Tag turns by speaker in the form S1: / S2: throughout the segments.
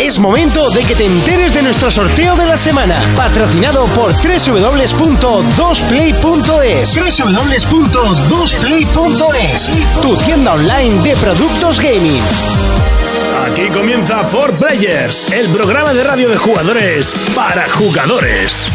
S1: Es momento de que te enteres de nuestro sorteo de la semana, patrocinado por www.2play.es. www.2play.es, tu tienda online de productos gaming.
S2: Aquí comienza For Players, el programa de radio de jugadores para jugadores.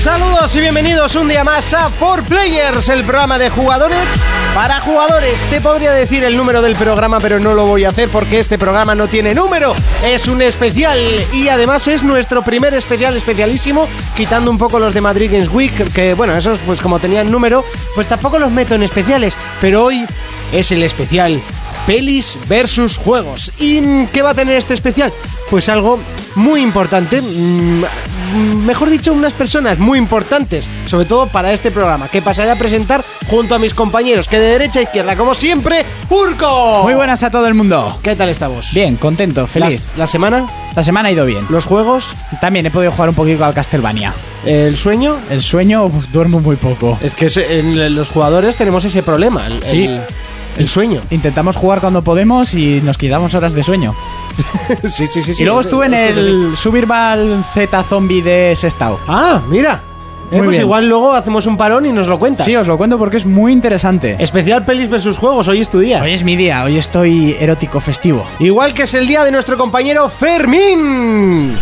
S1: Saludos y bienvenidos un día más a 4Players, el programa de jugadores para jugadores. Te podría decir el número del programa, pero no lo voy a hacer porque este programa no tiene número. Es un especial y además es nuestro primer especial especialísimo, quitando un poco los de Madrid Games Week, que bueno, esos pues como tenían número, pues tampoco los meto en especiales, pero hoy es el especial pelis versus juegos. ¿Y qué va a tener este especial? Pues algo muy importante, mm, mm, mejor dicho, unas personas muy importantes, sobre todo para este programa, que pasaré a presentar junto a mis compañeros, que de derecha a izquierda, como siempre, Urco.
S3: Muy buenas a todo el mundo.
S1: ¿Qué tal estamos?
S3: Bien, contento, feliz.
S1: La, la semana,
S3: La semana ha ido bien.
S1: los juegos,
S3: También he podido jugar un poquito al Castlevania.
S1: el sueño.
S3: El sueño, uf, duermo muy poco.
S1: Es que se- en los jugadores tenemos ese problema, el,
S3: Sí.
S1: el- el sueño.
S3: Intentamos jugar cuando podemos y nos quitamos horas de sueño.
S1: sí, sí, sí, sí.
S3: y luego
S1: es-
S3: estuve en
S1: es que es así.
S3: el Suburban Z Zombie de Sestao.
S1: Ah, mira. Eh,
S3: Muy
S1: pues
S3: bien.
S1: igual luego hacemos un parón y nos lo cuentas.
S3: Sí, os lo cuento porque es muy interesante.
S1: Especial pelis versus juegos, hoy es tu día.
S3: Hoy es mi día, hoy estoy erótico festivo.
S1: Igual que es el día de nuestro compañero Fermín.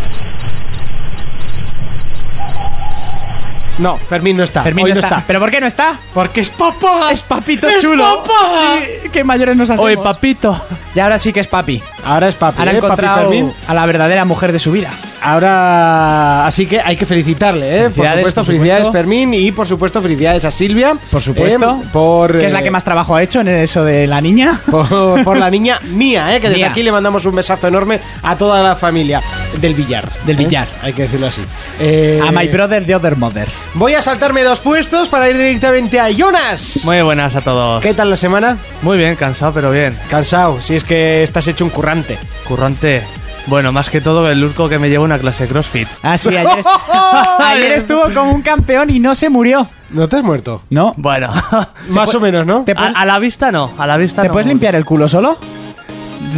S1: No, Fermín no está.
S3: Fermín
S1: Hoy
S3: no está. ¿Pero por qué no está?
S1: Porque es papá.
S3: Es papito
S1: ¡Es
S3: chulo.
S1: papá!
S3: Sí, qué mayores nos hacemos.
S4: Oye, papito.
S3: Y ahora sí que es papi.
S1: Ahora es papi.
S3: Ahora ha
S1: ¿eh? Papi
S3: encontrado
S1: Fermín.
S3: a la verdadera mujer de su vida.
S1: Ahora, así que hay que felicitarle, ¿eh? Por
S3: Felicidades,
S1: supuesto,
S3: por
S1: felicidades
S3: supuesto.
S1: Fermín y por supuesto felicidades a Silvia.
S3: Por supuesto.
S1: eh, por
S3: que es la
S1: eh,
S3: que más trabajo ha hecho en eso de la niña.
S1: por, por la niña mía, ¿eh? que desde
S3: Mía.
S1: aquí le mandamos un besazo enorme a toda la familia del billar.
S3: Del
S1: ¿eh?
S3: billar.
S1: Hay que decirlo así. Eh,
S3: A my brother the other mother.
S1: Voy a saltarme dos puestos para ir directamente a Jonas.
S4: Muy buenas a todos.
S1: ¿Qué tal la semana?
S4: Muy bien, cansado, pero bien.
S1: Cansado, si es que estás hecho un currante.
S4: Currante. Bueno, más que todo el lurco que me lleva una clase de CrossFit. eh.
S3: Ah, sí, ayer, est- ayer estuvo como un campeón y no se murió.
S1: ¿No te has muerto?
S3: No.
S4: Bueno, a,
S1: Más o menos, ¿no?
S3: ¿Te, puedes-
S4: a la vista no, a la vista
S3: te
S4: no.
S3: puedes limpiar el culo solo?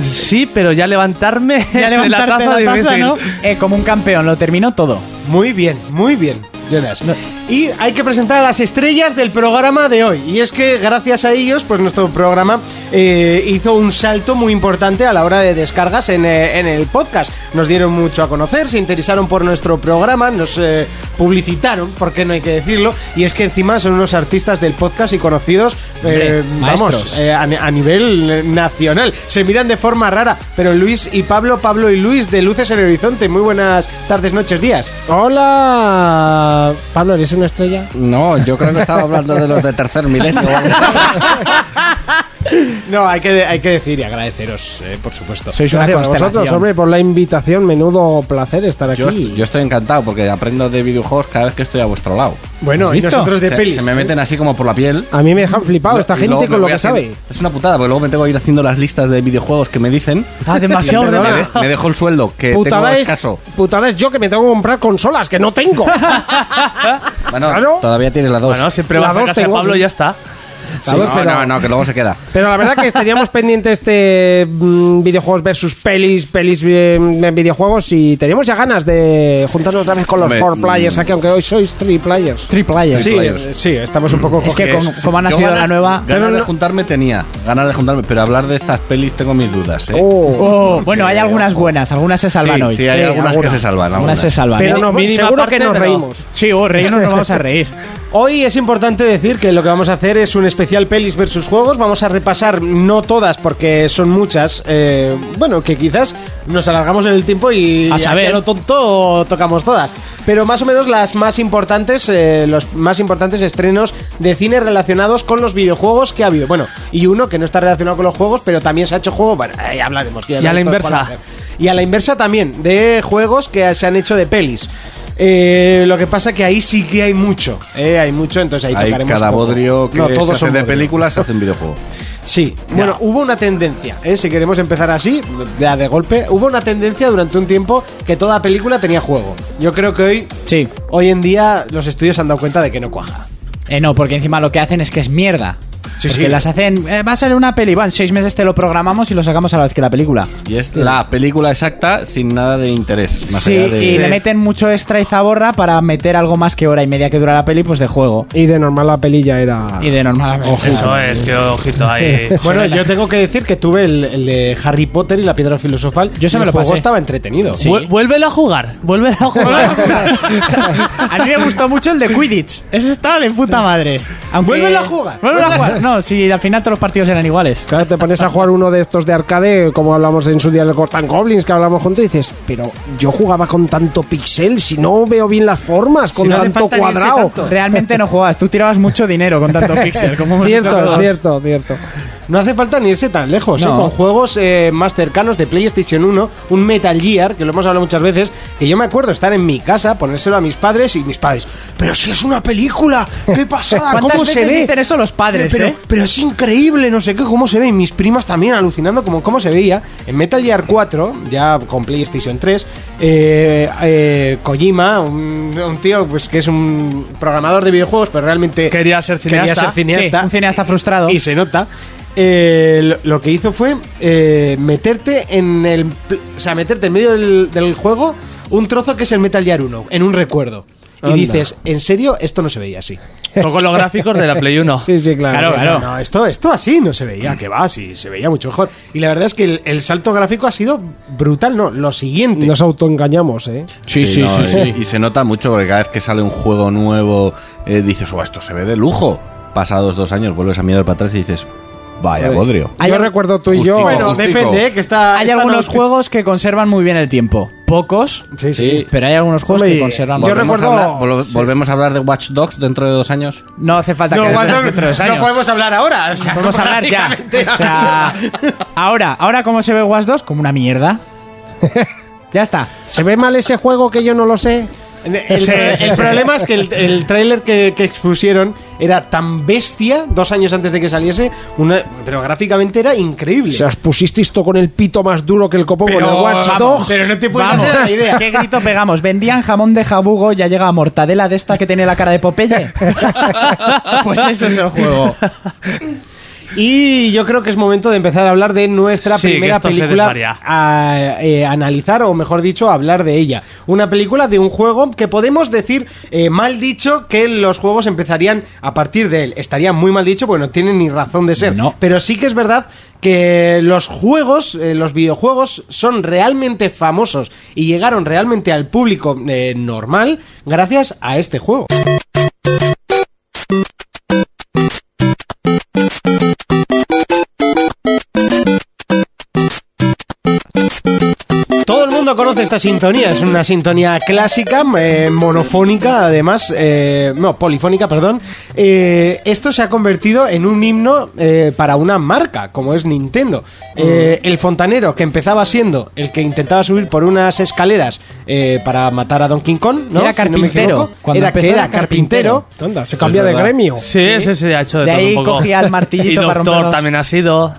S4: Sí, pero ya levantarme
S3: Ya
S4: de la
S3: levantarte
S4: taza,
S3: la taza,
S4: difícil.
S3: ¿no? Eh, como un campeón, lo terminó todo.
S1: Muy bien, muy bien, Jonas.
S3: No.
S1: Y hay que presentar a las estrellas del programa de hoy. Y es que gracias a ellos, pues nuestro programa eh, hizo un salto muy importante a la hora de descargas en, eh, en el podcast. Nos dieron mucho a conocer, se interesaron por nuestro programa, nos eh, publicitaron, porque no hay que decirlo. Y es que encima son unos artistas del podcast y conocidos, eh,
S3: Hombre,
S1: vamos,
S3: maestros.
S1: eh, a, a nivel eh, nacional. Se miran de forma rara, pero Luis y Pablo, Pablo y Luis de Luces en el Horizonte. Muy buenas tardes, noches, días.
S5: Hola, Pablo, ¿eres una estrella?
S6: No, yo creo que estaba hablando de los de tercer milenio.
S1: No, hay que, hay que decir y agradeceros, eh, por supuesto.
S3: Sois una
S5: Gracias a
S3: constelación.
S5: vosotros, hombre, por la invitación. Menudo placer estar
S6: Yo,
S5: aquí.
S6: est- yo estoy encantado porque aprendo de videojuegos cada vez que estoy a vuestro lado.
S1: Bueno, y
S3: ¿Visto?
S1: nosotros de
S6: se,
S1: pelis.
S6: se me meten así como por la piel.
S5: A mí me dejan flipado esta
S6: Y luego
S5: gente
S6: me
S5: con lo
S6: voy
S5: que sabe.
S6: haciendo- Es una putada, porque luego me tengo que ir haciendo las listas de videojuegos que me dicen.
S4: Ah, demasiado
S6: me,
S4: de
S6: de- me dejo el sueldo, que tengo
S5: Putada es,
S6: escaso.
S5: putada es yo que me tengo que comprar consolas que no tengo.
S6: Bueno,
S5: Claro.
S6: todavía tienes la dos.
S4: Bueno, siempre
S5: La
S4: vas a
S5: dos
S4: casa de
S5: tengo-
S4: Pablo y ya está.
S6: Sí,
S5: Claro,
S6: no,
S5: pero-
S6: no, no, que luego se queda.
S5: Pero la verdad que estaríamos pendientes este mm, videojuegos versus pelis, pelis eh, en videojuegos y teníamos ya ganas de juntarnos otra vez con los
S6: Hombre,
S5: four players
S6: mm.
S5: aquí, aunque hoy sois three players.
S3: Triple
S1: Sí, eh, sí, estamos un poco...
S3: Es que
S1: cogidos.
S3: como, como ha
S6: Yo
S3: nacido la
S6: ganas-
S3: nueva...
S6: Ganas de juntarme tenía, ganas de juntarme, pero hablar de estas pelis tengo mis dudas, ¿eh?
S5: Oh.
S3: Oh, bueno, hay algunas buenas, algunas se salvan
S6: Sí,
S3: hoy.
S6: sí, hay algunas que
S3: alguna.
S6: se salvan,
S3: Algunas
S6: algunas.
S3: se salvan.
S5: Pero
S3: Mini-
S5: no,
S4: mínima
S5: seguro
S4: parte,
S5: que nos
S4: pero-
S5: reímos.
S3: Sí, oh, reírnos nos vamos a reír.
S1: Hoy es importante decir que lo que vamos a hacer es un especial pelis versus juegos. Vamos a repasar, no todas, porque son muchas. eh, bueno, que quizás nos alargamos en el tiempo y
S3: A saber.
S1: aquí lo tonto tocamos todas. Pero más o menos las más importantes, eh, los más importantes estrenos de cine relacionados con los videojuegos que ha habido. Bueno, y uno que no está relacionado con los juegos, pero también se ha hecho juego. Bueno, ahí hablaremos. que
S4: Y a la
S1: sabes todo
S4: inversa.
S1: cuál va a ser. Y a la inversa también, de juegos que se han hecho de pelis. Eh, lo que pasa que ahí sí que hay mucho, eh, hay mucho, entonces ahí
S6: Hay
S1: tocaremos
S6: cada
S1: poco.
S6: bodrio que
S1: No, todos
S6: se
S1: son
S6: hace de
S1: bodrio.
S6: películas, se hace un videojuego.
S1: Sí, bueno, hubo una tendencia, eh, si queremos empezar así, ya de golpe, hubo una tendencia durante un tiempo que toda película tenía juego. Yo creo que hoy,
S3: Sí.
S1: hoy en día los estudios se han dado cuenta de que no cuaja.
S3: Eh, no, porque encima lo que hacen es que es mierda.
S1: Sí,
S3: Porque
S1: sí.
S3: las hacen. eh, va a salir una peli, va, en seis meses te lo programamos y lo sacamos a la vez que la película.
S6: Y es la película exacta sin nada de interés. Más
S3: Sí,
S6: allá de-
S3: y le meten mucho extra y zaborra para meter algo más que hora y media que dura la peli, pues de juego.
S5: Y de normal la peli ya era.
S3: Y de normal.
S4: Eso es, qué ojito ahí.
S1: Bueno, yo tengo que decir que tuve el, el de Harry Potter y la piedra filosofal.
S3: Yo se
S1: y
S3: me
S1: el
S3: lo
S1: juego
S3: pasé.
S1: estaba entretenido.
S3: Sí.
S4: Vuel- Vuélvelo a jugar, vuélvelo a jugar.
S3: A mí me gustó mucho el de Quidditch. Ese está de puta madre. Aunque...
S1: Vuélvelo a jugar.
S3: Vuélvelo a jugar. No, si al final todos los partidos eran iguales.
S5: Claro, te pones a jugar uno de estos de arcade, como hablamos en su día del Ghost and Goblins, que hablamos juntos, y dices, pero yo jugaba con tanto pixel, si no veo bien las formas, con
S1: Si no hace
S5: tanto
S1: falta ni ese
S5: cuadrado.
S1: tanto.
S3: Realmente no jugabas, tú tirabas mucho dinero con tanto pixel. Como hemos hecho
S5: Cierto,
S3: todos.
S5: cierto, cierto.
S1: No hace falta ni irse tan lejos, ¿eh?
S3: No.
S1: con juegos eh, más cercanos de PlayStation 1, un Metal Gear, que lo hemos hablado muchas veces, que yo me acuerdo estar en mi casa, ponérselo a mis padres y mis padres, pero si es una película, qué pasada,
S3: ¿Cuántas
S1: cómo
S3: veces
S1: se ve.
S3: dicen eso los padres,
S1: pero,
S3: eh?
S1: pero es increíble, no sé qué, cómo se ve. Y mis primas también alucinando como cómo se veía. En Metal Gear 4, ya con PlayStation 3, eh, eh, Kojima, un, un tío pues que es un programador de videojuegos, pero realmente
S4: Quería ser
S1: quería ser
S4: cineasta.
S1: cineasta.
S3: Sí, un cineasta frustrado.
S1: Y se nota. Eh, lo- lo que hizo fue eh, meterte en el. pl- O sea, meterte en medio del, del juego un trozo que es el Metal Gear 1, en un recuerdo. Y dices, ¿en serio? Esto no se veía así.
S4: Con los gráficos de la Play 1.
S5: Sí, sí, claro.
S1: No, No, esto, esto así no se veía, que va, sí, se veía mucho mejor. Y la verdad es que el, el salto gráfico ha sido brutal, ¿no? Lo siguiente.
S5: Nos autoengañamos, ¿eh?
S6: Sí, sí, sí, Y, y se nota mucho porque cada vez que sale un juego nuevo eh, dices, oh, esto se ve de lujo. Pasados dos años vuelves a mirar para atrás y dices, vaya bodrio.
S3: Hay
S5: yo
S3: al-
S5: recuerdo tú y
S6: Justico.
S5: yo.
S1: bueno,
S6: Justico.
S1: depende, ¿eh? que está.
S3: Hay
S1: esta
S3: algunos
S1: no-
S3: juegos que conservan muy bien el tiempo. Pocos,
S1: Sí, sí.
S6: Sí.
S3: pero hay algunos juegos
S5: Hombre,
S3: que conservan muy
S5: yo
S3: bien.
S6: Volvemos
S5: recuerdo-
S6: a hablar- vol- volvemos a hablar de Watch Dogs dentro de dos años.
S3: No hace falta
S1: No,
S3: que
S1: Watch Dogs
S3: dentro de dos
S1: no
S3: años.
S1: podemos hablar ahora. O sea,
S3: Podemos hablar ya.
S1: prácticamente.
S3: O sea, ahora, ahora cómo se ve Watch 2 como una mierda. ya está.
S5: ¿Se ve mal ese juego que yo no lo sé?
S1: El, el- el problema es que el, el tráiler que, que expusieron era tan bestia, dos años antes de que saliese, una- pero gráficamente era increíble.
S5: O sea, os pusisteis esto con el pito más duro que el copón
S1: Pero,
S5: con el Watch
S1: vamos,
S5: Dog.
S1: pero no te puedes
S5: Pues
S1: hacer la idea.
S3: ¿Qué grito pegamos? Vendían jamón de jabugo, ya llega mortadela de esta que tiene la cara de Popeye. pues eso es el juego.
S1: Y yo creo que es momento de empezar a hablar de nuestra
S4: Sí, que
S1: primera
S4: esto se
S1: película
S4: desvaría.
S1: a eh, analizar, o mejor dicho, a hablar de ella. Una película de un juego que podemos decir, eh, mal dicho, que los juegos empezarían a partir de él. Estaría muy mal dicho porque no tiene ni razón de ser.
S3: No.
S1: Pero sí que es verdad que los juegos, eh, los videojuegos, son realmente famosos y llegaron realmente al público eh, normal gracias a este juego. Todo el mundo conoce esta sintonía, es una sintonía clásica, eh, monofónica, además, eh, no, polifónica, perdón. Eh, esto se ha convertido en un himno eh, para una marca, como es Nintendo. Eh,
S3: Mm.
S1: el fontanero, que empezaba siendo el que intentaba subir por unas escaleras eh, para matar a Donkey Kong, ¿no?
S3: Era
S1: Si no me
S3: carpintero,
S1: equivoco,
S3: cuando
S1: era que
S3: empezó
S1: era
S3: era carpintero.
S1: carpintero.
S5: Anda, se cambia
S6: Es
S5: de
S6: verdad.
S5: gremio.
S4: Sí, sí, sí, ha hecho de,
S3: De
S4: todo
S3: ahí
S4: un poco.
S3: cogía el martillito
S4: y
S3: para
S4: doctor
S3: romperlos.
S4: también ha sido.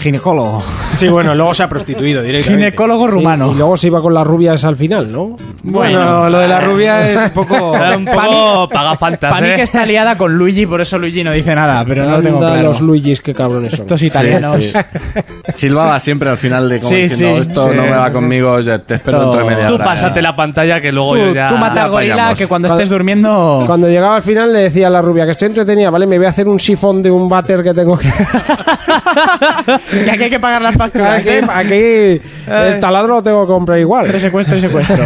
S3: Ginecólogo.
S1: Sí, bueno, luego se ha prostituido directamente.
S3: Ginecólogo rumano.
S5: Y luego se iba con las rubias al final, ¿no?
S1: Bueno, lo de la rubia es un poco...
S4: eh, Era un poco pagafantas,
S3: Para mí
S4: ¿eh?
S3: que está liada con Luigi, por eso Luigi no dice nada, pero no lo tengo
S5: Anda,
S3: claro.
S5: los Luigis, qué cabrones son.
S3: Estos italianos.
S6: Sí, sí. Silbaba siempre al final de como
S3: Sí,
S6: diciendo,
S3: sí,
S6: esto
S3: sí.
S6: no me va conmigo, ya te espero dentro de media
S4: Tú
S6: hora. eh. Ah,
S4: pásate la pantalla que luego yo
S3: Tú,
S4: ya.
S3: tú mata
S6: ya
S3: al gorila
S6: fallamos.
S3: que cuando estés durmiendo.
S5: Cuando llegaba al final le decía a la rubia que estoy entretenida, vale, me voy a hacer un sifón de un váter que tengo que...
S3: que aquí hay que pagar las facturas.
S5: aquí,
S3: ¿eh?
S5: aquí el taladro lo tengo que comprar igual.
S3: Entre secuestro y secuestro.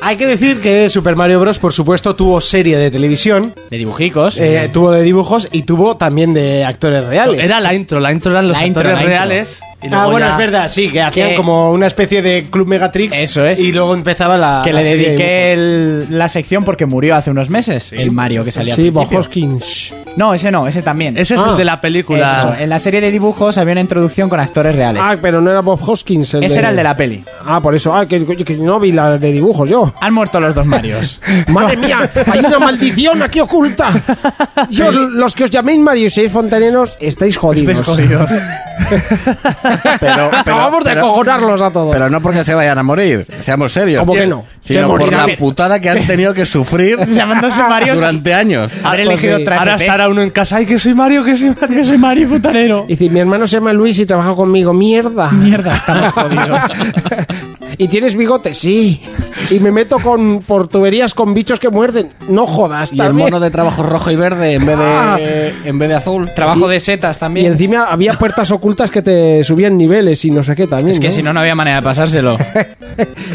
S1: Hay que decir que Super Mario Bros., por supuesto, tuvo serie de televisión,
S3: De dibujicos.
S1: eh, tuvo de dibujos y tuvo también de actores reales.
S4: Era la intro, la intro eran los
S3: La intro,
S4: actores
S3: la intro.
S4: reales. y
S1: ah,
S4: luego
S1: bueno,
S4: ya-
S1: es verdad, sí, que hacían
S3: Que-
S1: como una especie de Club Megatrix.
S3: Eso es.
S1: Y luego empezaba la.
S3: que
S1: la
S3: le
S1: serie de
S3: dediqué
S1: dibujos.
S3: el- la sección porque murió hace unos meses. El Mario que salía. al
S5: Sí, Ah.
S3: principio.
S5: Bojoskins.
S3: No, ese no, ese también.
S4: Ese es el de la película.
S3: Eso, en la serie de dibujos había una introducción con actores reales.
S5: Ah, pero no era Bob Hoskins.
S3: ese era el de la peli.
S5: Ah, por eso. Ah, que, que no vi la de dibujos yo.
S3: Han muerto los dos Marios.
S5: Madre mía, hay una maldición aquí oculta. Yo, los que os llaméis Mario y seis fontaneros, estáis jodidos.
S3: jodidos.
S6: Pero, pero-
S5: Acabamos de
S6: pero-
S5: cojonarlos a todos.
S6: Pero no porque se vayan a morir, seamos serios.
S5: ¿Cómo que no?
S6: Sino
S5: Se
S6: por
S5: morirán.
S6: la putada que han tenido que sufrir
S3: Llamándose Mario.
S6: durante años.
S3: Haber
S5: Pues
S3: elegido
S5: sí.
S3: otra
S4: Ahora
S3: FP.
S4: estará uno en casa. ¡Ay, que soy Mario, que soy Mario, que soy Mario, putanero!
S5: Dice, mi hermano se llama Luis y trabaja conmigo. Mierda.
S3: Mierda, estamos jodidos.
S5: ¿Y tienes bigote? Sí. Y me meto con, por tuberías con bichos que muerden. No jodas.
S6: Y el
S5: también.
S6: mono de trabajo rojo y verde en vez de,
S5: Ah.
S6: en vez de azul.
S3: Trabajo de setas
S5: Y
S3: también.
S5: encima había puertas ocultas que te subían niveles y no sé qué también.
S3: Es que si no, no había manera de pasárselo.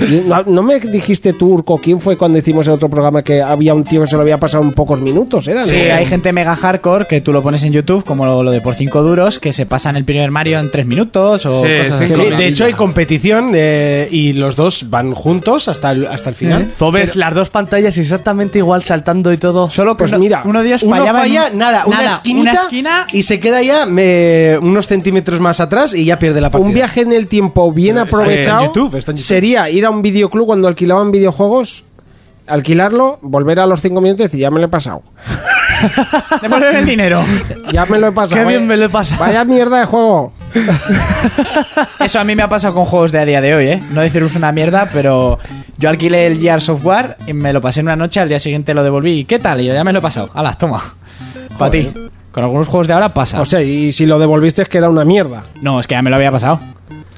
S5: Y ¿No, no me dijiste turco quién fue cuando hicimos el otro programa que había un tío que se lo había pasado en pocos minutos? Era,
S3: Sí,
S5: ¿no?
S3: hay gente mega hardcore que tú lo pones en YouTube, como lo, lo de por 5 duros, que se pasan el primer Mario en 3 minutos o
S4: Sí,
S3: cosas
S4: sí,
S3: así.
S1: Sí,
S4: Con
S1: de hecho hay competición eh, y los dos van juntos hasta el, hasta el final.
S4: Tú ves las dos pantallas exactamente igual, saltando y todo.
S3: Solo que
S5: Pues
S3: uno-
S5: mira,
S3: uno de ellos
S1: Uno
S3: fallaba en-
S1: falla, nada, una esquinita
S3: esquina
S1: y se queda ya me- unos centímetros más atrás y ya pierde la partida.
S5: Un viaje en el tiempo bien
S1: Está Eh, en
S5: aprovechado
S1: YouTube, está en YouTube.
S5: sería ir a un videoclub cuando alquilaban videojuegos, alquilarlo, volver a los 5 minutos y decir, ya me lo he pasado.
S3: devolver el dinero.
S5: Ya me lo he pasado.
S4: Qué bien
S5: vaya-
S4: me lo he pasado.
S5: Vaya mierda de juego.
S3: Eso a mí me ha pasado con juegos de a día de hoy, ¿eh? No deciros una mierda, pero yo alquilé el Gear Software y me lo pasé en una noche, al día siguiente lo devolví. ¿Y qué tal? Y yo ya me lo he pasado. Alas, toma. Para ti. Con algunos juegos de ahora pasa.
S5: O sea, y si lo devolviste es que era una mierda.
S3: no, es que ya me lo había pasado.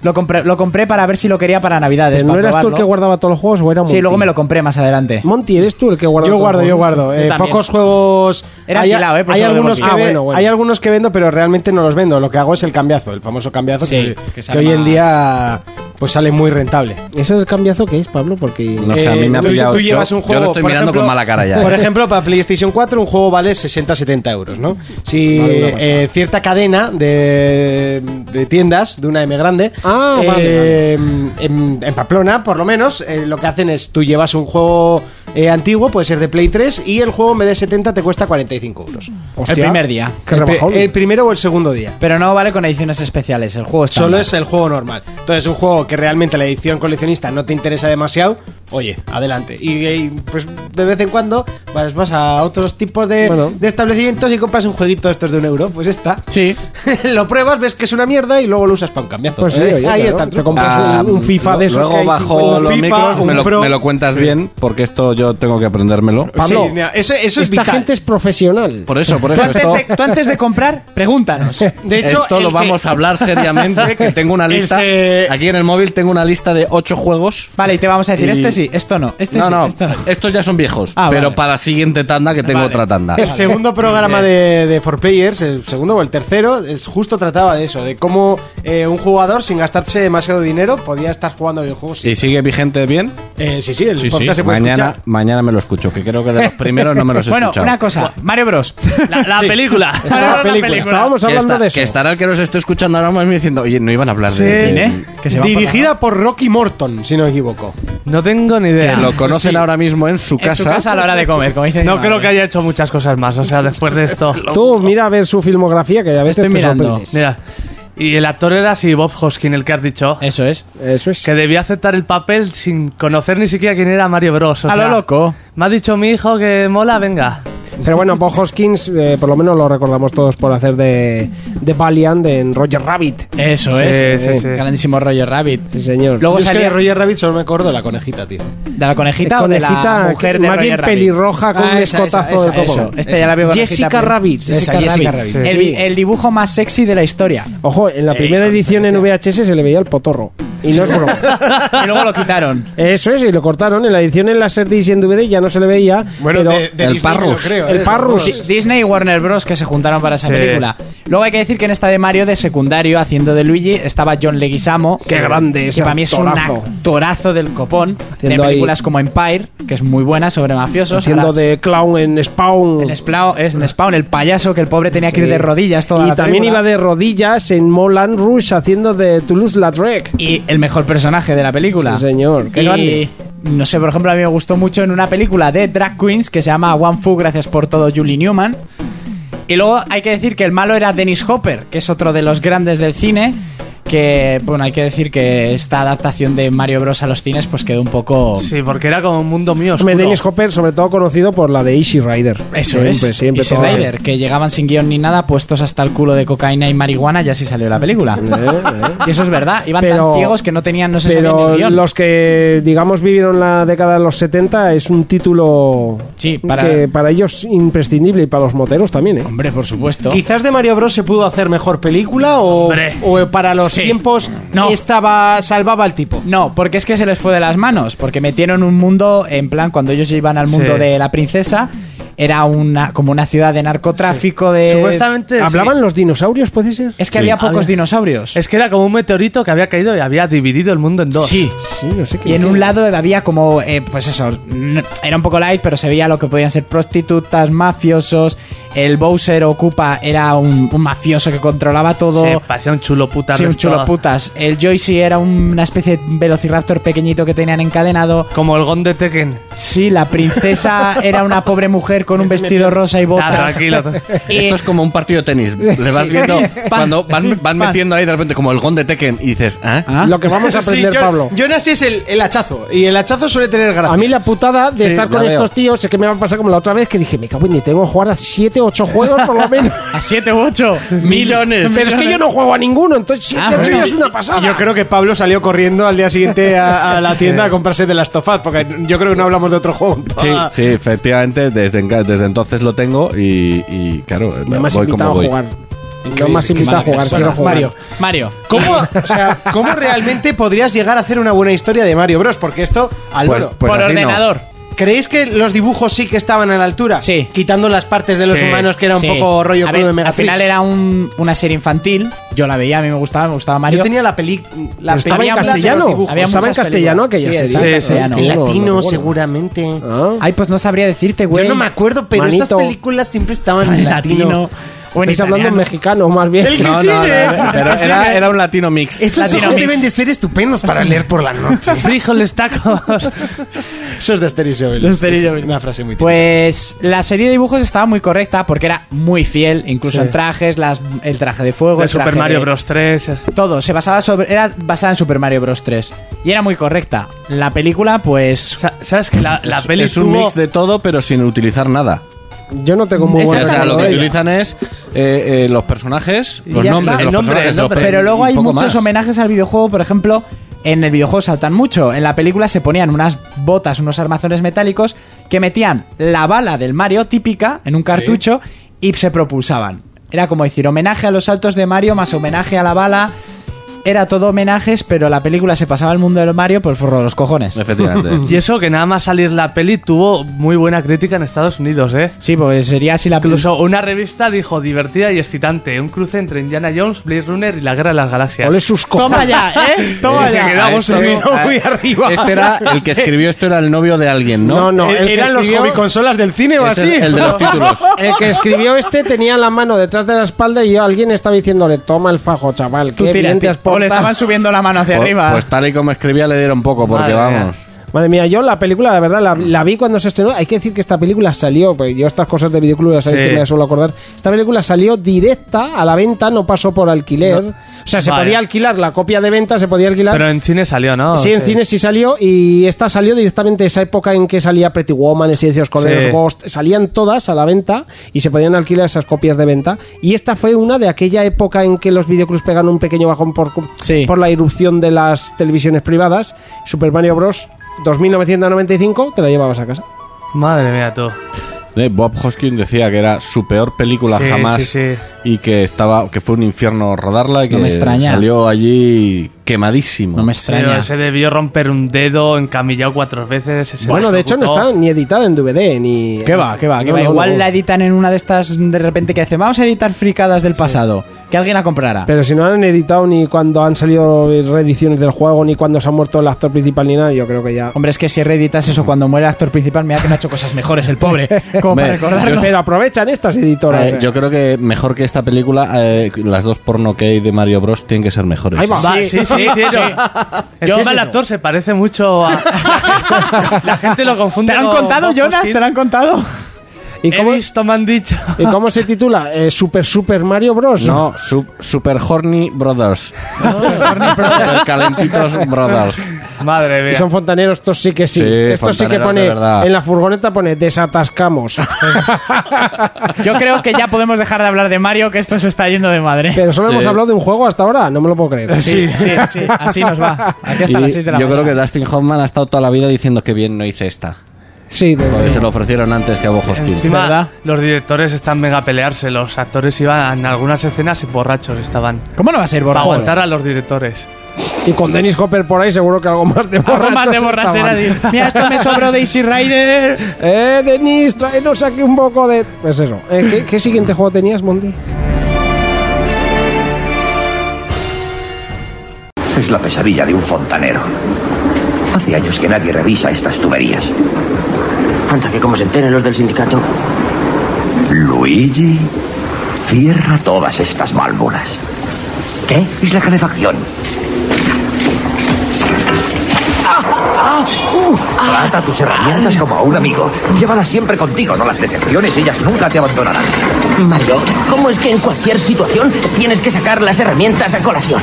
S3: Lo compré, lo compré para ver si lo quería para Navidades.
S5: Pero ¿No
S3: para
S5: eras tú el
S3: probarlo.
S5: que guardaba todos los juegos o era Monty?
S3: Sí, luego me lo compré más adelante.
S5: Monty, ¿eres tú el que guarda
S1: Yo
S5: todos
S1: guardo,
S5: los
S1: yo
S5: juegos?
S1: guardo. Eh,
S3: también.
S1: pocos juegos.
S3: Era
S1: hay,
S3: alquilado, eh, por
S1: hay
S3: eso lo
S1: algunos que
S3: devolví.
S5: Ah,
S1: ve-
S5: bueno, bueno.
S1: hay algunos que vendo, pero realmente no los vendo. Lo que hago es el cambiazo, el famoso cambiazo
S3: Sí,
S1: que,
S3: que
S1: que
S3: sale
S1: hoy en
S3: más.
S1: día pues sale muy rentable.
S5: ¿Eso del cambiazo qué es, Pablo? Porque...
S6: No sé, a mí
S1: Eh,
S6: me ha
S1: tú,
S6: pillado.
S1: tú
S6: Yo-
S1: llevas un
S6: yo
S1: juego.
S6: lo estoy
S1: por
S6: mirando
S1: ejemplo,
S6: con mala cara ya. ¿eh?
S1: Por ejemplo, para PlayStation 4, un juego vale 60-70 euros, ¿no? Si
S5: Vale, una pasta.
S1: eh, cierta cadena de, de tiendas, de una M grande,
S5: Ah, vale,
S1: eh, En, en Pamplona, por lo menos, eh, lo que hacen es tú llevas un juego eh, antiguo, puede ser de Play 3, y el juego en vez de 70 te cuesta 45 euros.
S5: Hostia,
S3: el primer día.
S5: Qué
S1: el, pri-
S5: rebajón.
S1: el primero o el segundo día.
S3: Pero no vale con ediciones especiales, el juego está.
S1: Solo es el juego normal. Entonces, un juego que realmente la edición coleccionista no te interesa demasiado, oye, adelante. Y, y, pues de vez en cuando vas, vas a otros tipos de,
S5: Bueno.
S1: de establecimientos y compras un jueguito de estos de un euro. Pues está.
S3: Sí.
S1: lo pruebas, ves que es una mierda y luego lo usas para un cambiazo.
S5: Pues sí,
S1: Eh,
S5: oye,
S1: ahí
S5: claro,
S1: está el
S5: te
S1: truco.
S5: compras-
S6: Ah,
S5: un- un FIFA
S6: lo-
S5: de esos que
S6: Luego
S5: hay
S6: bajo
S5: 50
S6: los
S1: FIFA,
S6: micros,
S1: un
S6: me lo,
S1: Pro.
S6: me lo cuentas bien, porque esto yo tengo que aprendérmelo.
S5: Pablo,
S1: Sí, mira, eso, eso es
S5: Esta
S1: vital.
S5: gente es profesional.
S6: Por eso, por
S3: Tú
S6: eso.
S3: antes,
S6: Esto,
S3: de, tú antes de comprar, pregúntanos.
S1: de hecho,
S6: esto lo
S1: el-
S6: vamos a hablar seriamente, que tengo una lista.
S1: Ese-
S6: Aquí en el móvil tengo una lista de ocho juegos.
S3: Vale, y te vamos a decir,
S6: Y-
S3: este sí, esto no, este
S6: no,
S3: sí,
S6: no,
S3: esto no.
S6: estos ya son viejos,
S3: Ah,
S6: pero
S3: vale.
S6: para la siguiente tanda que tengo otra tanda.
S1: Ah. El segundo programa de, de For Players, el segundo o el tercero, es justo trataba de eso, de cómo eh, un jugador sin gastarse demasiado dinero podía estar jugando videojuegos.
S6: ¿Y sigue vigente bien?
S1: Eh, sí, sí, el podcast se puede
S6: Mañana,
S1: escuchar.
S6: mañana me lo escucho, que creo que de los primeros no me los he
S3: Bueno,
S6: escuchado.
S3: una cosa, Mario Bros.
S4: La, la película.
S1: Está la película.
S5: Estábamos
S6: Que,
S5: hablando
S6: está-
S5: de eso.
S6: que estará el que nos esté escuchando ahora mismo diciendo, oye, no iban a hablar de...
S4: Sí.
S6: de-
S3: ¿Eh? Que se va por la-
S1: Dirigida por Rocky Morton, si no me equivoco.
S4: No tengo ni
S6: Que
S4: idea.
S6: lo conocen ahora mismo en su
S3: En
S6: casa.
S3: su casa a la hora de comer, como dice mi
S4: No
S3: madre.
S4: creo que haya hecho muchas cosas más, o sea, después de esto.
S5: Tú mira a ver su filmografía que ya ves
S3: Estoy
S5: que te
S3: mirando.
S5: sorprendes.
S4: Mira, y el actor era así, Bob Hoskin, el que has dicho.
S3: Eso es.
S5: Eso es.
S4: Que debía aceptar el papel sin conocer ni siquiera quién era Mario Bros. o
S3: A lo
S4: sea,
S3: loco.
S4: Me ha dicho mi hijo que mola, venga.
S5: Pero bueno, Bob Hoskins, eh, por lo menos lo recordamos todos por hacer de, de Valiant en Roger Rabbit.
S3: Eso
S4: Sí,
S3: es.
S4: sí, sí.
S3: Grandísimo Roger Rabbit.
S5: Sí, señor.
S3: Luego
S1: Yo es que de
S3: salía
S1: Roger Rabbit solo me acuerdo de la conejita, tío.
S3: de la
S5: conejita
S3: conejita, o de la mujer de
S5: más
S3: Roger
S5: bien
S3: Rabbit.
S5: pelirroja con
S1: Ah,
S5: un
S1: esa, esa,
S5: escotazo
S1: esa,
S5: de coco.
S3: Eso, esta Este ya la veo conejita,
S5: Jessica
S3: pero-
S5: Rabbit.
S1: Esa, Jessica Rabbit.
S3: El,
S5: Sí.
S3: el dibujo más sexy de la historia.
S5: Ojo, en
S4: Eh,
S5: la primera edición en VHS se le veía el potorro. Y no es broma.
S3: Y luego lo quitaron.
S5: Eso es, y lo cortaron. En la edición en la serie y en DVD ya no se le veía. pero
S6: el
S1: Disney me lo
S6: Parrus.
S1: creo,
S5: El
S1: eh,
S5: Parrus.
S1: seguro.
S3: Disney y Warner Bros. que se juntaron para esa
S4: Sí.
S3: película. Luego hay que decir que en esta de Mario de secundario, haciendo de Luigi, estaba John Leguizamo.
S5: Qué grande ese
S3: Que para mí es
S5: actorazo.
S3: un actorazo del copón.
S5: Haciendo
S3: de películas
S5: ahí-
S3: como Empire, que es muy buena sobre mafiosos. a
S5: haciendo
S3: las-
S5: de clown en Spawn.
S3: En Spawn, es en Spawn, el payaso que el pobre tenía que ir
S5: Sí.
S3: de rodillas toda
S5: y
S3: la
S5: también
S3: película.
S5: iba de rodillas en Molan Rush haciendo de Toulouse-Lautrec.
S3: Y el mejor personaje de la película.
S5: Sí, señor. Qué
S3: Y,
S5: grande.
S3: No sé, por ejemplo, a mí me gustó mucho en una película de Drag Queens que se llama One Fu, gracias por todo, Julie Newman. Y luego hay que decir que el malo era Dennis Hopper, que es otro de los grandes del cine, que, bueno, hay que decir que esta adaptación de Mario Bros a los cines pues quedó un poco...
S4: Sí, porque era como un mundo mío.
S5: Hombre,
S4: oscuro.
S5: Dennis Hopper, sobre todo conocido por la de Easy Rider.
S3: Eso es.
S5: Siempre, siempre.
S3: Easy
S5: todo-
S3: Rider, que llegaban sin guión ni nada, puestos hasta el culo de cocaína y marihuana, y así salió la película. Y eso es verdad, iban
S5: Eh, Pero-
S3: tan ciegos que no tenían, no se sabían el
S5: Pero
S3: guión.
S5: los que, digamos, vivieron la década de los 70 es un título
S3: Sí, para-
S5: que para ellos imprescindible y para los moteros también, ¿eh?
S3: Hombre, por supuesto.
S1: Quizás de Mario Bros se pudo hacer mejor película o,
S4: Hombre.
S1: o para los
S3: Sí.
S1: tiempos
S3: No.
S4: Ah,
S1: estaba salvaba al tipo.
S3: No, porque es que se les fue de las manos, porque metieron un mundo, en plan, cuando ellos iban al mundo
S4: Sí.
S3: de la princesa, era una como una ciudad de narcotráfico, de...
S4: Supuestamente. sí.
S5: ¿Hablaban los dinosaurios, puede ser?
S3: Es que había pocos
S4: Había-
S3: dinosaurios.
S4: Es que era como un meteorito que había caído y había dividido el mundo en dos.
S3: Sí.
S5: Sí, no sé qué.
S3: Y en un lado había como, eh, pues eso, n- era un poco light, pero se veía lo que podían ser prostitutas, mafiosos. El Bowser Ocupa era un, un mafioso que controlaba todo.
S4: Sí, parecía un chulo puta.
S3: Sí, un
S4: resto-
S3: chulo putas. El Joycey era una especie de velociraptor pequeñito que tenían encadenado.
S4: Como el gon de Tekken.
S3: Sí, la princesa era una pobre mujer con un vestido rosa y
S4: Ah,
S3: botas.
S4: tranquilo.
S6: Esto es como un partido de tenis. Le vas viendo cuando van, van metiendo ahí de repente como el gon de Tekken y dices, ¿ah?
S3: Ah.
S5: Lo que vamos a
S1: Sí,
S5: aprender,
S1: Jon-
S5: Pablo.
S1: Jonas es el, el hachazo y el hachazo suele tener gracia.
S5: A mí la putada de
S6: Sí,
S5: estar
S6: la
S5: con
S6: veo.
S5: estos tíos es que me va a pasar como la otra vez que dije, me cago en ni tengo que jugar a 7, 8 juegos por lo menos.
S3: A 7 u 8.
S6: Millones.
S5: Pero es que yo no juego a ninguno, entonces 7,
S3: Ah,
S5: 8
S3: bueno.
S5: ya es una pasada.
S1: Yo creo que Pablo salió corriendo al día siguiente a, a la tienda a comprarse de las tofas, porque yo creo que no hablamos de otro juego. en toda
S6: Sí,
S1: la-
S6: sí, efectivamente, desde, enca- desde entonces lo tengo y, y, claro,
S5: No me has
S6: voy
S5: invitado
S6: como
S5: a
S6: voy.
S5: jugar. No me has
S3: qué
S5: invitado a
S3: mala
S5: jugar,
S3: persona.
S5: quiero jugar.
S1: Mario.
S3: Mario.
S1: ¿Cómo, o sea, ¿Cómo realmente podrías llegar a hacer una buena historia de Mario Bros? Porque esto,
S6: Pues,
S1: Álvaro,
S6: pues
S3: por
S6: así no.
S3: ordenador.
S1: ¿creéis que los dibujos sí que estaban a la altura?
S3: Sí.
S1: Quitando las partes de los
S4: Sí,
S1: humanos que era un
S3: Sí.
S1: poco rollo
S3: A
S1: crudo
S3: ver,
S1: de Mega
S3: Al final
S1: Freaks.
S3: era un- una serie infantil. Yo la veía, a mí me gustaba, me gustaba Mario.
S1: Yo tenía la peli la
S5: Pero estaba en
S1: película de los
S5: castellano.
S1: dibujos.
S3: Había
S5: Estaba en
S3: muchas
S5: castellano
S3: películas.
S5: aquella
S3: Sí,
S5: serie.
S3: estaba
S4: Sí,
S3: en
S4: sí.
S3: castellano.
S1: En
S5: No, no,
S1: latino,
S5: bueno.
S1: seguramente.
S5: Ah.
S3: Ay, pues no sabría decirte, güey.
S1: Yo no me acuerdo, pero
S5: Manito.
S1: esas películas siempre estaban
S3: En
S1: en latino.
S3: latino. O en
S5: Estáis
S3: italiano.
S5: hablando en mexicano, más bien.
S1: El que
S6: No, no,
S1: sigue.
S6: no, pero era, era un latino mix.
S1: Esos
S3: Latino
S1: ojos
S3: Mix.
S1: deben de ser estupendos para leer por la noche.
S4: Frijoles, tacos.
S1: Eso es de Asterix y Obelix.
S3: De Asterix y Obelix.
S1: Es Una frase muy típica.
S3: Pues la serie de dibujos estaba muy correcta porque era muy fiel, incluso en trajes, las, el traje de fuego,
S4: De
S3: el traje
S4: Super Mario
S3: de-
S4: Bros. 3. es-
S3: Todo, se basaba sobre, era basada en Super Mario Bros 3 y era muy correcta. La película, pues,
S4: Sa- ¿Sabes que la, la
S6: Es-
S4: peli
S6: es un
S4: tuvo-
S6: mix de todo, pero sin utilizar nada.
S5: Yo no tengo muy
S3: Esa
S6: O
S5: buen
S3: es la
S6: sea,
S5: recuerdo
S6: lo que
S5: de ella.
S6: utilizan es eh, eh, los personajes, los
S3: ya
S6: nombres
S3: está.
S6: de
S4: El
S6: los
S4: nombre,
S6: personajes.
S4: el nombre.
S6: los pe-
S3: pero luego hay
S6: y poco
S3: muchos
S6: más.
S3: homenajes al videojuego, por ejemplo, en el videojuego saltan mucho. En la película se ponían unas botas, unos armazones metálicos que metían la bala del Mario típica en un cartucho y se propulsaban. Era como decir homenaje a los saltos de Mario más homenaje a la bala. Era todo homenajes, pero la película se pasaba al mundo del Mario por el forro de los cojones.
S6: Efectivamente.
S4: Y eso que nada más salir la peli tuvo muy buena crítica en Estados Unidos, ¿eh?
S3: Sí, porque sería así la
S4: Incluso una revista dijo divertida y excitante, un cruce entre Indiana Jones, Blade Runner y la Guerra de las Galaxias.
S5: Ole sus
S3: Toma
S5: cojones.
S3: ya, ¿eh?
S6: Eh,
S3: Toma
S6: se
S3: ya.
S6: quedaba
S4: Ah,
S1: Vamos a
S6: esto-
S1: ver, no,
S6: a-
S4: eh.
S1: muy arriba. E-
S6: Este era el que escribió esto era el novio de alguien, ¿no?
S5: No, no, el que
S1: ¿Eran los
S5: escribió-
S1: hobby consolas del cine o
S6: Es
S1: así?
S6: el, el de los títulos.
S5: El que escribió este tenía la mano detrás de la espalda y yo alguien estaba diciéndole, toma el fajo, chaval,
S3: Tú
S5: qué
S3: tira,
S5: bien te
S3: tío.
S5: has
S3: O le
S5: portado".
S3: estaban subiendo la mano hacia
S6: Pues-
S3: arriba.
S6: Pues tal y como escribía le dieron poco, porque
S4: Madre mía.
S6: vamos.
S5: Madre mía, yo la película, la verdad, la, la vi cuando se estrenó. Hay que decir que esta película salió, porque yo estas cosas de videoclub ya sabéis
S4: Sí.
S5: que me las suelo acordar. Esta película salió directa a la venta, no pasó por alquiler. O sea, se
S4: Vale.
S5: podía alquilar, la copia de venta se podía alquilar.
S4: Pero en cine salió, ¿no?
S5: sí, en cines sí salió y esta salió directamente esa época en que salía Pretty Woman, Silencios Corderos,
S4: Sí.
S5: Ghost, salían todas a la venta y se podían alquilar esas copias de venta. Y esta fue una de aquella época en que los videoclubs pegan un pequeño bajón por,
S3: Sí.
S5: por la irrupción de las televisiones privadas. Super Mario Bros. 2995 te la llevabas a casa.
S4: Madre mía, tú.
S6: Eh, Bob Hoskins decía que era su peor película
S4: Sí,
S6: jamás
S4: sí, sí.
S6: y que estaba que fue un infierno rodarla y que
S3: No me extraña.
S6: salió allí quemadísimo.
S3: no me
S4: Pero
S3: extraña.
S4: se debió romper un dedo encamillado cuatro veces. se
S5: bueno, de hecho no
S4: ejecutó.
S5: está ni editada en DVD ni...
S3: ¿Qué va? ¿Qué va? ¿Qué
S5: No,
S3: va?
S5: no,
S3: Igual
S5: no.
S3: la editan en una de estas de repente que dicen, vamos a editar fricadas del pasado. Que alguien la comprara.
S5: Pero si no han editado ni cuando han salido reediciones del juego, ni cuando se ha muerto el actor principal ni nada, yo creo que ya...
S3: Hombre, es que si reeditas eso cuando muere el actor principal, mira que no ha hecho cosas mejores el pobre. Como para
S6: Hombre,
S3: recordarlo.
S5: Pero aprovechan estas editoras.
S6: Eh,
S5: eh.
S6: yo creo que mejor que esta película, eh, las dos porno que hay de Mario Bros. tienen que ser mejores.
S5: Ahí va.
S4: Va, sí, sí, sí. no. Encima el actor se parece mucho a... La gente lo confunde
S3: ¿Te lo han
S4: con
S3: contado,
S4: Bob
S3: Jonas?
S4: Hoskins.
S3: ¿Te lo han contado?
S5: ¿Y cómo,
S4: He visto, me han dicho.
S5: ¿y cómo se titula? Eh, Super Super Mario Bros. Ah,
S6: No, su- Super Horny Brothers. Super Calentitos Brothers.
S4: Madre mía.
S5: Y son fontaneros, estos sí que sí.
S6: Sí,
S5: estos sí que
S6: fontaneros
S5: pone.
S6: de verdad.
S5: En la furgoneta pone desatascamos.
S3: Yo creo que ya podemos dejar de hablar de Mario, que esto se está yendo de madre.
S5: Pero solo hemos hablado de un juego hasta ahora, no me lo puedo creer.
S3: Sí, sí, sí, así nos va. Aquí hasta
S6: Y
S3: las 6 de la
S6: yo
S3: mañana.
S6: creo que Dustin Hoffman ha estado toda la vida diciendo que bien no hice esta.
S5: Sí,
S6: Porque
S5: desde-
S6: se lo ofrecieron antes que a Bob Hoskins.
S4: Encima,
S3: ¿Verdad?
S4: los directores están mega a pelearse. Los actores iban en algunas escenas y borrachos estaban.
S3: ¿Cómo no va a ser
S4: Para
S3: borracho?
S4: aguantar a los directores.
S5: Y con Dennis Hopper por ahí, seguro que algo más de
S3: Algo más de
S5: borrachos
S3: borrachera,
S5: estaban.
S3: tío. Mira, esto me sobró de Easy Rider.
S5: Eh, Denis, tráenos aquí un poco de. Pues eso. Eh, ¿qué, qué siguiente juego tenías, Monty?
S7: Es la pesadilla de un fontanero. Hace años que nadie revisa estas tuberías.
S8: Anda, que como se enteren los del sindicato.
S7: Luigi, cierra todas estas válvulas.
S8: ¿Qué?
S7: Es la calefacción. ¡Ah! ¡Ah! ¡Uh! Trata tus herramientas como a un amigo. Llévalas siempre contigo, no las decepciones. Ellas nunca te abandonarán.
S8: Mario, ¿cómo es que en cualquier situación tienes que sacar las herramientas a colación?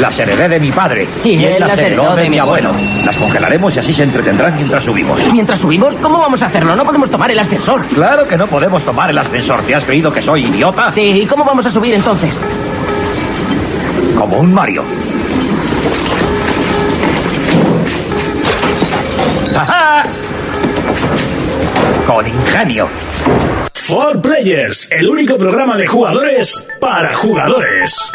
S7: Las heredé de mi padre.
S8: Y él las heredó de mi
S7: Las congelaremos y así se entretendrán mientras subimos.
S8: Mientras subimos, ¿cómo vamos a hacerlo? No podemos tomar el ascensor.
S7: Claro que no podemos tomar el ascensor. ¿Te has creído que soy idiota?
S8: Sí, ¿y cómo vamos a subir entonces?
S7: Como un Mario. ¡Ajá! Con ingenio.
S2: For Players, el único programa de jugadores para jugadores.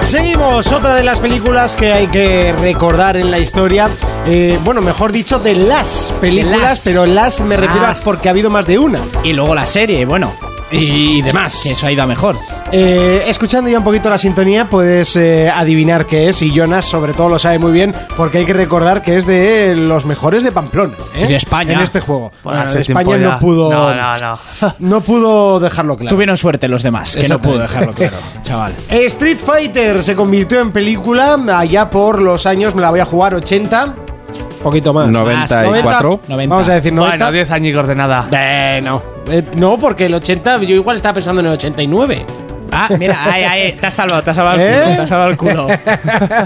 S1: Seguimos, otra de las películas que hay que recordar en la historia. Eh, bueno, mejor dicho, de las películas,
S3: las.
S1: pero las me refiero a
S3: Las.
S1: porque ha habido más de una.
S3: Y luego la serie, bueno. Y demás. Que eso ha ido a mejor.
S1: Eh, escuchando ya un poquito la sintonía, puedes eh, adivinar qué es, y Jonas sobre todo lo sabe muy bien, porque hay que recordar que es de los mejores de Pamplona. ¿eh?
S3: Y de España.
S1: En este juego.
S4: Bueno,
S1: Bueno,
S4: hace
S1: de España
S4: tiempo ya.
S1: no pudo,
S4: No, no, no.
S1: no pudo dejarlo claro. Eh,
S3: Tuvieron suerte los demás, que no pudo dejarlo claro, chaval.
S1: Street Fighter se convirtió en película allá por los años, me la voy a jugar 80.
S5: Un poquito más.
S6: 94.
S3: 90.
S1: Vamos a decir 90.
S4: Bueno, 10 añicos de nada.
S1: Eh, no. Eh, no, porque el 80, yo igual estaba pensando en el 89.
S3: Ah, mira, ahí, ahí, te has salvado, te has salvado el
S1: ¿Eh?
S3: culo, te has salvado el culo.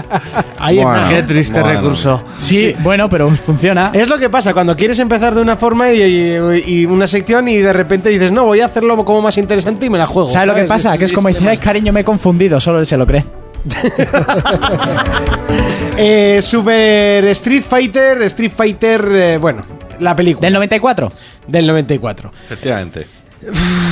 S1: Ahí
S6: Bueno.
S1: está.
S4: Qué triste
S6: Bueno.
S4: recurso.
S3: Sí, bueno, pero funciona.
S1: Es lo que pasa cuando quieres empezar de una forma y, y- y una sección y de repente dices, no, voy a hacerlo como más interesante y me la juego.
S3: ¿Sabes lo que pasa? Que es como
S1: dice
S3: dice, "Ay, cariño, me he confundido, solo él se lo cree.
S1: Eh, Super Street Fighter, Street Fighter, eh, bueno, la película.
S3: ¿Del 94?
S1: Del 94.
S6: Efectivamente.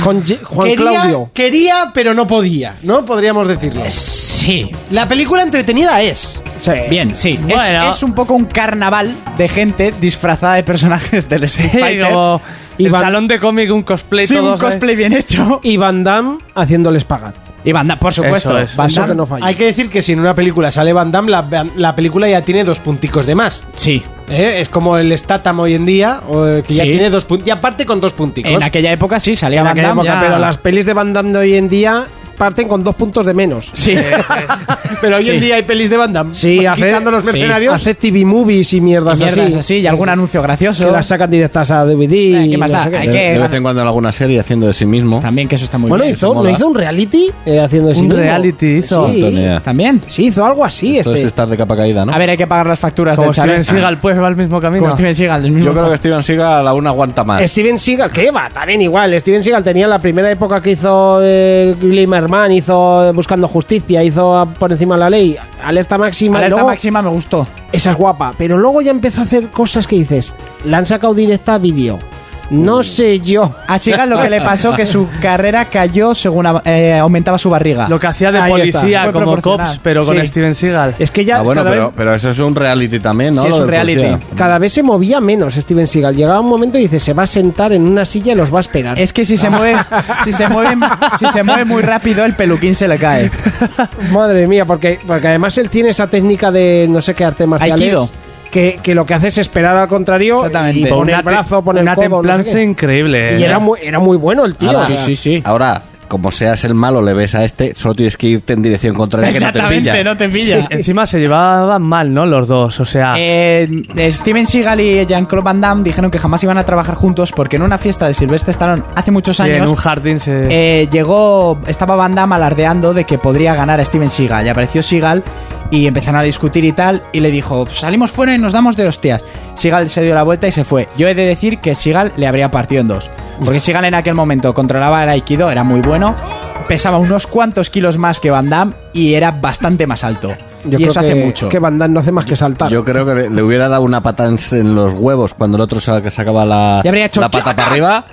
S5: Con Ye- Juan
S1: quería,
S5: Claudio. Eh,
S1: quería, pero no podía, ¿no? Podríamos decirlo.
S3: Sí.
S1: La película entretenida es.
S5: Sí.
S3: Bien, sí. Es-
S4: Bueno.
S3: Es, un poco un carnaval de gente disfrazada de personajes del Street
S4: Y
S3: Fighter.
S4: como el
S5: Iván-
S4: salón de cómic, un cosplay,
S3: ¿eh? Sí, un
S4: todos, ¿eh?
S3: cosplay bien hecho.
S5: Y Van Damme haciendo el espagat.
S3: Y Van Damme, por supuesto.
S4: Eso es.
S3: Van
S5: Eso
S3: Damme-
S5: que no falla.
S1: Hay que decir que si en una película sale Van Damme, la, la película ya tiene dos punticos de más.
S3: Sí.
S1: ¿eh? Es como el Statham hoy en día, o, eh, que ya
S3: Sí.
S1: tiene dos puntos. Y aparte con dos punticos.
S3: En aquella época sí, salía
S5: En
S3: Van
S5: aquella
S3: Damme.
S5: época,
S3: ya-
S5: pero las pelis de Van Damme de hoy en día parten con dos puntos de menos.
S3: Sí.
S1: Pero hoy en
S3: Sí.
S1: día hay pelis de Van Damme.
S5: Sí, hace-
S1: quitando los
S5: sí.
S1: mercenarios.
S5: Hace TV movies y mierdas,
S3: Mierdas
S5: así,
S3: así y algún anuncio gracioso.
S5: Que las sacan directas a DVD.
S3: Eh, ¿qué
S5: y
S3: más
S5: no
S3: da?
S5: sé qué.
S3: Hay
S6: De,
S3: que-
S6: de vez en cuando en alguna serie haciendo de sí mismo.
S3: También que eso está muy
S5: Bueno,
S3: bien.
S5: hizo,
S6: mola.
S5: ¿no hizo un reality eh, haciendo de sí
S4: Un
S5: mismo?
S4: reality hizo.
S5: Sí.
S6: Antonia.
S3: También.
S5: Sí, hizo algo así
S6: Esto es
S5: este.
S6: estar de capa caída, ¿no?
S3: A ver, hay que pagar las facturas
S4: Como
S3: del chaval.
S4: Steven Seagal, pues va al mismo camino.
S3: Como Steven Seagal, del mismo.
S6: Yo creo que Steven Seagal aún aguanta más.
S5: Steven Seagal, que va, también igual. Steven Seagal tenía la primera época que hizo eh, Glimmerman, hizo eh, Buscando Justicia, hizo ah, Por Encima de la Ley, Alerta Máxima. y
S3: Alerta
S5: luego-
S3: máxima me gustó.
S5: Esa es guapa, pero luego ya empezó a hacer cosas que dices, la han sacado directa a vídeo. No sé yo.
S3: A Seagal lo que le pasó que su carrera cayó según a- eh, aumentaba su barriga.
S4: Lo que hacía de
S5: Ahí
S4: policía,
S3: está. Fue
S4: como
S3: proporcional.
S4: Cops, pero con
S3: Sí.
S4: Steven Seagal.
S5: Es que ya
S6: Ah, bueno,
S5: cada,
S6: pero,
S5: vez,
S6: pero eso es un reality también, ¿no?
S3: Sí, es
S6: Lo
S3: un
S6: del
S3: reality.
S6: policía.
S5: cada vez se movía menos Steven Seagal. Llegaba un momento y dice, se va a sentar en una silla y los va a esperar.
S3: Es que si se mueve, si se mueve, si se mueve muy rápido el peluquín se le cae.
S5: Madre mía, porque, porque además él tiene esa técnica de no sé qué arte marcial
S3: Aikido.
S5: es, que, que lo que hace es esperar al contrario
S3: Exactamente.
S5: y
S3: Con
S5: pone
S4: Una
S5: el
S4: te-
S5: brazo, pone el
S4: Una
S5: codo, no sé
S4: templanza
S5: qué.
S4: increíble.
S5: Y
S4: ¿eh?
S6: Ah,
S5: era muy, era muy bueno el tío.
S6: Ahora-
S5: O sea,
S3: sí.
S6: Ahora, como seas el malo, le ves a este, solo tienes que irte en dirección contraria que no te pilla.
S3: Exactamente, no te pilla.
S4: Encima se llevaban mal, ¿no? Los dos, o sea...
S3: Eh, Steven Seagal y Jean-Claude Van Damme dijeron que jamás iban a trabajar juntos porque en una fiesta de Sylvester Stallone hace muchos
S4: sí, en
S3: años
S4: un jardín se...
S3: eh, llegó, estaba Van Damme alardeando de que podría ganar a Steven Seagal y apareció Seagal y empezaron a discutir y tal y le dijo salimos fuera y nos damos de hostias. Seagal se dio la vuelta y se fue. Yo he de decir que Seagal le habría partido en dos porque Seagal en aquel momento controlaba el aikido, era muy bueno, pesaba unos cuantos kilos más que Van Damme y era bastante más alto.
S5: Yo
S3: y
S5: creo
S3: eso
S5: que,
S3: hace mucho.
S5: que Van Damme no hace más que saltar.
S6: Yo creo que le, le hubiera dado una patada en, en los huevos cuando el otro sa- sacaba la,
S3: Y habría hecho
S6: la pata
S3: chaca.
S6: para arriba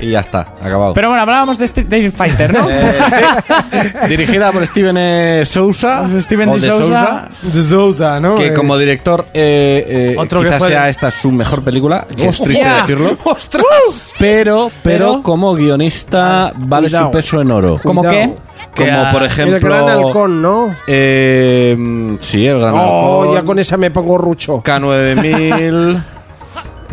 S6: y ya está, acabado.
S3: Pero bueno, hablábamos de Street Dave Fighter, ¿no?
S6: Eh, sí. Dirigida por Steven eh, Sousa.
S3: Steven
S6: o
S3: de Sousa.
S1: De Sousa, ¿no?
S6: que
S1: Eh,
S6: como director eh, eh,
S4: Otro que
S6: quizás
S4: fue-
S6: sea esta su mejor película, es triste
S3: Hostia.
S6: decirlo,
S1: ¡Ostras!
S6: pero, pero como guionista vale
S5: Cuidado.
S6: su peso en oro.
S3: ¿Cómo qué?
S5: Cuidado.
S4: Que
S6: Como
S4: a-
S6: por
S5: El gran
S6: ejemplo...
S5: halcón, ¿no?
S6: eh, mm, sí, el gran
S5: Oh,
S6: halcón.
S5: ya con esa me pongo rucho.
S6: K9000.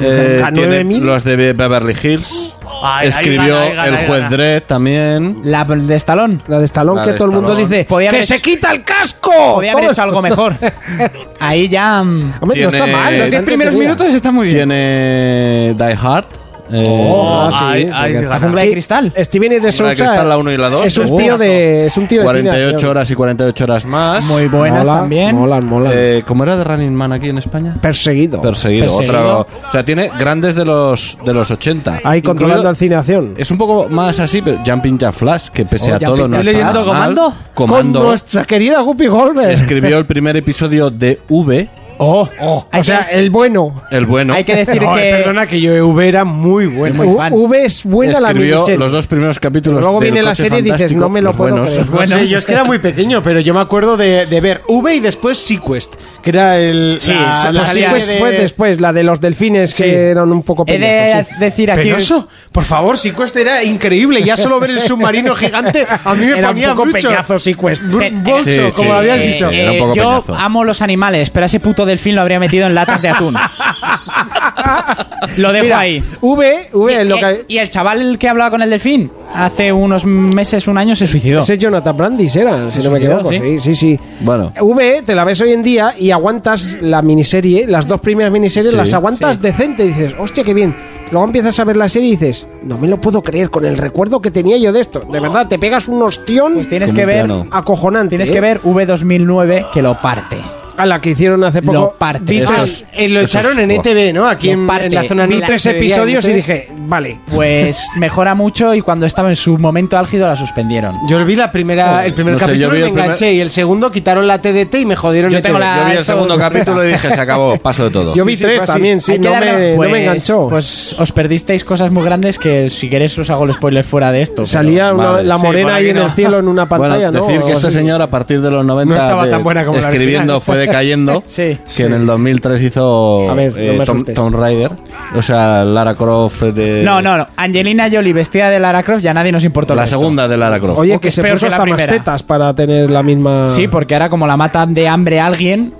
S6: eh,
S5: K9000.
S6: tiene los de Beverly Hills.
S4: Ay, ahí
S6: Escribió
S4: gana, ahí gana, ahí
S6: El juez
S4: gana.
S6: Dredd también.
S3: La de Stallone.
S5: La de Stallone
S6: La
S5: que
S6: de
S5: todo el mundo
S6: Stallone.
S5: dice
S3: Podía
S5: ¡Que
S3: haber
S5: se
S3: hecho-
S5: quita el casco!
S3: Podía haber
S5: Todo-
S3: hecho algo mejor. Ahí ya. mm,
S5: Hombre, no está
S6: Tiene-
S5: mal.
S6: Los
S3: Los
S5: está
S3: diez primeros
S5: entretenida.
S3: minutos está muy bien.
S6: Tiene Die Hard. eh,
S4: Oh,
S5: Ah, sí,
S4: ahí-
S5: sí,
S4: ahí
S5: que-
S4: gana.
S3: La Jungla de cristal.
S5: Steven y de
S6: Hombre, que
S5: Sousa
S6: está la uno y la dos,
S5: es un
S6: seguro.
S5: tío de es un tío de
S6: 48 horas y 48 horas más.
S3: Muy buenas también.
S5: Molan, molan.
S6: Eh, ¿Cómo era de Running Man aquí en España?
S5: Perseguido.
S6: Perseguido.
S3: Perseguido.
S6: Otra, o sea, tiene grandes de los, de los 80.
S5: Ahí controlando
S6: Incluido-
S5: al cineación.
S6: Es un poco más así, pero Jumping Jack Flash, que pese
S3: Oh,
S6: a todo
S3: Jumping
S6: no
S3: Jack
S6: está
S4: Flash. ¿Leyendo
S6: mal.
S4: Comando?
S6: Comando.
S5: Con nuestra querida Guppy Goldberg.
S6: Escribió el primer episodio de V,
S5: Oh,
S3: Hay
S5: o sea,
S3: que-
S5: el bueno.
S6: el bueno.
S3: Hay que decir
S1: No, eh,
S3: que.
S1: Perdona que yo EV era muy bueno.
S3: Muy
S5: U-
S3: fan.
S5: V es buena la
S6: escribió
S5: miniserie.
S6: los dos primeros capítulos.
S5: Luego
S6: del
S5: viene la
S6: Coche
S5: serie y dices,
S6: Fantástico,
S5: no me lo
S6: los
S5: puedo
S6: buenos.
S5: creer.
S1: No sé, yo es que era muy pequeño, pero yo me acuerdo de, de ver V y después Sequest, que era el.
S3: Sí,
S1: la,
S5: La
S3: Ah, la
S1: serie
S5: secuencia
S1: de-
S5: pues fue después, la de los delfines
S1: Sí.
S5: que eran un poco
S3: He de
S5: pendejos, sí.
S3: decir aquí.
S1: Penoso, por favor, Sequest era increíble. Ya solo ver el submarino gigante a mí me
S5: Era un
S1: ponía
S5: poco
S1: brucho.
S5: peñazo Sequest.
S1: Bru-
S3: Pe-
S1: bolso,
S6: Sí, sí,
S1: como habías
S6: sí,
S3: Eh,
S1: dicho.
S6: sí. Era un
S3: Pues, eh,
S6: poco
S3: yo
S6: peñazo.
S3: amo los animales, pero a ese puto delfín lo habría metido en latas de atún. lo dejo
S5: Mira,
S3: ahí.
S5: V, V
S3: y,
S5: es lo
S3: y-
S5: que
S3: y el chaval que hablaba con el delfín hace unos meses, un año, se suicidó.
S5: ese es Jonathan Brandis era, si no me
S3: suicidó,
S5: equivoco,
S3: ¿sí?
S5: sí, sí, sí.
S6: Bueno.
S5: V E, te la ves hoy en día y aguantas la miniserie, las dos primeras miniseries
S6: Sí,
S5: las aguantas decente y dices, hostia, qué bien. Luego empiezas a ver la serie y dices, no me lo puedo creer con el recuerdo que tenía yo de esto. De verdad, te pegas un ostión
S3: Pues tienes
S6: Como
S3: que
S6: un
S3: ver.
S6: piano.
S5: acojonante.
S3: Tienes
S5: ¿eh?
S3: que ver V2009 que lo parte.
S5: a la que hicieron hace poco.
S3: Lo parte.
S5: Vi
S6: Eso
S1: Ah,
S5: tres-
S6: es-
S1: eh, lo
S6: eso
S1: echaron
S6: es-
S1: en ETV, ¿no? Aquí en,
S3: Parte.
S1: en la zona
S3: Vi
S5: vi
S1: norte.
S5: tres
S1: se veía en
S5: episodios y
S1: ETV.
S5: dije, vale,
S3: Pues mejora mucho y cuando estaba en su momento álgido la suspendieron.
S1: Yo vi la primera, el primer
S6: No sé, yo
S1: capítulo
S6: vi
S1: y me
S6: el primer-
S1: enganché. Y el segundo quitaron la TDT y me jodieron
S3: Yo
S1: ETV.
S3: tengo la-
S6: Yo vi el
S3: esto-
S6: segundo capítulo y dije, se acabó, paso de todo.
S5: Yo vi
S1: sí,
S5: tres
S1: fue así.
S5: también, sí,
S3: Hay que
S5: no
S3: darle-
S5: me, no me
S3: pues-
S5: enganchó.
S3: Pues os perdisteis cosas muy grandes que si queréis os hago el spoiler fuera de esto. pero-
S5: Salía una-
S6: madre,
S5: la
S6: sí,
S5: morena
S4: por
S5: ahí
S4: aquí
S5: en
S4: no.
S5: el cielo en una pantalla,
S6: bueno,
S5: ¿no?
S6: decir que
S5: O
S6: esta
S5: sí.
S6: señora a partir de los 90
S1: No estaba
S6: de-
S1: tan buena como la
S6: escribiendo
S1: original.
S6: fue decayendo
S3: Sí.
S6: que en el 2003 hizo
S5: A ver, no
S6: eh,
S5: me
S6: Tom,
S5: asustes.
S6: Tomb Raider o sea Lara Croft de
S3: No, no, no. Angelina Jolie vestida de Lara Croft ya nadie nos importó.
S6: la segunda de Lara Croft
S5: Oye,
S3: o Oh, que
S5: que
S3: es
S5: se
S3: peor
S5: puso
S3: que la
S5: hasta más
S3: primera.
S5: tetas para tener la misma...
S3: Sí, porque ahora como la matan de hambre a alguien,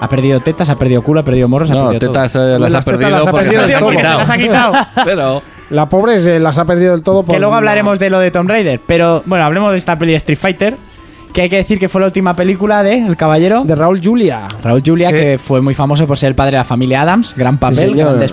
S3: ha perdido tetas, ha perdido culo, ha perdido morros, ha
S6: no
S3: perdido
S6: tetas
S3: todo.
S6: eh, las
S5: Las
S6: has
S5: tetas
S6: perdido
S5: las ha
S6: porque se
S5: perdido
S6: las han
S5: todo, que se
S6: quitado
S5: las ha
S3: quitado.
S6: pero
S5: La pobre se las ha perdido del todo por...
S3: Que luego hablaremos de lo de Tomb Raider, pero bueno, hablemos de esta peli de Street Fighter, que hay que decir que fue la última película de El Caballero.
S5: De Raúl Julia.
S3: Raúl Julia,
S4: Sí.
S3: que fue muy famoso por ser el padre de la familia Adams, gran papel,
S5: señor.
S3: grandes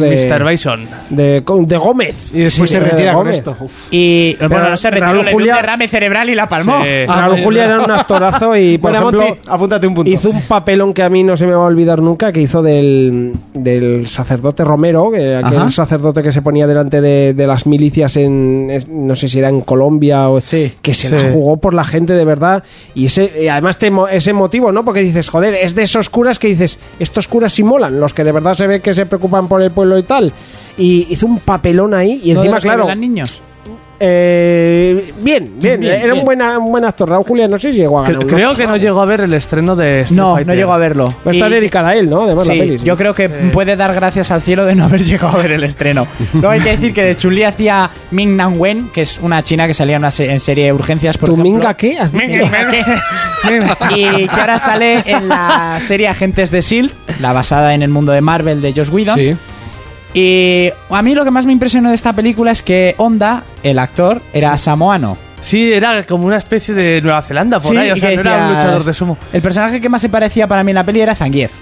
S5: Raúl de-
S4: Mr. Bison.
S5: De, con- de Gómez.
S1: Y después
S5: Sí,
S1: se
S5: de
S1: retira con
S5: Gómez.
S1: esto. Uf.
S3: Y bueno, no se retiró,
S5: Raúl
S3: le dio
S5: Julia-
S3: un derrame cerebral y la palmó.
S4: Sí.
S5: Ah, Raúl Julia era un actorazo y, por
S1: Bueno,
S5: ejemplo...
S1: Monty, apúntate un punto.
S5: Hizo un papelón que a mí no se me va a olvidar nunca, que hizo del, del sacerdote Romero, que era aquel
S3: Ajá.
S5: sacerdote que se ponía delante de, de las milicias en, es- no sé si era en Colombia o
S3: Sí,
S5: que se
S4: sí.
S5: la jugó por la gente de verdad. Y ese, eh, además te mo- ese motivo, ¿no? Porque dices, joder, es de esos curas que dices, estos curas sí molan, los que de verdad se ve que se preocupan por el pueblo y tal. Y hizo un papelón ahí y
S3: ¿No de
S5: encima,
S3: los que
S5: claro,
S3: violan niños?
S5: eh, bien, bien,
S3: Bien,
S5: era
S3: bien.
S5: Un, buena- un buen actor. Raúl Julia no sé si llegó a
S4: Cre-
S5: ganar un
S4: creo
S5: Oscar.
S4: que no llegó a ver el estreno de Street
S3: No,
S4: Fighter.
S3: no llego a verlo.
S5: Va a estar
S3: Y-
S5: dedicada a él, ¿no? Además,
S3: Sí,
S5: la peli, sí. Eh.
S3: yo creo que puede dar gracias al cielo de no haber llegado a ver el estreno. Luego hay que decir que de Chun-Li hacía Ming Nan Wen, que es una china que salía en, una se- en serie de urgencias. Por
S5: ¿Tu
S3: ejemplo.
S5: minga qué? ¿Has dicho?
S3: y que ahora sale en la serie Agentes de Shield, E la basada en el mundo de Marvel de Josh Whedon. Y a mí lo que más me impresionó de esta película es que Onda, el actor, era samoano.
S4: Sí, era como una especie de Nueva Zelanda por
S3: Sí,
S4: ahí, o
S3: y
S4: sea,
S3: que
S4: no era un
S3: decías,
S4: luchador de sumo.
S3: El personaje que más se parecía para mí en la peli era Zangief.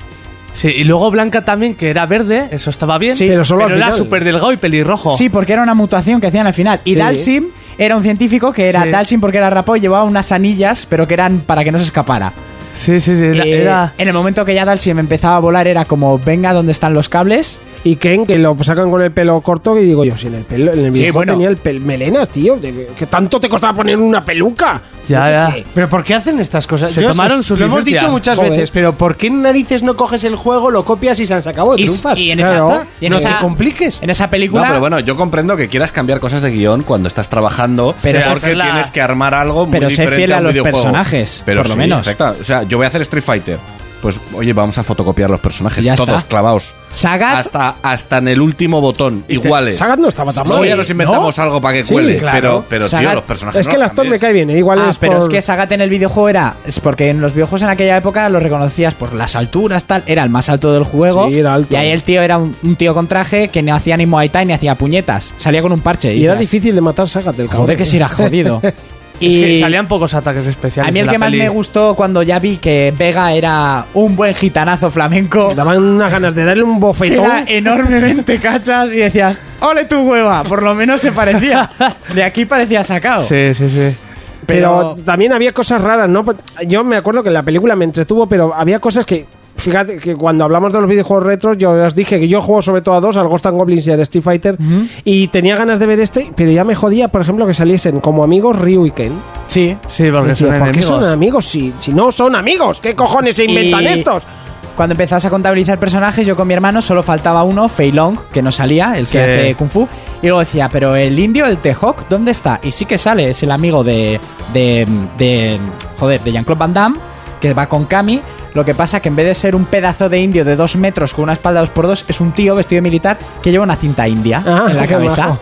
S4: Sí, y luego Blanca también, que era verde, eso estaba bien,
S3: Sí,
S5: pero solo al
S4: era
S5: final.
S4: súper delgado y pelirrojo.
S3: Sí, porque era una mutación que hacían al final. Y
S5: Sí.
S3: Dalsim era un científico que era
S4: Sí.
S3: Dalsim porque era rapado y llevaba unas anillas, pero que eran para que no se escapara.
S4: sí, sí, sí, era...
S3: Eh,
S4: era-
S3: En el momento que ya Dalsim empezaba a volar era como, venga, ¿dónde están los cables?
S5: Y Ken, que lo sacan con el pelo corto, y digo yo, si en el pelo, en el videojuego
S3: bueno.
S5: tenía el pel melenas, tío. de- que tanto te costaba poner una peluca.
S4: Ya,
S5: Yo qué
S4: ya.
S5: sé.
S1: ¿Pero por qué hacen estas cosas?
S4: Se tomaron sus
S1: Lo hemos
S4: licencias.
S1: dicho muchas
S5: Joder.
S1: veces, pero ¿por qué narices no coges el juego, lo copias y se han sacado
S3: Y-
S1: triunfas?
S3: y en
S1: Claro.
S3: esa- y en
S1: no
S3: esa-
S1: te compliques.
S3: En esa
S6: No,
S3: película...
S6: pero bueno, yo comprendo que quieras cambiar cosas de guión cuando estás trabajando,
S3: Pero
S6: pero porque
S4: hacer la-
S6: tienes que armar algo muy
S3: Pero sé
S6: diferente
S3: fiel
S6: a
S3: a
S6: un
S3: los
S6: videojuego.
S3: personajes,
S6: pero
S3: por lo
S6: sí,
S3: menos.
S6: afecta. O sea, yo voy a hacer Street Fighter. Pues, oye, vamos a fotocopiar los personajes,
S3: Ya
S6: todos
S3: está.
S6: clavados.
S3: Sagat-
S6: Hasta, hasta en el último botón, iguales.
S5: Sagat no estaba tan
S6: Luego
S5: mal.
S6: ya nos inventamos
S5: ¿No?
S6: algo para que
S5: Sí,
S6: cuele,
S5: claro.
S6: pero, pero
S3: Sagat-
S6: tío, los personajes
S5: Es que
S6: no
S5: el
S6: los
S5: actor me
S6: cambies.
S5: cae bien, eh, igual
S3: Ah,
S5: es
S3: pero
S5: por-
S3: es que Sagat en el videojuego era. Es porque en los videojuegos en aquella época lo reconocías por las alturas, tal. Era el más alto del juego.
S5: Sí, era alto.
S3: Y ahí el tío era un, un tío con traje que no hacía ni Muay Thai ni hacía puñetas. Salía con un parche.
S5: Y era
S3: decías,
S5: difícil de matar Sagat del cabrón.
S3: Joder, que si era jodido.
S4: Es
S3: y
S4: que salían pocos ataques especiales.
S3: a mí
S4: en
S3: el
S4: la
S3: que más
S4: peli.
S3: me gustó cuando ya vi que Vega era un buen gitanazo flamenco.
S5: Me Daban unas ganas de darle un
S3: que
S5: bofetón.
S3: Era enormemente cachas y decías, ¡ole tu hueva! Por lo menos se parecía. eh, De aquí parecía sacado.
S4: Sí, sí, sí.
S5: Pero también había cosas raras, ¿no? Yo me acuerdo que la película me entretuvo, pero había cosas que. Fíjate que cuando hablamos de los videojuegos retros, yo os dije que yo juego sobre todo a dos, al Ghost and Goblins y al Street Fighter, y tenía ganas de ver este, pero ya me jodía, por ejemplo, que saliesen como amigos Ryu y Ken.
S3: Sí.
S4: Sí, porque
S5: Decía,
S4: son
S5: ¿Por qué
S4: enemigos.
S5: son amigos si, si no son amigos? ¿Qué cojones se inventan
S3: Y
S5: estos?
S3: Cuando empezabas a contabilizar personajes, yo con mi hermano solo faltaba uno, Fei Long, que no salía, el que
S4: Sí.
S3: hace Kung Fu. Y luego decía, pero el indio, el T-Hawk, ¿dónde está? Y sí que sale, es el amigo de. de. de. joder, de Jean-Claude Van Damme, que va con Kami. Lo que pasa que en vez de ser un pedazo de indio de dos metros con una espalda 2x2, es un tío vestido de militar que lleva una cinta india
S5: Ah,
S3: en la
S5: qué
S3: cabeza.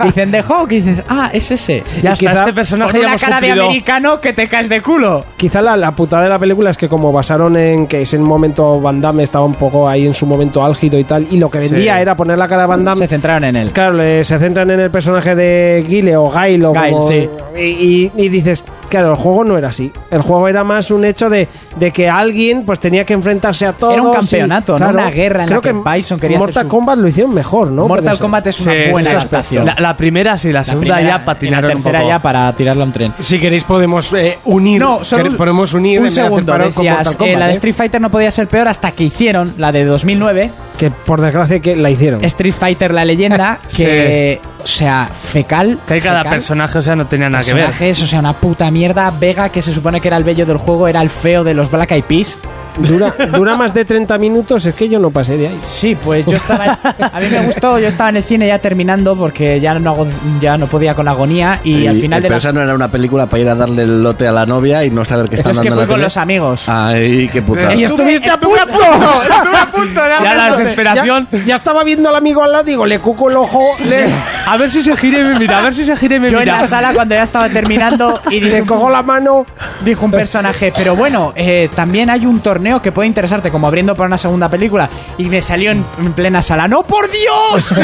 S3: Y Dicen The Hawk y dices, ah, es ese.
S4: Ya está,
S5: quizá
S4: este personaje
S3: con
S4: ya
S3: una
S4: hemos
S3: cara de
S4: cumplido.
S3: americano que te caes de culo.
S5: Quizá la, la putada de la película es que como basaron en que ese momento Van Damme estaba un poco ahí en su momento álgido y tal, y lo que vendía
S4: Sí.
S5: era poner la cara de Van Damme,
S3: Se centraron en él.
S5: Claro, le- se centran en el personaje de Guile o Gail o
S3: Gail,
S5: como-
S3: sí.
S5: y, y- y dices, claro, el juego no era así. El juego era más un hecho de, de que alguien pues tenía que enfrentarse a todos.
S3: Era un
S5: y-
S3: campeonato, ¿no? Una guerra en la que Bison quería hacer
S5: Mortal
S3: su-
S5: Kombat lo hicieron mejor, ¿no?
S3: Mortal
S5: Parece.
S3: Kombat es una
S4: Sí,
S3: buena
S4: sí,
S3: adaptación.
S4: La, la primera sí, la
S3: La
S4: segunda
S3: primera
S4: ya
S3: y la
S4: patinaron un
S3: tercera
S4: poco.
S3: ya para tirarla a un tren.
S1: Si queréis podemos eh, unir,
S3: No, solo
S1: quer-
S3: un-
S1: podemos unir
S3: un
S1: en vez de hacer
S3: segundo,
S1: parón con
S3: decías,
S1: Mortal Kombat,
S3: eh, la de
S1: ¿eh?
S3: Street Fighter no podía ser peor hasta que hicieron la de 2009,
S5: Que por desgracia que la hicieron.
S3: Street Fighter la leyenda, que, o sea, fecal.
S4: Que cada
S3: fecal,
S4: personaje, o sea, no tenía nada que ver.
S3: personajes, o sea, una puta mierda. Vega, que se supone que era el bello del juego, era el feo de los Black Eyed Peas.
S5: Dura, dura más de 30 minutos, es que yo no pasé de ahí.
S3: Sí, pues yo estaba. a mí me gustó, yo estaba en el cine ya terminando porque ya no, hago- ya no podía con la agonía y, al final de
S6: pero
S3: la.
S6: esa no era una película para ir a darle el lote a la novia y no saber qué están
S3: Es
S6: dando en
S3: que fui
S6: la
S3: con
S6: tele.
S3: los amigos.
S6: Ay, qué putada.
S5: Y estuviste a punto.
S4: Ya la
S5: pues, Ya,
S4: desesperación.
S5: ya estaba viendo al amigo al lado, digo, le cuco el ojo, le,
S4: A ver si se gira y me mira, a ver si se gira y me
S3: Yo en
S4: mira.
S3: la sala cuando ya estaba terminando y
S5: le
S3: dije,
S5: cojo la mano.
S3: Dijo un personaje, pero bueno, eh, también hay un torneo que puede interesarte, como abriendo para una segunda película. Y me salió en, en plena sala, ¡No, por Dios!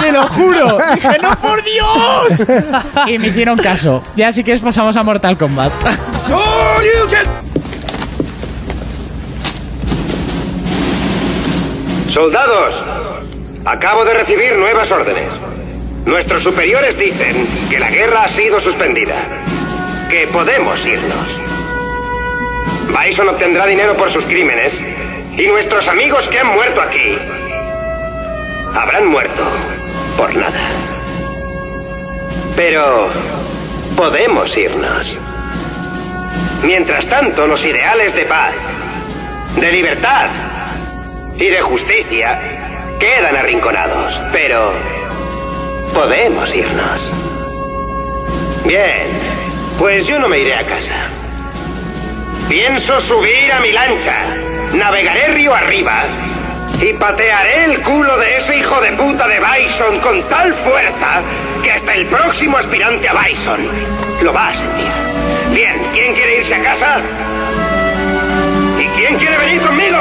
S3: ¡Te lo juro! Dije, ¡No, por Dios! Y me hicieron caso. Ya si quieres pasamos a Mortal Kombat.
S1: Eh,
S9: Soldados, acabo de recibir nuevas órdenes. Nuestros superiores dicen que la guerra ha sido suspendida, que podemos irnos. Bison obtendrá dinero por sus crímenes y nuestros amigos que han muerto aquí habrán muerto por nada. Pero podemos irnos. Mientras tanto, los ideales de paz, de libertad, y de justicia quedan arrinconados, pero podemos irnos. Bien, pues yo no me iré a casa. Pienso subir a mi lancha, navegaré río arriba y patearé el culo de ese hijo de puta de Bison con tal fuerza que hasta el próximo aspirante a Bison lo va a sentir. Bien, ¿quién quiere irse a casa? ¿Y quién quiere venir conmigo?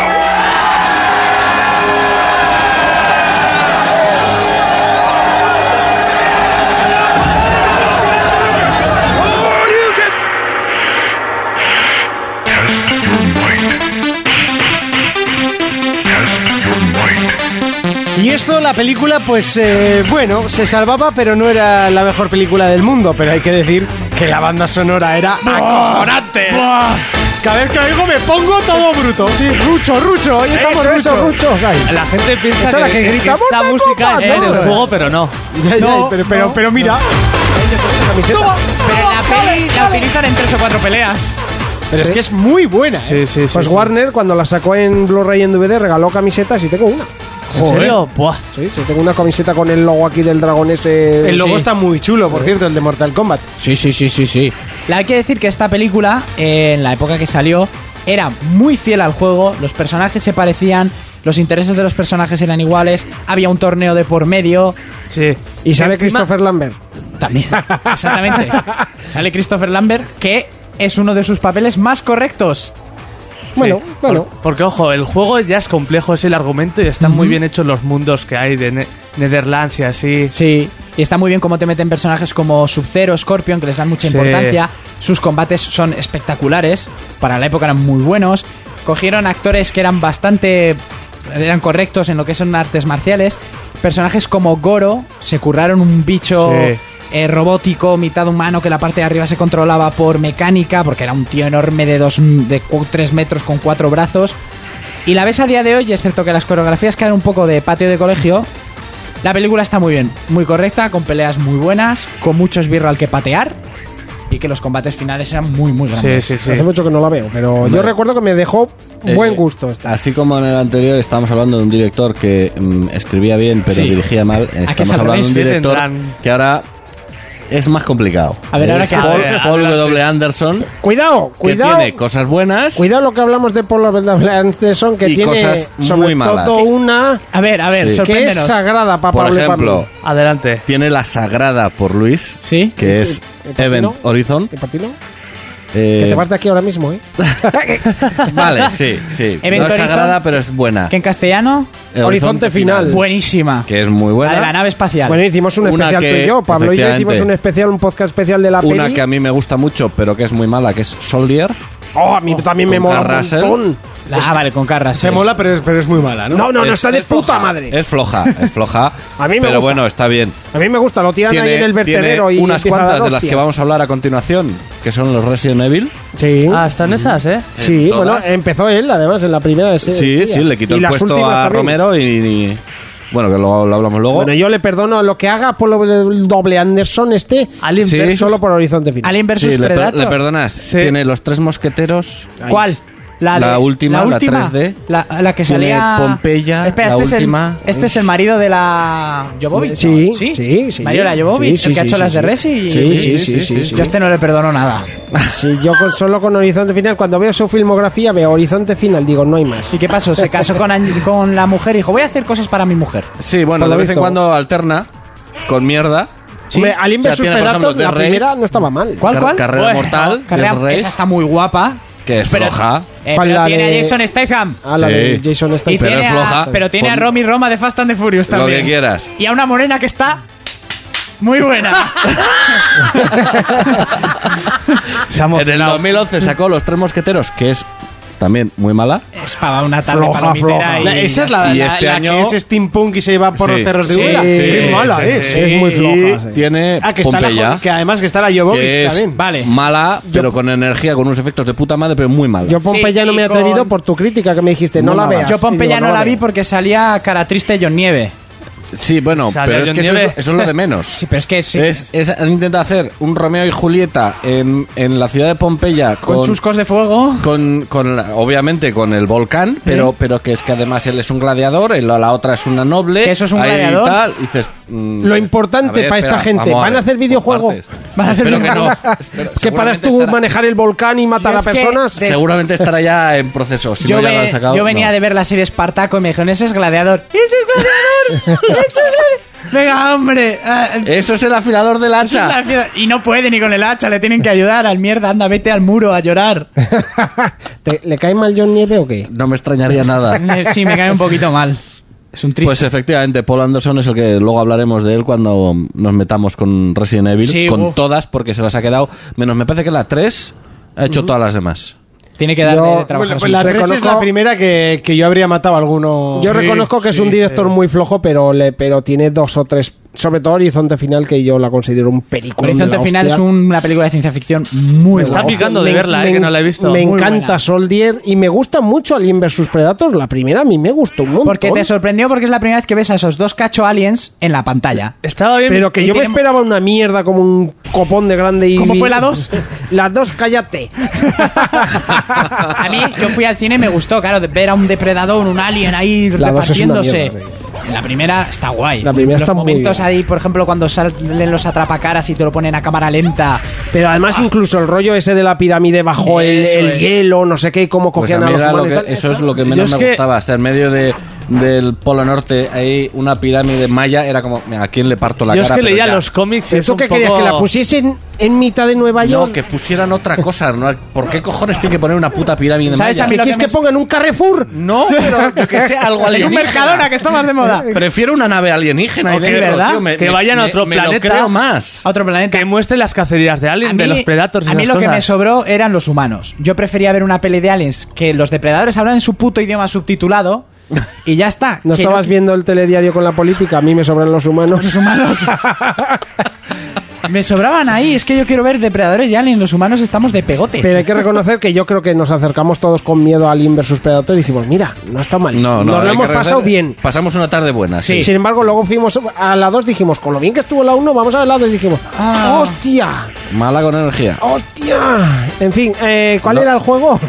S1: Y esto, la película, pues eh, bueno, se salvaba, pero no era la mejor película del mundo. Pero hay que decir que la banda sonora era acojonante. Cada vez que oigo me pongo todo bruto.
S5: Sí, rucho, rucho, ahí estamos
S1: Eso,
S5: ruchos,
S1: eso.
S5: ruchos ahí.
S4: La gente piensa que,
S5: Esta es la que
S4: que- que
S5: grita,
S4: esta
S5: "Monta
S4: música
S5: copas",
S4: es
S5: ¿no?
S4: del juego, pero no.
S1: Ya, ya, pero, pero, pero mira. Toma,
S3: Pero en
S1: toma,
S3: la
S1: dale,
S3: peli la
S1: dale.
S3: utilizan en tres o cuatro peleas.
S1: Pero es que es muy buena. ¿eh?
S4: Sí, sí, sí.
S5: Pues
S4: sí.
S5: Warner, cuando la sacó en Blu-ray y en DVD, regaló camisetas y tengo una.
S4: ¿En serio? Buah.
S5: Sí, sí, tengo una camiseta con el logo aquí del dragón ese.
S1: El logo
S3: Sí.
S1: está muy chulo, por cierto, el de Mortal Kombat.
S3: Sí, sí, sí, sí, sí. La hay que decir que esta película, eh, en la época que salió, era muy fiel al juego, los personajes se parecían, los intereses de los personajes eran iguales, había un torneo de por medio.
S4: Sí.
S5: Y sale
S3: Encima-
S5: Christopher Lambert.
S3: También. Exactamente. Sale Christopher Lambert, que es uno de sus papeles más correctos.
S5: Bueno,
S4: Sí.
S5: bueno.
S4: Por- porque, ojo, el juego ya es complejo, es el argumento y están muy bien hechos los mundos que hay de Ne- Netherlands y así.
S3: Sí. Y está muy bien cómo te meten personajes como Sub-Zero, Scorpion, que les dan mucha
S4: Sí.
S3: importancia. Sus combates son espectaculares. Para la época eran muy buenos. Cogieron actores que eran bastante. eran correctos en lo que son artes marciales. Personajes como Goro se curraron un bicho.
S4: Sí.
S3: eh, robótico, mitad humano, que la parte de arriba se controlaba por mecánica, porque era un tío enorme de 3 de cu- tres metros con cuatro brazos. Y la ves a día de hoy, y excepto que las coreografías quedan un poco de patio de colegio, la película está muy bien, muy correcta, con peleas muy buenas, con mucho esbirro al que patear y que los combates finales eran muy, muy
S4: Sí,
S3: grandes.
S4: sí, sí.
S5: Hace mucho que no la veo, pero yo recuerdo que me dejó buen
S6: Eh,
S5: gusto esta.
S6: Así como en el anterior estábamos hablando de un director que mm, escribía bien pero
S3: Sí.
S6: dirigía mal, estamos
S3: se
S6: hablando de
S3: revés,
S6: un
S4: ¿eh?
S6: director
S4: Tendrán.
S6: que ahora es más complicado.
S3: A ver, ahora
S6: Es
S3: que-
S6: Paul,
S4: a ver,
S6: Paul
S4: adelante.
S6: W. Anderson,
S5: Eh, Cuidado,
S6: que
S5: cuidado.
S6: tiene cosas buenas.
S5: Cuidado lo que hablamos de Paul W. Anderson, que
S6: Y
S5: tiene
S6: cosas muy
S5: sobre
S6: malas.
S5: todo una
S3: A ver, a ver,
S6: Sí.
S5: que es
S3: sorpréndenos.
S5: sagrada para
S6: Por
S5: Pablo y para
S6: ejemplo,
S5: mí.
S4: Adelante.
S6: tiene la sagrada por Luis,
S3: Sí.
S6: que es
S5: ¿Y por qué
S6: Event
S5: no?
S6: Horizon.
S5: ¿Y para ti no?
S6: Eh,
S5: Que te vas de aquí ahora mismo, ¿eh?
S6: Vale, sí, sí.
S3: Event
S6: no es
S3: Horizon.
S6: sagrada, pero es buena.
S3: Que en castellano,
S6: Eh,
S5: Horizonte Final.
S3: buenísima.
S6: Que es muy
S3: La de la
S6: buena.
S3: nave espacial.
S5: Bueno, hicimos un
S6: Una
S5: especial
S6: que-
S5: tú y yo. Pablo y yo hicimos
S6: efectivamente.
S5: un especial, un podcast especial de la
S6: Una
S5: peli.
S6: que a mí me gusta mucho, pero que es muy mala, que es Soldier.
S5: Oh, a mí también me
S6: con
S5: mola
S6: Kurt
S5: un
S6: Russell.
S5: montón.
S3: La- ah, vale, con Carras.
S1: Se mola, pero es, pero es muy mala, ¿no?
S5: No, no, no,
S6: Es-
S5: está de
S6: es
S5: puta
S6: floja,
S5: madre.
S6: Es floja, es floja.
S5: A mí me
S6: pero
S5: gusta.
S6: bueno, está bien.
S5: A mí me gusta, lo tiran ahí en el vertedero y
S6: tiene unas
S5: empieza a dar
S6: cuantas de las
S5: hostias.
S6: que vamos a hablar a continuación, que son los Resident Evil.
S5: Sí.
S4: Ah, están esas, ¿eh?
S5: Sí,
S6: todas.
S5: bueno, empezó él, además, en la primera de
S6: Sí,
S5: serie.
S6: sí, le quitó
S5: Y
S6: el
S5: las
S6: puesto
S5: últimas
S6: a
S5: también.
S6: Romero y, y- Bueno, que lo, lo hablamos luego.
S5: Bueno, yo le perdono lo que haga por lo doble Anderson este,
S4: Alien
S6: Sí.
S4: versus-
S5: solo por Horizonte Final.
S3: Alien
S6: Sí,
S3: versus
S6: le, per-
S3: Predator.
S6: le perdonas. Tiene los tres mosqueteros.
S3: ¿Cuál?
S6: La
S3: de-
S6: última, la 3D.
S3: La, la que
S6: Tiene
S3: salía.
S6: Pompeya,
S3: Espera,
S6: la
S3: este
S6: última.
S3: Es el, este es el marido de la. Jovovich.
S5: Sí,
S3: ¿no? sí,
S5: sí, sí.
S3: Marido de la Jovovich,
S5: Sí, sí,
S3: el que ha
S5: sí,
S3: hecho
S5: sí,
S3: las de
S5: sí.
S3: Resi.
S5: Sí, sí, sí, sí, sí.
S3: Yo a este no le perdono nada.
S5: Sí, yo con- solo con Horizonte Final, cuando veo su filmografía, veo Horizonte Final, digo, no hay más.
S3: ¿Y qué pasó? Se casó con, Ang- con la mujer y dijo: Voy a hacer cosas para mi mujer.
S6: Sí, bueno,
S5: Por lo
S6: de vez en
S5: visto.
S6: cuando alterna con mierda.
S5: Hombre, Alien
S6: O sea,
S5: vs
S6: tiene, por
S5: Predator,
S6: ejemplo,
S5: la
S6: The Race.
S5: primera no estaba mal.
S3: ¿Cuál,
S6: Car-
S3: cuál?
S6: Carrera Mortal,
S3: carrera,
S6: Death Race.
S3: esa está muy guapa.
S6: Que es floja.
S3: Eh,
S5: ¿Cuál,
S3: pero
S5: la
S3: tiene
S5: de-
S3: a Jason Statham.
S5: Ah, la
S6: Sí.
S5: de Jason
S3: Y
S5: Statham.
S6: Pero
S3: tiene
S6: es
S3: a-
S6: floja.
S3: pero tiene a
S6: Pon-
S3: Romy Roma de Fast and the Furious
S6: Lo
S3: también.
S6: que quieras.
S3: Y a una morena que está. Muy buena.
S4: Se ha
S6: En el
S4: emocionado.
S6: 2011 sacó Los Tres Mosqueteros, que es también muy mala.
S3: es para una tarde
S5: Floja,
S3: palomitera
S5: floja.
S3: y-
S1: La- esa es la,
S6: Y
S1: la-
S6: este
S1: la
S6: año-
S1: que es steampunk y se va por
S6: Sí. ¿eh?
S1: los cerros de
S3: Sí,
S1: Úbeda.
S5: sí,
S1: Qué
S5: sí,
S1: mala
S4: sí,
S1: es.
S4: sí.
S5: Es muy
S6: Y
S5: floja. sí.
S6: tiene
S1: Ah, que, está la,
S6: Pompeya,
S1: jo- que además que está la
S6: que
S1: Jovovich
S6: es
S1: también.
S3: Vale.
S6: mala, pero con energía, con unos efectos de puta madre, pero muy mala.
S5: Yo Pompeya
S3: Sí,
S5: no
S3: y
S5: me he atrevido
S3: con-
S5: por tu crítica que me dijiste, no,
S6: No,
S5: la
S6: nada.
S5: veas.
S3: Yo Pompeya
S5: Y digo,
S3: no la
S5: veo.
S3: vi porque salía cara triste John Nieve.
S6: sí, bueno,
S4: Sale
S6: pero es
S4: John
S6: que eso es,
S4: Nieve.
S6: eso es lo de menos.
S3: Sí, pero es que sí.
S6: Es, es- han intentado hacer un Romeo y Julieta en, en la ciudad de Pompeya
S3: con,
S6: con,
S3: chuscos de fuego.
S6: con- con la- obviamente con el volcán, pero, pero que es que además él es un gladiador, él- la otra es una noble.
S3: Que eso es un
S6: ahí
S3: gladiador.
S6: tal, y dices, mm,
S5: Lo importante
S6: a ver,
S5: para esta
S6: espera,
S5: gente,
S6: vamos
S5: ¿van a
S6: ver,
S5: hacer
S6: por
S5: videojuego?
S6: partes.
S3: Van a hacer
S6: Espero que no.
S3: videojuego.
S6: Espero-
S5: ¿Que paras tú
S6: seguramente estará-
S5: manejar el volcán y matar
S3: Yo
S5: a
S3: es que-
S5: personas?
S3: de-
S6: Seguramente estará ya en proceso. Si
S3: yo,
S6: no ya lo
S3: ve-
S6: han sacado,
S3: yo venía
S6: no.
S3: de ver la serie Espartaco y me dijeron, ese es gladiador. ¡Ese es gladiador! ¡Ese es gladiador! Venga, hombre. ah,
S6: Eso es el afilador del
S3: eso es
S6: hacha.
S3: la ciudad. y no puede ni con el hacha, le tienen que ayudar al mierda. Anda, vete al muro a llorar.
S5: ¿Te- ¿Le cae mal John Nieve o qué?
S6: No me extrañaría nada.
S3: Me- sí, me cae un poquito mal. Es un triste.
S6: Pues efectivamente, Paul Anderson es el que luego hablaremos de él cuando nos metamos con Resident Evil.
S3: Sí,
S6: con
S3: uf.
S6: todas, porque se las ha quedado. Menos me parece que la 3 ha hecho todas las demás.
S3: Tiene que darle
S5: Yo-
S3: de trabajo a su
S5: Pues
S1: la
S3: hijo.
S5: tres
S1: 3 es
S5: reconozco-
S1: la primera que, que yo habría matado a alguno.
S5: Yo
S4: Sí,
S5: reconozco que es
S4: sí,
S5: un director
S4: pero-
S5: muy flojo, pero, le, pero tiene dos o tres. Sobre todo Horizonte Final, que yo la considero un película.
S3: Horizonte Final es una película de ciencia ficción muy
S4: Está
S3: buena.
S4: picando de verla, eh, que no la he visto.
S5: Me
S4: Muy
S5: encanta
S3: buena.
S5: Soldier y me gusta mucho Alien vs Predator. La primera a mí me gustó un montón.
S3: Porque te sorprendió porque es la primera vez que ves a esos dos cacho aliens en la pantalla.
S4: Estaba bien.
S5: Pero que yo me
S3: tenemos-
S5: esperaba una mierda como un copón de grande y.
S3: ¿Cómo fue la dos?
S5: la dos, cállate.
S3: A mí, yo fui al cine y me gustó, claro, de ver a un depredador, un alien ahí
S5: La dos es una
S3: repartiéndose.
S5: mierda,
S3: La primera está guay.
S5: La primera
S3: los
S5: está muy
S3: momentos
S5: bien.
S3: ahí, por ejemplo, cuando salen los atrapacaras y te lo ponen a cámara lenta.
S5: Pero además, incluso el rollo ese de la pirámide bajo el,
S3: Eso
S5: el
S3: es.
S5: hielo, no sé qué, y cómo
S6: Pues a
S5: cogían
S6: mí
S5: a, los
S6: era lo
S5: humanos. y
S6: que-
S5: tal.
S6: eso es lo que
S4: Yo
S6: menos
S4: es
S6: me
S4: que-
S6: gustaba. O sea, en medio de, del Polo Norte hay una pirámide maya. Era como, "Mira, ¿a quién le parto la
S4: yo es
S6: cara?
S4: que
S6: Pero
S4: leía
S6: ya".
S4: los cómics y
S5: ¿Pero
S4: es
S5: ¿Tú
S4: un
S5: qué querías?
S4: poco-
S5: ¿Que la pusiesen en mitad de Nueva York?
S6: No, que pusieran otra cosa. ¿no? ¿Por qué cojones tiene que poner una puta pirámide
S3: ¿Sabes
S6: maya?
S3: a mí
S5: ¿Que
S3: lo
S5: quieres
S3: que
S5: que,
S3: me-
S5: pongan un Carrefour?
S6: No, pero yo que sé, algo
S3: En
S6: alienígena.
S3: un Mercadona, que está más de moda.
S6: Prefiero una nave alienígena.
S3: Sí, ¿verdad?
S6: me-
S4: Que
S6: me-
S4: vayan a
S6: me-
S4: otro
S6: me lo
S4: planeta.
S6: creo más.
S3: A otro planeta.
S4: Que muestre las cacerías de
S3: A
S4: Alien,
S3: mí,
S4: de los Predators y
S3: a mí
S4: esas
S3: lo que
S4: cosas.
S3: me sobró eran los humanos. Yo prefería ver una peli de aliens que los depredadores hablan en su puto idioma subtitulado y ya está.
S5: ¿No
S3: Que
S5: estabas viendo el telediario con la política? A mí me sobran los humanos.
S3: los humanos. Me sobraban ahí, es que yo quiero ver depredadores y aliens, los humanos estamos de pegote.
S5: Pero hay que reconocer que yo creo que nos acercamos todos con miedo a Alien vs Predator y dijimos, mira, no está mal.
S6: No, no,
S5: Nos lo
S6: hay
S5: hemos
S6: que
S5: pasado
S6: reconocer-
S5: bien.
S6: Pasamos una tarde buena. Sí.
S5: Sin embargo, luego fuimos a la 2 dijimos, con lo bien que estuvo la 1, vamos a la 2 y dijimos,
S3: Ah.
S5: ¡hostia!
S6: Mala con energía.
S5: ¡Hostia! En fin, eh, ¿cuál era el juego?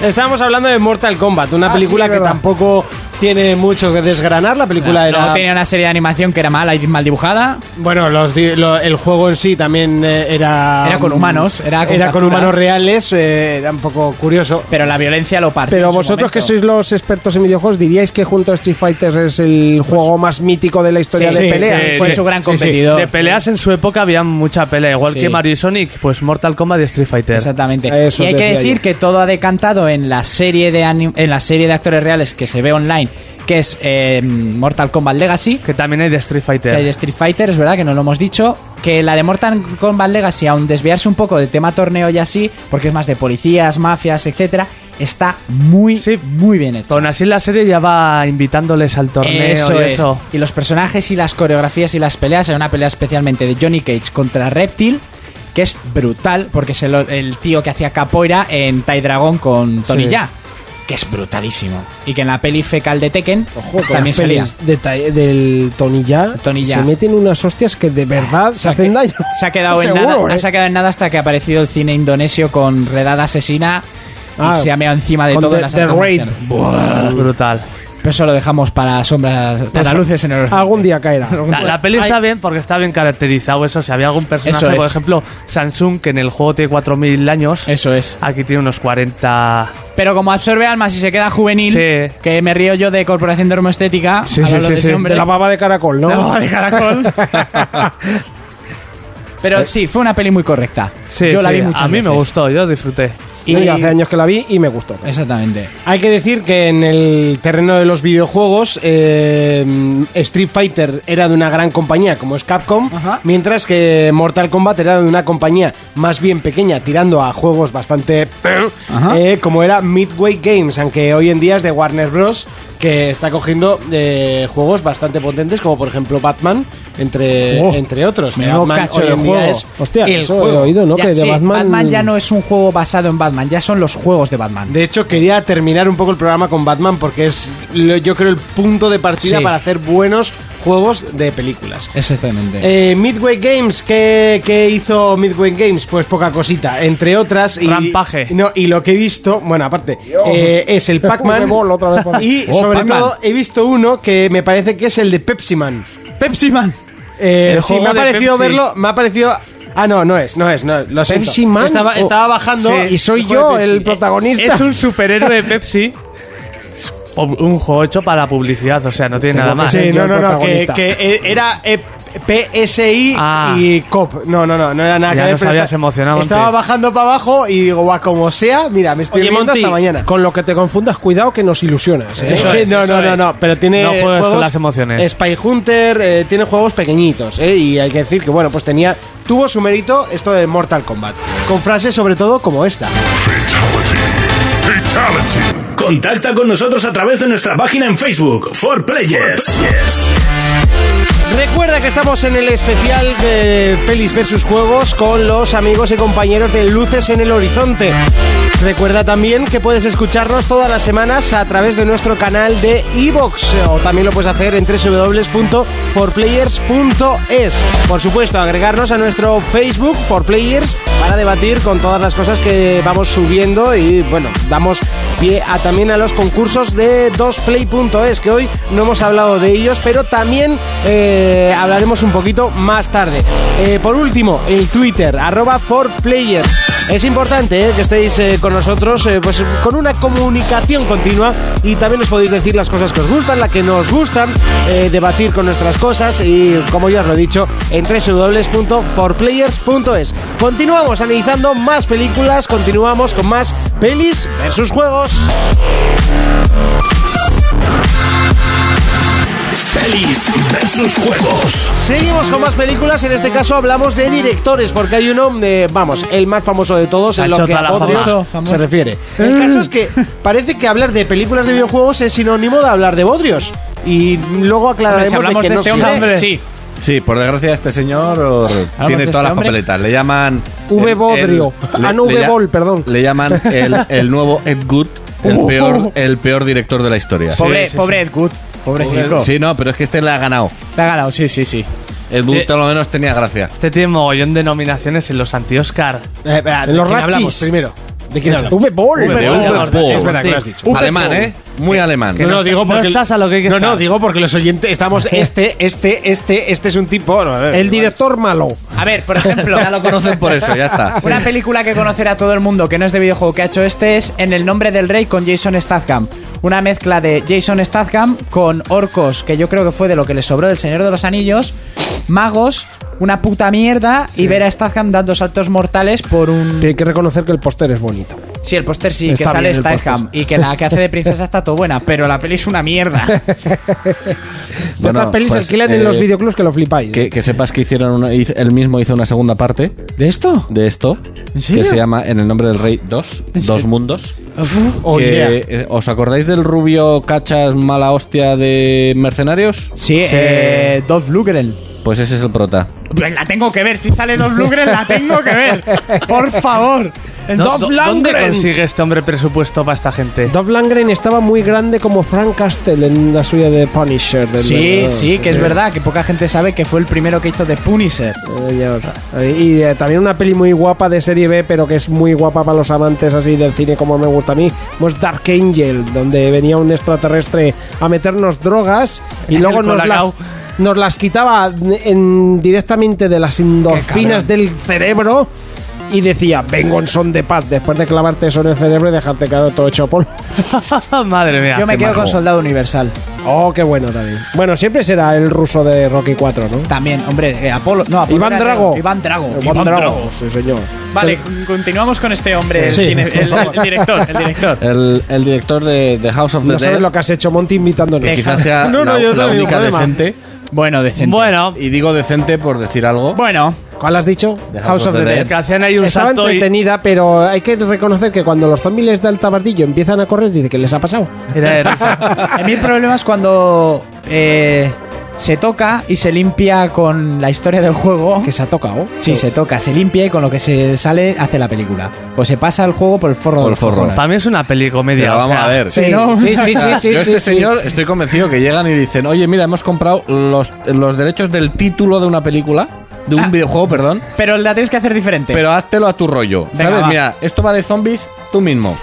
S1: Estábamos hablando de Mortal Kombat, una
S5: Ah,
S1: película
S5: sí,
S1: que
S5: verdad.
S1: tampoco tiene mucho que desgranar. La película era.
S3: No, tenía una serie de animación que era mala y mal dibujada.
S1: Bueno, los di- lo- el juego en sí también eh, era.
S3: Era con humanos, era con capturas.
S1: humanos reales, eh, era un poco curioso.
S3: Pero la violencia lo partió.
S5: Pero
S3: en su
S5: vosotros que
S3: momento.
S5: sois los expertos en videojuegos, ¿diríais que junto a Street Fighter es el juego más mítico de la historia
S3: Sí,
S5: de
S3: sí,
S5: peleas?
S4: Pues sí,
S3: Fue
S4: sí.
S3: su gran
S1: Sí, sí.
S3: competidor.
S4: De peleas en su época había mucha pelea, igual
S3: Sí.
S4: que Mario y Sonic, pues Mortal Kombat y Street Fighter.
S3: Exactamente.
S5: Eso
S3: y hay que
S5: decía
S3: decir
S5: yo.
S3: que todo ha decantado en la serie de ani- en la serie de actores reales que se ve online, que es eh, Mortal Kombat Legacy.
S4: Que también hay de Street Fighter.
S3: que hay de Street Fighter, es verdad que no lo hemos dicho. Que la de Mortal Kombat Legacy, aun desviarse un poco del tema torneo y así, porque es más de policías, mafias, etcétera, está muy,
S4: Sí.
S3: muy bien hecho.
S4: Pero aún así la serie ya va invitándoles al torneo
S3: Eso
S4: y
S3: es.
S4: eso.
S3: Y los personajes y las coreografías y las peleas. Hay una pelea especialmente de Johnny Cage contra Reptil, que es brutal, porque es el, el tío que hacía capoeira en Tai Dragon con Tony
S4: Sí.
S3: Ya, que es brutalísimo. Y que en la peli fecal de Tekken también
S5: Las
S3: salía.
S5: pelis de ta- del Tony Ya,
S3: Tony Ya.
S5: se meten unas hostias que de verdad se hacen daño.
S3: Se ha quedado en
S5: Seguro,
S3: nada,
S5: ¿eh?
S3: se ha quedado en nada hasta que ha aparecido el cine indonesio con Redada Asesina y
S5: Ah,
S3: se ha meado encima de
S5: con
S3: todo
S5: The-
S3: en la
S5: The
S3: Santa
S5: Raid.
S3: Marciana.
S4: Brutal.
S3: Pero eso lo dejamos para sombras, para luces en el horizonte.
S5: Algún día caerá.
S4: La, la peli está bien porque está bien caracterizado eso. Si había algún personaje,
S3: Eso es.
S4: por ejemplo, Samsung, que en el juego tiene 4.000 años,
S3: Eso es.
S4: aquí tiene unos 40...
S3: Pero como absorbe almas y se queda juvenil,
S4: Sí.
S3: que me río yo de Corporación de Homoestética,
S4: Sí,
S3: hablo
S4: sí,
S3: de
S4: sí,
S3: ese
S4: sí.
S3: hombre.
S5: De la baba de caracol, ¿no?
S3: De la baba de caracol. Pero sí, fue una peli muy correcta.
S4: Sí,
S3: yo la
S4: sí,
S3: vi muchas
S4: A mí me
S3: veces.
S4: gustó, yo disfruté.
S5: Yo ya hace años que la vi y me gustó.
S3: Exactamente.
S1: Hay que decir que en el terreno de los videojuegos, eh, Street Fighter era de una gran compañía como es Capcom,
S3: Ajá.
S1: mientras que Mortal Kombat era de una compañía más bien pequeña, tirando a juegos bastante eh, como era Midway Games, aunque hoy en día es de Warner Bros. que está cogiendo eh, juegos bastante potentes, como por ejemplo Batman, entre,
S5: Oh,
S1: entre otros.
S3: menudo
S1: Batman
S3: cacho
S1: hoy
S3: de
S1: en día
S3: juego.
S1: es
S5: Hostia,
S1: el
S5: eso
S1: juego.
S5: he oído, ¿no?
S3: Ya,
S5: que de
S3: sí,
S5: Batman...
S3: ya no es un juego basado en Batman, ya son los juegos de Batman.
S1: De hecho, quería terminar un poco el programa con Batman porque es, lo- yo creo, el punto de partida
S3: Sí.
S1: para hacer buenos juegos de películas.
S3: Exactamente.
S1: Eh, Midway Games, ¿qué, qué hizo Midway Games? Pues poca cosita, entre otras. Y,
S4: Rampaje.
S1: No, y lo que he visto, bueno, aparte, eh, es el
S5: Me
S1: Pac-Man.
S5: bolo otra vez por ahí.
S1: Y
S3: Oh,
S1: sobre
S3: Pac-Man.
S1: todo, he visto uno que me parece que es el de Pepsi Man.
S3: Pepsi Man.
S1: Eh,
S4: El
S1: sí,
S4: juego
S1: me ha
S4: de
S1: parecido
S4: Pepsi.
S1: verlo, me ha parecido. Ah, no, no es, no es, no es, lo siento.
S5: Pepsi Man.
S1: Estaba,
S5: Oh.
S1: estaba bajando.
S5: Sí, y soy
S1: juego de
S5: yo
S1: Pepsi.
S5: el protagonista.
S4: Es un superhéroe de Pepsi. Un juego hecho para publicidad, o sea, no tiene nada más.
S5: que
S1: Sí,
S5: yo
S1: no,
S5: el
S1: no, no, que,
S5: protagonista.
S1: que e- era eh, PSI
S4: Ah.
S1: y COP. No, no, no, no era nada
S4: Ya
S1: que ver.
S4: nos
S1: pero
S4: habías
S1: esta-
S4: emocionado, Monty.
S1: Estaba bajando para abajo y digo, guau, como sea, mira, me estoy
S5: Oye,
S1: viendo
S5: Monty,
S1: hasta mañana.
S5: Con lo que te confundas, cuidado que nos ilusionas. ¿eh?
S1: Eh, no, no, no, no, pero tiene
S4: No juegues con
S1: juegos-
S4: las emociones.
S1: Spy Hunter eh, tiene juegos pequeñitos, eh, y hay que decir que bueno, pues tenía tuvo su mérito esto de Mortal Kombat, con frases sobre todo como esta.
S2: Contacta con nosotros a través de nuestra página en Facebook, For Players.
S1: Recuerda que estamos en el especial de Pelis versus Juegos con los amigos y compañeros de Luces en el Horizonte. Recuerda también que puedes escucharnos todas las semanas a través de nuestro canal de iVoox o también lo puedes hacer en www.forplayers.es. Por supuesto, agregarnos a nuestro Facebook For Players para debatir con todas las cosas que vamos subiendo y bueno, damos pie a, también a los concursos de 2play.es, que hoy no hemos hablado de ellos, pero también eh, hablaremos un poquito más tarde. Eh, por último, el Twitter, arroba 4players. Es importante eh, que estéis eh, con nosotros eh, pues, con una comunicación continua y también os podéis decir las cosas que os gustan, las que no os gustan, eh, debatir con nuestras cosas y, como ya os lo he dicho, en www.forplayers.es. Continuamos analizando más películas, continuamos con más pelis versus juegos.
S2: Pelis versus juegos.
S1: Seguimos con más películas, en este caso hablamos de directores, porque hay uno, eh, vamos, el más famoso de todos, en lo que
S4: Cachota,
S1: a
S4: la
S1: Bodrios
S4: famosa.
S1: se refiere.
S3: Eh.
S1: El caso es que parece que hablar de películas de videojuegos es sinónimo de hablar de bodrios. Y luego
S3: Hombre,
S1: aclararemos
S3: si hablamos
S1: de que
S3: de,
S1: no
S3: este
S1: siempre.
S3: hombre, sí.
S6: Sí, por desgracia este señor or- tiene
S3: de
S6: todas
S3: este
S6: las
S3: hombre.
S6: papeletas. Le llaman...
S5: V.
S6: el-
S5: Bodrio.
S6: el-
S5: Ah, no,
S6: le
S5: V.
S6: lla-
S5: Bol, perdón.
S6: Le llaman el, el nuevo Ed Good, el,
S3: Uh.
S6: peor, el peor director de la historia.
S3: Pobre, pobre Ed Good. Pobre chico.
S6: Sí, no, pero es que este le ha ganado.
S3: Te ha ganado, sí, sí, sí.
S6: Ed Good
S4: Sí.
S6: por lo menos tenía gracia.
S4: Eh, Este tiene mogollón de nominaciones en los anti-Oscar.
S1: Eh, espera, ¿de
S5: Los
S1: quién
S5: rachis.
S1: hablamos primero? ¿De quién hablamos?
S5: V. Ball.
S6: De
S4: Ball.
S6: V.
S4: Ball.
S6: Ball.
S1: Es verdad que lo has
S4: Sí.
S1: dicho.
S6: Alemán, ¿eh? Muy alemán.
S1: No, no, digo
S4: no
S1: porque...
S4: estás a lo que hay que
S1: No,
S4: estar.
S1: no, digo porque los oyentes... Estamos este, este, este, este es un tipo... no, eh,
S5: El director malo.
S3: A ver, por ejemplo,
S6: Ya lo conocen por eso, ya está.
S3: Una película que conocerá todo el mundo que no es de videojuego que ha hecho este es En el nombre del rey con Jason Statham. Una mezcla de Jason Statham con orcos, que yo creo que fue de lo que le sobró del Señor de los Anillos, magos, una puta mierda y ver a Statham dando saltos mortales por un...
S5: Tiene que reconocer que el póster es bonito.
S3: Sí, el póster sí,
S5: Está
S3: que sale
S5: bien el
S3: Statham y que la que hace de princesa está todo buena, pero la peli es una mierda.
S6: Bueno,
S5: Estas pelis se
S6: pues,
S5: alquilan en
S6: eh,
S5: los videoclubs que lo flipáis.
S6: Que, que sepas que hicieron una, hiz- él mismo hizo una segunda parte
S3: ¿De esto?
S6: de esto
S3: serio?
S6: que se llama En el nombre del rey 2, Dos Mundos.
S1: oh,
S6: que,
S1: yeah.
S6: eh, ¿Os acordáis del rubio cachas mala hostia de mercenarios?
S3: Sí, eh, Dolph Lundgren.
S6: Pues ese es el prota.
S3: Pues la tengo que ver, si sale Dolph Lundgren la tengo que ver. Por favor. El
S4: ¿Dó-
S3: Dolph
S4: ¿Dónde
S3: Lundgren.
S4: consigue este hombre presupuesto para esta gente?
S5: Dolph Langren estaba muy grande como Frank Castle en la suya de Punisher. del
S3: Sí,
S5: vendedor.
S3: sí, que es verdad, que poca gente sabe que fue el primero que hizo de Punisher.
S5: Eh, ya os- eh, Y eh, también una peli muy guapa de serie B, pero que es muy guapa para los amantes así del cine como me gusta a mí, pues Dark Angel, donde venía un extraterrestre a meternos drogas y
S4: El
S5: luego nos las,
S4: Colacao.
S5: nos las quitaba en- directamente de las endorfinas del cerebro y decía, vengo en son de paz, después de clavarte eso en el cerebro y dejarte quedar todo hecho polvo.
S4: Madre mía.
S3: Yo me
S4: qué
S3: quedo con
S4: majo.
S3: Soldado Universal.
S5: Oh, qué bueno también. Bueno, siempre será el ruso de Rocky 4, ¿no?
S3: También, hombre, eh, Apolo. No, Apolo
S5: Iván
S3: era
S5: Drago.
S3: negro. Iván Drago.
S5: Juan Drago, sí señor.
S3: Vale, con- continuamos con este hombre, el,
S5: Sí.
S3: cine- el- el director. El director.
S6: El, el director de, de House of the
S5: No sabes
S6: Dead.
S5: lo que has hecho, Monty, invitándonos.
S6: que quizás sea
S1: No, no,
S6: la,
S1: yo no
S6: la
S1: tengo
S6: única
S1: problema.
S6: decente.
S3: Bueno, decente.
S4: Bueno,
S6: Y digo decente por decir algo.
S3: Bueno,
S5: ¿Cuál has dicho?
S6: De House of the Dead.
S4: que hacían ahí un
S5: Estaba
S4: salto y
S5: entretenida, pero hay que reconocer que cuando los zombies les da el tabardillo empiezan a correr, dice que les ha pasado.
S4: era de risa.
S3: a mí el problema es cuando eh, se toca y se limpia con la historia del juego.
S5: Que se ha tocado.
S3: Sí, se toca, se limpia y con lo que se sale hace la película. O se pasa el juego por el forro
S6: Por
S3: de
S6: el
S3: los
S6: forro.
S3: cojones.
S4: Para mí es una peli comedia.
S6: Pero
S4: o
S6: vamos
S4: sea,
S6: a ver.
S5: Sí,
S3: ¿no?
S5: sí, sí, sí,
S6: O sea,
S5: sí,
S6: yo
S5: sí,
S6: este
S5: sí.
S6: señor estoy convencido que llegan y dicen, oye, mira, hemos comprado los, los derechos del título de una película, de un
S3: Ah.
S6: videojuego, perdón,
S3: Pero la tienes que hacer diferente.
S6: pero háztelo a tu rollo.
S3: Venga,
S6: ¿Sabes?
S3: va.
S6: Mira, esto va de zombies tú mismo.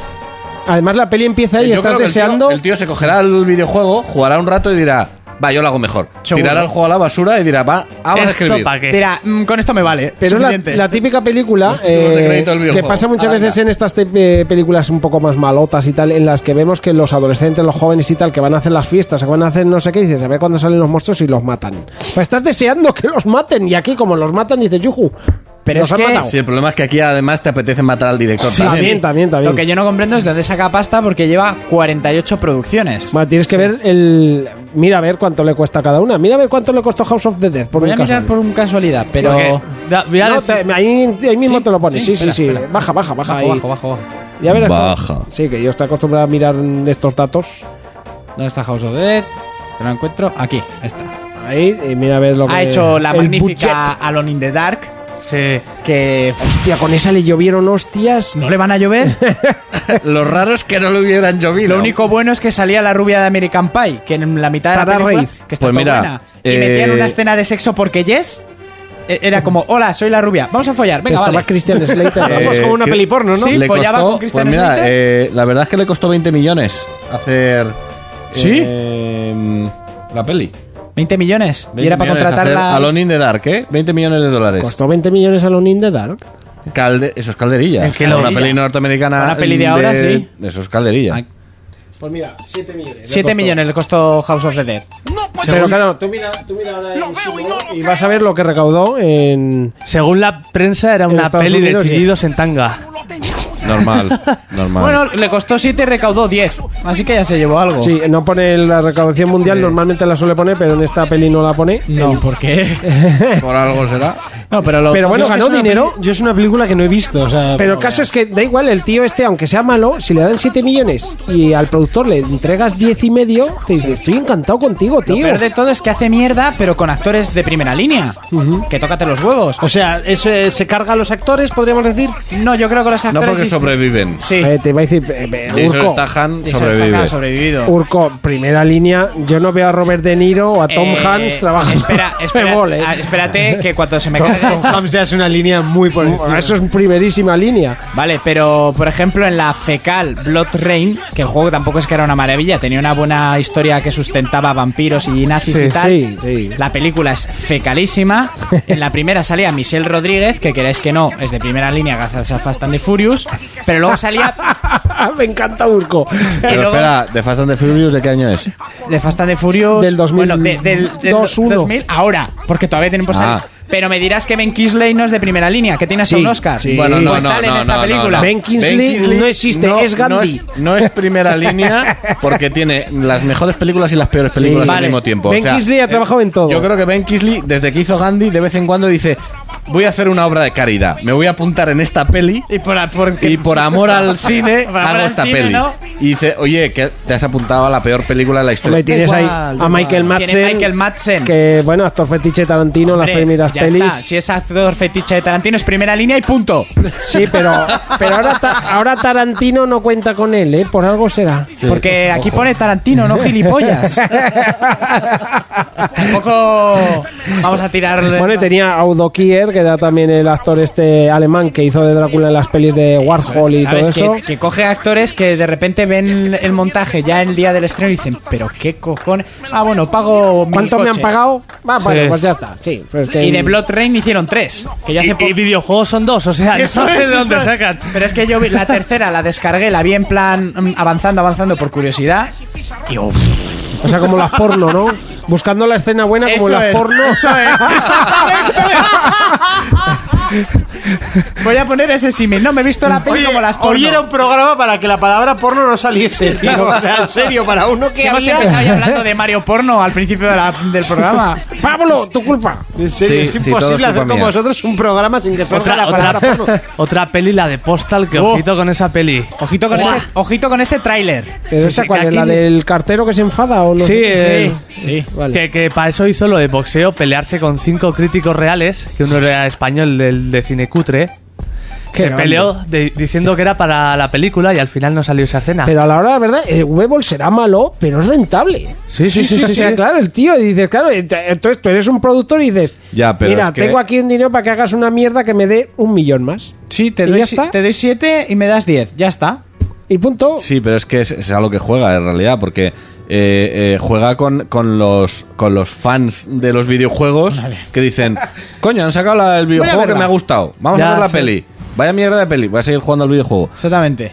S5: Además, la peli empieza y
S6: Yo
S5: estás
S6: creo que el tío-
S5: deseando.
S6: El tío, se cogerá el videojuego, jugará un rato y dirá, va, yo lo hago mejor.
S3: Seguro.
S6: Tirará el juego a la basura y dirá, va, ahora a escribir.
S4: ¿Esto para qué?
S3: Mira, mm, con esto me vale.
S5: Pero es la,
S3: suficiente.
S5: la típica película
S6: títulos de
S5: eh,
S6: crédito del
S5: que
S6: videojuego.
S5: pasa muchas
S3: Ah, venga.
S5: veces en estas te- eh, películas un poco más malotas y tal, en las que vemos que los adolescentes, los jóvenes y tal, que van a hacer las fiestas, que van a hacer no sé qué, dices, a ver cuándo salen los monstruos y los matan. Pues estás deseando que los maten y aquí como los matan dices, yuju,
S3: Pero
S5: los
S3: es
S5: han
S3: que-
S5: matado.
S6: Sí, el problema es que aquí además te apetece matar al director.
S5: Sí,
S6: también.
S5: también, también, también.
S3: Lo que yo no comprendo es de dónde saca pasta porque lleva 48 producciones.
S5: Bueno, tienes que ver el... Mira a ver cuánto le cuesta a cada una. Mira a ver cuánto le costó House of the Dead, por
S3: Voy
S5: un
S3: a mirar
S5: caso.
S3: por un casualidad, pero.
S4: Porque, da- voy a
S5: No,
S4: decir-
S5: te- ahí, ahí mismo
S3: Sí,
S5: te lo pones.
S3: sí,
S5: Sí, sí,
S3: espera,
S5: sí.
S3: espera.
S5: Baja, baja, baja.
S3: Bajo,
S5: ahí.
S3: bajo, bajo.
S5: Ya verás. cómo-
S6: Baja.
S5: Sí, que yo estoy acostumbrado a mirar estos datos.
S3: ¿Dónde está House of Dead? Que lo encuentro. Aquí, está.
S5: Ahí, y mira a ver lo que
S3: Ha hecho la
S5: el
S3: magnífica
S5: budget.
S3: Alone in the Dark.
S4: Sí.
S3: Que.
S5: Hostia, con esa le llovieron hostias.
S3: ¿No le van a llover?
S6: Lo raro es que no lo hubieran llovido.
S3: Lo único bueno es que salía la rubia de American Pie, que en la mitad de la
S5: Tara
S3: película,
S5: Reid.
S3: que está
S6: Pues
S3: toda
S6: mira,
S3: buena, y metían
S6: eh,
S3: una escena de sexo porque Yes eh, era como, hola, soy la rubia, vamos a follar, venga,
S5: estaba
S3: vale.
S5: Christian Slater.
S1: Vamos,
S6: Eh,
S1: como una
S6: que-
S1: peli porno, ¿no?
S3: Sí,
S6: Le
S3: follaba
S6: costó-
S3: con Christian
S6: pues mira,
S3: Slater.
S6: eh, la verdad es que le costó 20 millones hacer.
S3: ¿Sí?
S6: eh, la peli.
S3: 20 millones, y era para
S6: 20 millones hacer
S3: contratarla.
S6: Alone in the Dark, ¿eh? 20 millones de dólares.
S5: Costó 20 millones a Lone in the Dark.
S6: Calde- eso es calderilla.
S4: Es que
S6: Para
S4: lo-
S6: una peli norteamericana.
S3: Una peli de ahora, sí. Ah,
S6: Eso es calderilla.
S3: Ay,
S5: Pues mira, 7 millones.
S3: 7 millones le costó House of the Dead. Pues
S5: Pero claro, tú mira, tú mira ahora en Sumo y vas a ver lo que recaudó en.
S4: Según la prensa, era
S5: En
S4: una
S5: Estados
S4: peli
S5: Unidos,
S4: de
S5: sí.
S4: chillidos en tanga.
S6: Normal. normal.
S3: Bueno, le costó 7 y recaudó 10, así que ya se llevó algo.
S5: Sí, no pone la recaudación mundial, normalmente la suele poner, pero en esta peli no la pone.
S3: No, ¿por qué?
S6: por algo será.
S3: No, pero lo
S5: Pero bueno,
S3: Dios, que
S5: ganó
S3: es una
S5: dinero.
S1: Yo es una película que no he visto, o sea...
S5: Pero el caso es que da igual, el tío este, aunque sea malo, si le dan 7 millones y al productor le entregas 10 y medio, te dice, estoy encantado contigo,
S3: peli- Lo
S5: tío.
S3: peor de todo es que hace mierda, pero con actores de primera línea. Que tócate los huevos.
S1: O sea, eso, eh, se carga a los actores, podríamos decir.
S3: No, yo creo que los
S6: No
S3: actores.
S6: porque
S3: dicen-
S6: sobreviven.
S3: Sí.
S5: Eh, te iba a decir, eh, eh,
S6: Y Eso
S5: Urco,
S6: está Han
S3: Eso está
S6: sobrevive.
S3: claro, sobrevivido.
S5: Urco, primera línea, yo no veo a Robert De Niro o a Tom
S3: Eh,
S5: Hanks trabajando.
S3: Espera, espera,
S5: Me mole.
S3: ah, espérate que cuando se me
S1: Tom
S3: cargue esto-
S1: Hanks ya es una línea muy por
S5: Bueno,
S1: encima.
S5: Eso es primerísima línea.
S3: Vale, pero por ejemplo en la fecal Blood Rain, que el juego tampoco es que era una maravilla, tenía una buena historia que sustentaba vampiros y nazis
S5: Sí,
S3: y tal.
S5: sí, sí.
S3: La película es fecalísima. En la primera salía Michelle Rodríguez, que queráis que no, es de primera línea gracias a Fast and the Furious, pero luego salía
S5: Me encanta Urco.
S3: y
S6: Pero
S3: luego-
S6: espera, ¿de Fast and the Furious de qué año es?
S3: De Fast and the Furious.
S5: Del 2000.
S3: Bueno, de- del, del
S5: Dos, uno.
S3: 2000. Ahora, porque todavía tienen por salir.
S6: Ah.
S3: Pero me dirás que Ben Kisley no es de primera línea, que tiene hasta
S5: Sí,
S3: un Oscar.
S5: sí.
S6: Bueno, no,
S3: pues
S6: no,
S3: sale en
S6: no,
S3: esta
S6: no, no,
S3: película.
S6: no.
S5: Ben Kingsley no existe, es Gandhi.
S6: No es, no es primera línea porque tiene las mejores películas y las peores películas
S3: Sí.
S6: al
S3: Vale.
S6: mismo tiempo.
S5: Ben
S6: O sea,
S5: Kingsley ha
S6: eh,
S5: trabajado en todo.
S6: Yo creo que Ben Kingsley, desde que hizo Gandhi, de vez en cuando dice: Voy a hacer una obra de caridad, me voy a apuntar en esta peli.
S3: Y por, por-
S6: Y por amor al cine
S3: Por amor
S6: hago
S3: al
S6: esta
S3: cine,
S6: peli.
S3: ¿no?
S6: Y dice, oye, que te has apuntado a la peor película de la historia.
S5: Hombre, tienes ahí
S6: Igual,
S5: a
S6: igual.
S5: Michael Madsen.
S3: Tiene Michael Madsen.
S5: Que bueno, actor fetiche Tarantino, las
S3: Hombre,
S5: primeras
S3: ya
S5: pelis.
S3: está. Si es actor fetiche de Tarantino, es primera línea y punto.
S5: Sí, pero, pero ahora, ta- ahora Tarantino no cuenta con él, ¿eh? Por algo será.
S3: Porque aquí pone Tarantino, no gilipollas. Tampoco vamos a tirarle.
S5: Bueno, y tenía a Udo Kier, que era también el actor este alemán que hizo de Drácula en las pelis de Warhol y todo
S3: ¿Sabes?
S5: eso.
S3: Que, que coge actores que de repente ven el montaje ya el día del estreno y dicen, pero qué cojones. Ah, bueno, pago. mil
S5: ¿Cuánto me han
S3: coche".
S5: pagado? Ah,
S4: Sí.
S5: bueno, pues ya está. Sí, pues que-
S3: Y de Blood Rain hicieron tres. Que yo hace
S4: Y, y
S3: poco.
S4: videojuegos son dos, o sea,
S3: Eso
S4: no sé
S3: es,
S4: de
S3: eso
S4: dónde
S3: es.
S4: sacan.
S3: Pero es que yo vi la tercera, la descargué, la vi en plan mm, avanzando, avanzando por curiosidad. Y uff.
S5: O sea, como las porno, ¿no? Buscando la escena buena como las porno.
S3: Eso es, exactamente. Voy a poner ese símil. No, me he visto la peli
S1: Oye,
S3: como las porno.
S1: hoy era un programa para que la palabra porno no saliese, tío. O sea, en serio, para uno que
S3: Si hemos
S1: había-
S3: empezado ya hablando de Mario Porno al principio de la- del programa.
S5: Pablo, tu culpa.
S1: En serio,
S6: Sí,
S1: es
S6: sí,
S1: imposible
S6: todo es culpa
S1: hacer con
S6: mía.
S1: vosotros un programa sin que salga
S4: Otra,
S1: la palabra porno.
S4: otra, otra peli, la de Postal, que ojito con esa peli.
S3: Ojito con ese, ojito con ese tráiler.
S5: Pero
S4: Sí,
S5: esa
S4: sí,
S5: cuál
S4: que
S5: es la
S4: aquí-
S5: del cartero que se enfada o no
S4: Sí,
S5: sé?
S4: eh,
S5: sí, vale.
S4: Que, que para eso hizo lo de boxeo, pelearse con cinco críticos reales, que uno era español del de Cinecutre.
S5: Qué
S4: Se
S5: grande.
S4: peleó de- diciendo que era para la película y al final no salió esa escena.
S5: Pero a la hora de la verdad, el Webol será malo, pero es rentable.
S4: Sí, sí, sí,
S5: o
S4: sí,
S5: sea,
S4: sí.
S5: claro, el tío dice, claro, ent- entonces tú eres un productor y dices,
S6: Ya, pero
S5: mira,
S6: es que-
S5: tengo aquí un dinero para que hagas una mierda que me dé un millón más.
S3: Sí, te
S5: ¿Y
S3: doy,
S5: ya está?
S3: te doy siete y me das 10. Ya está.
S5: Y punto.
S6: Sí, pero es que es, es a lo que juega en realidad, porque eh, eh, juega con, con, los, con los fans de los videojuegos que dicen, coño, han sacado la- el videojuego que
S3: verla.
S6: me ha gustado, vamos a
S4: Ya,
S6: ver la
S4: sí.
S6: peli, vaya mierda de peli, voy a seguir jugando al videojuego.
S3: Exactamente.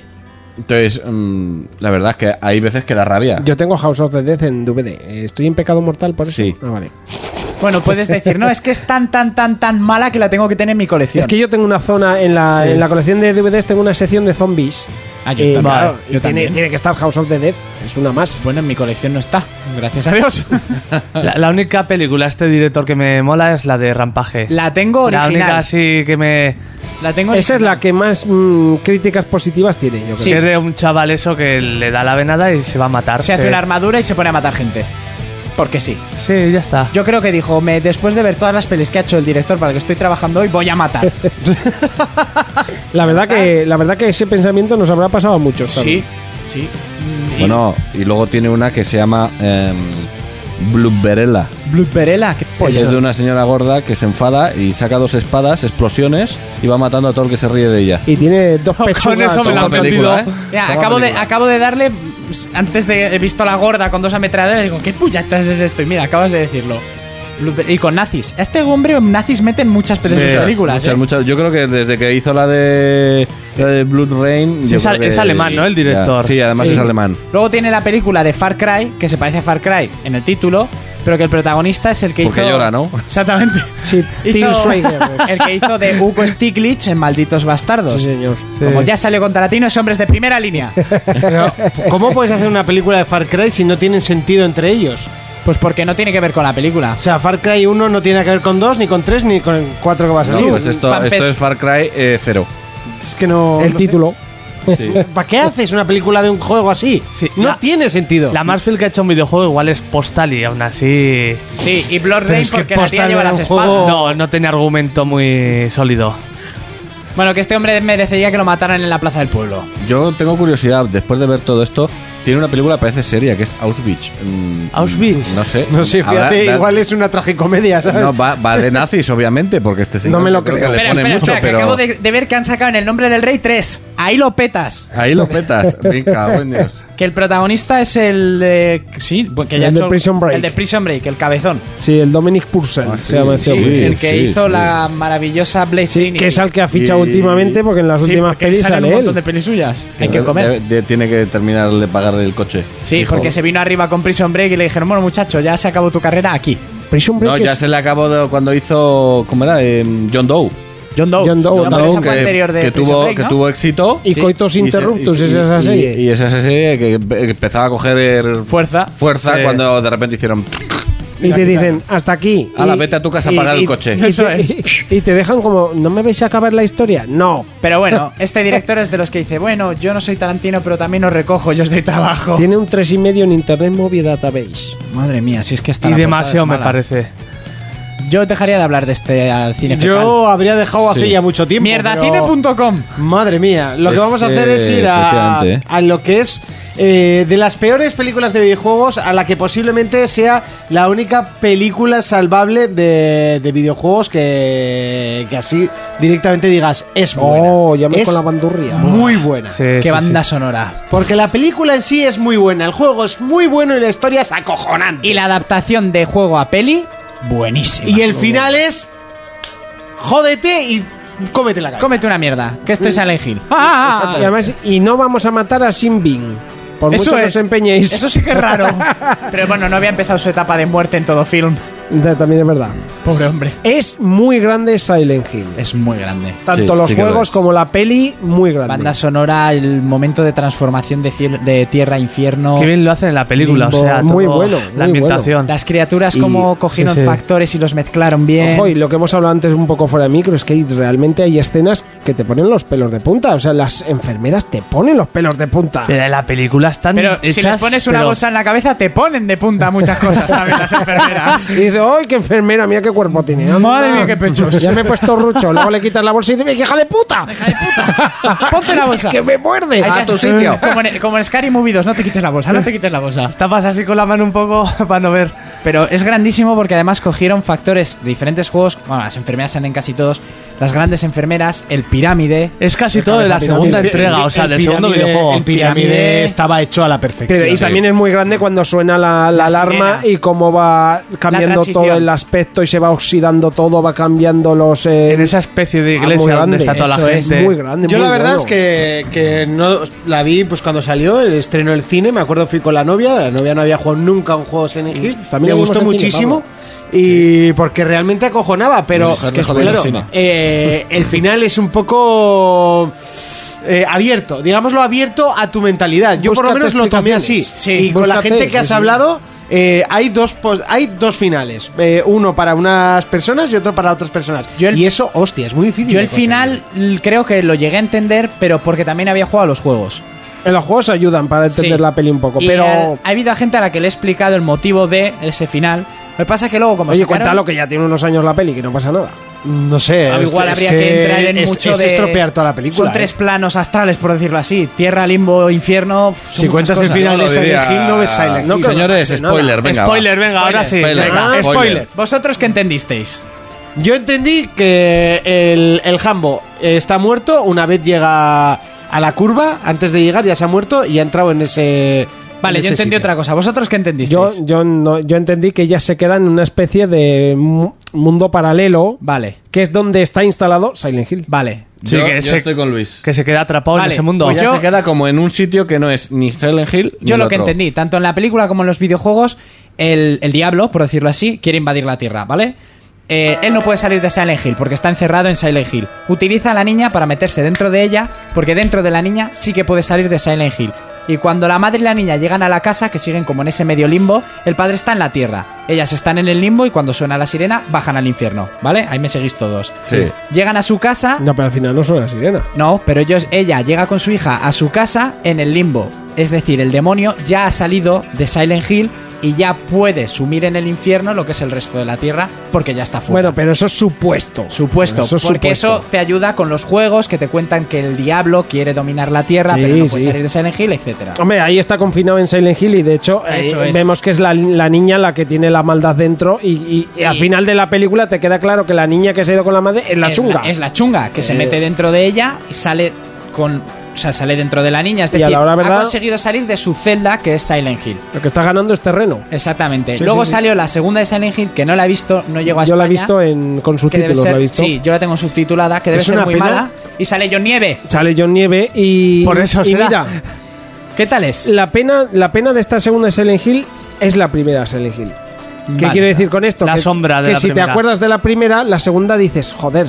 S6: Entonces, mm, la verdad es que hay veces que da rabia.
S5: Yo tengo House of the Dead en DVD. Estoy en pecado mortal por eso.
S6: Sí.
S5: Ah, vale.
S3: Bueno, puedes decir, no, es que es tan, tan, tan, tan mala que la tengo que tener en mi colección.
S5: Es que yo tengo una zona en la, en la colección de DVDs, tengo una sección de zombies. Eh,
S3: Ah, yo también. Vale,
S5: y tiene,
S3: yo también.
S5: tiene que estar House of the Dead, es una más.
S3: Bueno, en mi colección no está, gracias a Dios.
S4: La, la única película, este director que me mola es la de Rampaje.
S3: La tengo
S4: La
S3: original.
S4: única así que me.
S3: La tengo
S5: Esa es
S3: original.
S5: la que más mm, críticas positivas tiene, yo creo.
S4: que es de un chaval eso que le da la venada y se va a matar.
S3: Se hace
S4: Sí.
S3: una armadura y se pone a matar gente. Porque sí.
S4: Sí, ya está.
S3: Yo creo que dijo, me, después de ver todas las pelis que ha hecho el director para el que estoy trabajando hoy, voy a matar.
S5: La verdad que la verdad que ese pensamiento nos habrá pasado a muchos.
S3: sí,
S5: también.
S3: sí. Mm,
S6: Bueno, y luego tiene una que se llama em, Bluberella.
S3: Bluperela, qué
S6: Y
S3: pollo.
S6: Pues es de una señora gorda que se enfada y saca dos espadas, explosiones y va matando a todo el que se ríe de ella.
S5: Y tiene dos pechugas.
S4: eso me la
S6: Toma
S4: han
S6: película,
S4: vendido.
S6: ¿eh?
S3: Mira,
S6: Toma
S3: acabo, de,
S6: película.
S3: acabo de darle. pues, Antes de he visto a la gorda con dos ametralladoras y digo, ¿qué puñetas es esto? Y mira, acabas de decirlo. Blooper- Y con nazis. A este hombre nazis meten muchas pelis en sus
S6: Muchas,
S3: películas.
S6: muchas,
S3: ¿eh?
S6: muchas. Yo creo que desde que hizo la de, la de Blood Rain.
S4: Sí,
S6: yo
S4: es
S6: creo
S4: al-
S6: que-
S4: es alemán, ¿no? El director.
S6: ya. Sí, además
S4: Sí.
S6: es alemán.
S3: Luego tiene la película de Far Cry, que se parece a Far Cry en el título, pero que el protagonista es el que
S6: Porque
S3: hizo.
S6: llora, ¿no?
S3: Exactamente.
S5: Sí, Till Schweiger.
S3: el que hizo de Hugo Stiglitz en Malditos Bastardos.
S5: Sí, señor.
S3: Como ya salió con Tarantino, es hombres de primera línea.
S1: Pero, ¿Cómo puedes hacer una película de Far Cry si no tienen sentido entre ellos?
S3: Pues porque no tiene que ver con la película.
S1: O sea, Far Cry 1 no tiene que ver con 2, ni con 3, ni con 4 que va a
S6: No,
S1: salir.
S6: pues esto,
S3: Pampet.
S6: esto es Far Cry eh, 0.
S1: Es que no.
S5: El título.
S1: ¿Para qué haces una película de un juego así?
S4: Sí,
S1: no
S4: la-
S1: tiene sentido.
S4: La más fiel que ha hecho un videojuego igual es Postal y aún así.
S3: Sí, y Blood
S1: Pero
S3: Rain
S1: es que
S3: porque la tía
S1: Postal
S3: lleva
S1: era
S3: las
S1: un
S3: espadas.
S1: juego-
S4: No, no tenía argumento muy sólido.
S3: Bueno, que este hombre merecería que lo mataran en la plaza del pueblo.
S6: Yo tengo curiosidad, después de ver todo esto, tiene una película que parece seria, que es Auschwitz. Mm,
S4: Auschwitz.
S6: No sé.
S1: No sé,
S6: Habrá-
S1: fíjate,
S6: da-
S1: igual es una tragicomedia, ¿sabes?
S6: No, va, va de nazis, obviamente, porque este señor
S5: No me lo
S6: yo que
S5: creo.
S6: le
S3: espera,
S6: pone
S3: espera,
S6: mucho,
S3: espera,
S6: pero
S3: que acabo de, de ver que han sacado en el nombre del rey 3. Ahí lo petas.
S6: ahí lo petas. Venga, buen Dios.
S3: Que el protagonista es el de. Sí, que ya
S5: El
S3: ha
S5: de
S3: hecho-
S5: Prison Break.
S3: El de Prison Break, el cabezón.
S5: Sí, el Dominic Purcell
S6: Ah,
S5: se
S6: sí,
S5: llama ese
S6: sí.
S5: hombre.
S3: el que
S6: sí,
S3: hizo
S6: sí.
S3: la maravillosa Blade
S5: Sí,
S3: Trinity.
S5: que es al que ha fichado
S6: Y-
S5: últimamente porque en las
S3: Sí,
S5: últimas
S3: porque
S5: pelis
S3: salen
S5: sale
S3: un
S5: él.
S3: montón de pelis suyas. Hay que comer.
S6: Debe- de- tiene que terminar de pagar el coche.
S3: Sí,
S6: Fijo.
S3: porque se vino arriba con Prison Break y le dijeron, bueno, muchacho, ya se acabó tu carrera aquí.
S5: Prison Break
S6: No, ya
S5: es-
S6: se le acabó de- cuando hizo. ¿Cómo era? Em, John Doe.
S3: John Doe.
S5: John Doe,
S3: No,
S5: John
S3: pero
S5: Doe,
S3: esa fue
S6: que,
S3: anterior de
S6: que
S3: Prison
S6: tuvo,
S3: Break,
S6: que
S3: ¿no?
S6: tuvo éxito.
S5: Y Coitos
S6: se-
S5: Interruptus, esa es la
S6: y-
S5: serie.
S6: Y, esa es la serie que empe- que empezaba a coger
S3: Fuerza.
S6: fuerza
S4: Sí.
S6: cuando de repente hicieron.
S5: Y te dicen, hasta aquí.
S6: Ala,
S5: Y-
S6: vete a tu casa a
S5: y-
S6: pagar el
S5: y-
S6: coche.
S5: y te-
S3: Eso es.
S5: Y te dejan como, ¿no me vais a acabar la historia? No.
S3: Pero bueno, este director es de los que dice, bueno, yo no soy Tarantino, pero también os recojo, yo os doy trabajo.
S5: Tiene un 3,5 en Internet Movie Database.
S3: Madre mía, si es que está
S4: Y demasiado me parece.
S3: Yo dejaría de hablar de este al cine fecal.
S1: Yo habría dejado hace
S6: Sí.
S1: ya mucho tiempo. pero-
S3: Mierdacine.com.
S1: Madre mía, lo que
S6: Es
S1: vamos a
S6: que,
S1: hacer es ir a,
S6: efectivamente, ¿eh?
S1: a lo que es eh, de las peores películas de videojuegos a la que posiblemente sea la única película salvable de, de videojuegos que, que así directamente digas es buena.
S5: Oh, ya me
S1: Es
S5: con la bandurria.
S1: Muy buena.
S4: Sí,
S3: Qué
S4: sí,
S3: banda
S4: sí.
S3: sonora.
S1: Porque la película en sí es muy buena, el juego es muy bueno y la historia es acojonante.
S3: Y la adaptación de juego a peli, buenísima.
S1: Y el final es jódete y cómete la cara.
S3: Cómete una mierda, que esto es Silent
S4: Ah,
S3: Hill.
S5: Y además, y no vamos a matar a Sin Bing. Por
S3: Eso
S5: mucho que
S3: es.
S5: os empeñéis.
S3: Eso sí que es raro. Pero bueno, no había empezado su etapa de muerte en todo film.
S5: Ya, También es verdad.
S3: Pobre hombre.
S5: Es muy grande Silent Hill.
S3: Es muy grande.
S5: Tanto
S6: Sí,
S5: los
S6: sí que lo
S5: juegos
S6: es.
S5: como la peli, muy grande.
S3: Banda sonora, el momento de transformación de, cielo- de tierra a infierno.
S4: Qué bien lo hacen en la película,
S5: Limbo,
S4: o sea, todo
S5: muy bueno, muy
S4: la ambientación.
S3: Las criaturas como cogieron
S4: sí, sí.
S3: factores y los mezclaron bien.
S5: Ojo, y lo que hemos hablado antes un poco fuera de micro es que hay- realmente hay escenas que te ponen los pelos de punta. O sea, las enfermeras te ponen los pelos de punta.
S4: Pero en la película están
S3: Pero si
S4: hechas,
S3: les pones una
S4: pero-
S3: bolsa en la cabeza, te ponen de punta muchas cosas también las enfermeras.
S5: Y dices, ¡ay, qué enfermera! Mira qué cuerpo tiene. Anda.
S3: Madre mía, qué pechos.
S5: Ya me he puesto rucho. Luego le quitas la bolsa y dices, ¡hija de puta!
S3: Ponte la bolsa.
S5: ¡Que me muerde!
S3: Hay que-
S6: a tu sitio.
S3: Como en, como en Scary Movie 2, no te quites la bolsa, no te quites la bolsa.
S4: Tapas así con la mano un poco para no ver.
S3: Pero es grandísimo porque además cogieron factores de diferentes juegos. Bueno, las enfermedades salen en casi todos. las grandes enfermeras, el pirámide.
S4: Es casi todo de la
S5: pirámide.
S4: segunda
S5: El-
S4: entrega, o sea, del segundo videojuego.
S3: el pirámide
S1: estaba hecho a la perfección.
S5: Pero- y también es muy grande cuando suena la, la
S3: Mm. La
S5: alarma
S3: sirena.
S5: y cómo va cambiando
S3: transición.
S5: todo el aspecto y se va oxidando todo, va cambiando los... eh,
S4: En esa especie de
S5: ah, muy
S4: iglesia donde
S5: grande.
S4: está toda la
S5: Eso es
S4: gente.
S5: muy grande.
S1: Yo
S5: muy
S1: la verdad
S5: bueno.
S1: es que, que no la vi pues cuando salió el estreno del cine, me acuerdo fui con la novia, la novia no había jugado nunca a un juego Silent Hill,
S5: Mm, También
S1: también
S5: la
S1: le
S5: vimos
S1: gustó
S5: en cine,
S1: muchísimo
S5: Pablo.
S1: y porque realmente acojonaba, pero
S6: Mejor
S1: que,
S6: mejor del
S1: claro,
S6: cine.
S1: eh, el final es un poco eh, abierto, digámoslo abierto a tu mentalidad. Yo por lo menos
S5: Búscate
S1: lo tomé así
S5: explicaciones.
S1: y
S5: Sí,
S1: con la
S5: búscate,
S1: gente que has
S5: sí, sí.
S1: hablado eh, hay dos pos- hay dos finales, eh, uno para unas personas y otro para otras personas.
S3: Yo el-
S1: y eso, hostia, es muy difícil.
S3: Yo
S1: de
S3: el
S1: conseguir.
S3: final l- creo que lo llegué a entender, pero porque también había jugado a los juegos.
S5: En los juegos ayudan para entender
S3: Sí.
S5: la peli un poco,
S3: Y al-
S5: pero...
S3: ha habido gente a la que le he explicado el motivo de ese final. Lo que pasa es que luego, como
S5: Oye,
S3: sacaron-
S5: cuéntalo que ya tiene unos años la peli, que no pasa nada.
S1: No sé.
S3: Ah,
S1: es-
S3: igual
S1: es
S3: habría que, entrar en
S1: es-
S3: mucho
S1: es
S3: de-
S1: estropear toda la película.
S3: Son tres
S1: ¿eh?
S3: planos astrales, por decirlo así. Tierra, limbo, infierno. pf, son
S1: Si
S3: muchas
S1: cuentas el
S3: cosas.
S1: final
S6: No
S1: de
S6: lo
S1: Silent
S6: diría.
S1: Hill, no ves Silent Hill.
S5: No, creo que
S6: Señores,
S5: pase nada.
S6: spoiler, venga. va.
S4: Spoiler, venga, ahora sí.
S6: Spoiler,
S1: Venga, spoiler.
S3: ¿Vosotros qué entendisteis?
S1: Yo entendí que el, el Hambo eh, está muerto. Una vez llega a la curva, antes de llegar ya se ha muerto y ha entrado en ese.
S3: Vale,
S1: en
S3: yo
S1: ese
S3: entendí
S1: sitio.
S3: otra cosa. ¿Vosotros qué
S5: Yo,
S3: entendisteis?
S5: yo, no, yo entendí que ya se queda en una especie de mu- mundo paralelo,
S3: Vale,
S5: que es donde está instalado Silent Hill.
S3: vale.
S4: Sí,
S6: Yo-
S4: que
S6: yo
S4: se-
S6: estoy con Luis.
S4: Que se queda atrapado en
S3: Vale,
S4: ese mundo.
S3: pues
S6: Ya
S3: yo-
S6: se queda como en un sitio que no es ni Silent Hill ni
S3: Yo
S6: el
S3: lo que
S6: otro.
S3: entendí, tanto en la película como en los videojuegos, el, el diablo, por decirlo así, quiere invadir la Tierra, ¿vale? Eh, él no puede salir de Silent Hill porque está encerrado en Silent Hill. Utiliza a la niña para meterse dentro de ella, porque dentro de la niña sí que puede salir de Silent Hill. Y cuando la madre y la niña llegan a la casa, que siguen como en ese medio limbo, el padre está en la tierra. Ellas están en el limbo y cuando suena la sirena, bajan al infierno, ¿vale? Ahí me seguís todos.
S6: Sí.
S3: Llegan a su casa.
S5: No, pero al final no suena la sirena.
S3: No, Oh, pero ellos, ella llega con su hija a su casa en el limbo. Es decir, el demonio ya ha salido de Silent Hill y ya puede sumir en el infierno lo que es el resto de la tierra porque ya está fuera.
S5: Bueno, pero eso es supuesto.
S3: supuesto,
S5: Eso es
S3: porque
S5: supuesto.
S3: eso te ayuda con los juegos que te cuentan que el diablo quiere dominar la tierra,
S5: Sí,
S3: pero no
S5: sí.
S3: puede salir de Silent Hill, etcétera.
S5: Hombre, ahí está confinado en Silent Hill y de hecho eh,
S3: Eso es.
S5: vemos que es la, la niña la que tiene la maldad dentro y, y- y al
S3: Y-
S5: final de la película te queda claro que la niña que se ha ido con la madre es la
S3: es
S5: chunga.
S3: es la chunga, que se
S5: Eh.
S3: mete dentro de ella y sale con. O sea, sale dentro de la niña. Es
S5: Y a la
S3: decir,
S5: hora verdad-
S3: ha conseguido salir de su celda, que es Silent Hill.
S5: Lo que está ganando es terreno.
S3: Exactamente.
S5: Sí,
S3: Eh, Luego
S5: sí, sí.
S3: salió la segunda de Silent Hill, que no la he visto, no llegó a
S5: Yo la he
S3: España.
S5: visto en, con
S3: que debe
S5: subtítulos,
S3: ser-
S5: la he visto.
S3: Sí, yo la tengo subtitulada, que debe
S1: Es
S3: ser
S1: una
S3: muy
S1: pena.
S3: mala. Y sale John Nieve.
S5: Sale John Nieve y.
S4: Por eso
S5: y
S4: será.
S5: mira,
S3: ¿Qué tal es?
S5: la pena, la pena de esta segunda Silent Hill es la primera Silent Hill. ¿Qué
S3: Vale.
S5: quiero decir con esto?
S4: La
S5: que,
S4: sombra de
S5: que
S4: la
S5: si te
S4: primera.
S5: acuerdas de la primera, la segunda dices, joder,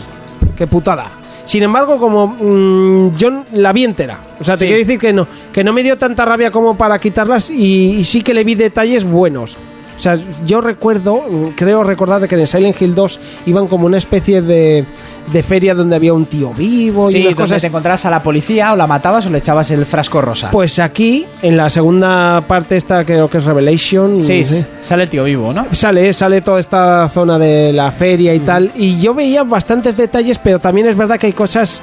S5: qué putada. Sin embargo, como mm, yo la vi entera. O sea, te
S3: Sí.
S5: quiero decir que no, que no me dio tanta rabia como para quitarlas y, y sí que le vi detalles buenos. O sea, yo recuerdo, mm, creo recordar que en Silent Hill 2 iban como una especie de, de feria donde había un tío vivo
S3: sí,
S5: y unas
S3: donde
S5: cosas.
S3: te encontrabas a la policía o la matabas o le echabas el frasco rosa.
S5: Pues aquí, en la segunda parte, esta creo que es Revelation.
S3: sí,
S5: no sé.
S3: sale el tío vivo, ¿no? Mm.
S5: Sale, sale toda esta zona de la feria y tal. Y yo veía bastantes detalles, pero también es verdad que hay cosas.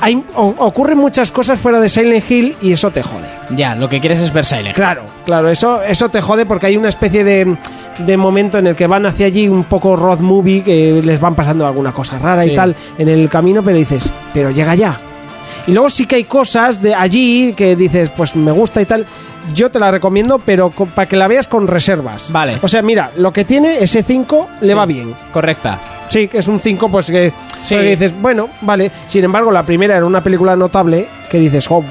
S5: Hay, o- ocurren muchas cosas fuera de Silent Hill y eso te jode.
S3: Ya, lo que quieres es ver Silent Hill.
S5: Claro, claro, eso, eso te jode porque hay una especie de, de momento en el que van hacia allí un poco road movie, que les van pasando alguna cosa rara y
S3: Sí.
S5: tal en el camino, pero dices, pero llega ya. Y luego sí que hay cosas de allí que dices, pues me gusta y tal. Yo te la recomiendo, pero co- para que la veas con reservas.
S3: Vale.
S5: O sea, mira, lo que tiene ese 5 le
S3: Sí.
S5: va bien.
S3: Correcta.
S5: Sí, que es un 5, pues que
S3: Sí.
S5: pero que dices, bueno, vale. Sin embargo, la primera era una película notable que dices, jo,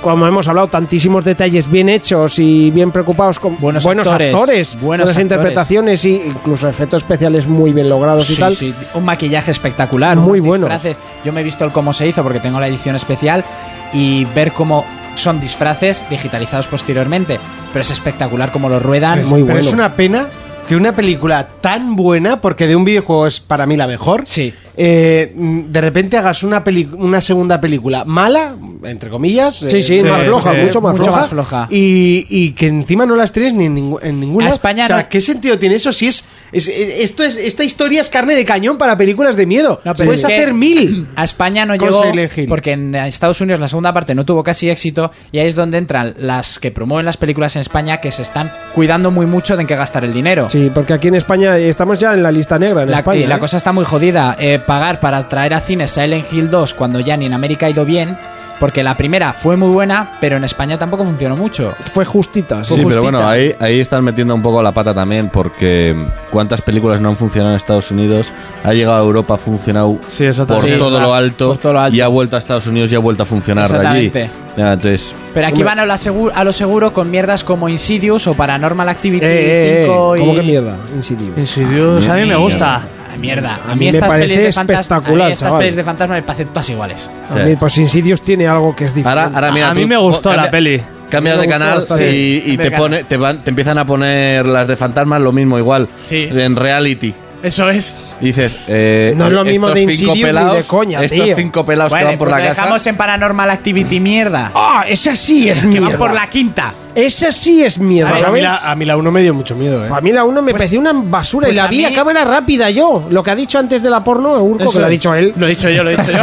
S5: como hemos hablado, tantísimos detalles bien hechos y bien preocupados con
S3: Buenos actores,
S5: actores,
S3: buenos
S5: buenas
S3: actores.
S5: interpretaciones y incluso efectos especiales muy bien logrados y
S3: Sí,
S5: tal.
S3: sí, Un maquillaje espectacular.
S5: Muy
S3: unos
S5: buenos.
S3: disfraces. Yo me he visto el cómo se hizo porque tengo la edición especial y ver cómo son disfraces digitalizados posteriormente. Pero es espectacular cómo lo ruedan.
S5: muy
S1: Pero
S5: bueno.
S1: es una pena que una película tan buena, porque de un videojuego es para mí la mejor,
S3: Sí.
S1: eh, mm, de repente hagas una, peli- una segunda película mala, entre comillas.
S5: Sí, sí,
S1: eh,
S5: más floja, mucho más
S3: mucho
S5: floja.
S3: más floja.
S1: Y, y que encima no las tienes ni en, ningú- en ningún
S3: A
S1: lado.
S3: España
S1: o sea,
S3: no-
S1: ¿qué sentido tiene eso si es, es- es- esto es esta historia es carne de cañón para películas de miedo?
S3: No, pero
S1: Puedes
S3: es que
S1: hacer mil.
S3: A España no
S1: Con
S3: llegó
S1: Silent Hill.
S3: porque en Estados Unidos la segunda parte no tuvo casi éxito y ahí es donde entran las que promueven las películas en España que se están cuidando muy mucho de en qué gastar el dinero.
S5: Sí, porque aquí en España estamos ya en la lista negra. En
S3: La,
S5: España,
S3: y la
S5: ¿eh?
S3: cosa está muy jodida. Eh, pagar para traer a cine Silent Hill 2 cuando ya ni en América ha ido bien, porque la primera fue muy buena, pero en España tampoco funcionó mucho.
S5: fue justita.
S6: Sí, pero bueno, ahí, ahí están metiendo un poco la pata también, porque cuántas películas no han funcionado en Estados Unidos, ha llegado a Europa, ha funcionado
S4: Sí, eso
S6: por,
S4: también.
S6: todo
S3: Sí,
S6: lo alto,
S3: por todo lo alto.
S6: y ha vuelto a Estados Unidos y ha vuelto a funcionar de allí.
S3: Exactamente.
S6: Ya, Entonces,
S3: Pero aquí van a, la segu- a lo seguro con mierdas como Insidious o Paranormal Activity
S5: Eh, eh, eh,
S3: 5 y...
S5: ¿Cómo que mierda? Insidious.
S4: Insidious, Pues a mí me gusta.
S3: Ah, mierda. A
S5: A
S3: mí
S5: mí me
S3: estas
S5: parece
S3: pelis de fantasmas, a
S5: espectacular,
S3: mí estas
S5: chaval.
S3: pelis de fantasmas me parecen todas iguales.
S5: A mí, pues Insidious tiene algo que es diferente.
S6: ahora, ahora mira,
S4: a mí
S6: tú-
S4: me gustó
S6: oh,
S4: la peli.
S6: Cambias
S5: Me
S6: de
S5: gustó
S6: canal
S5: bastante.
S6: y, y
S3: Sí,
S6: te,
S3: cambias de
S6: pone, te, van, te empiezan a poner las de fantasmas lo mismo, igual.
S3: Sí.
S6: En reality.
S3: Eso es.
S6: Y dices, eh,
S5: No es lo mismo
S6: estos
S5: de
S6: cinco
S5: Insidious ni de
S6: pelados,
S5: coña,
S6: Estos
S5: tío.
S6: cinco pelados
S3: Bueno,
S6: que van por
S3: pues
S6: la
S3: lo
S6: casa.
S3: dejamos en Paranormal Activity mierda.
S5: ¡Ah! Esa sí es
S3: que
S5: mierda.
S3: van por la quinta.
S5: Esa sí es mierda,
S1: Pues a, mí
S5: ¿sabes?
S1: la, a mí la uno me dio mucho miedo, ¿eh?
S5: A mí la 1 me
S3: Pues-
S5: pareció una basura
S3: pues
S5: y la
S3: a
S5: vi
S3: mí-
S5: a cámara rápida yo. Lo que ha dicho antes de la porno, Urco,
S3: Eso
S5: que lo ha
S3: es.
S5: dicho él.
S3: Lo he dicho yo, lo he dicho yo.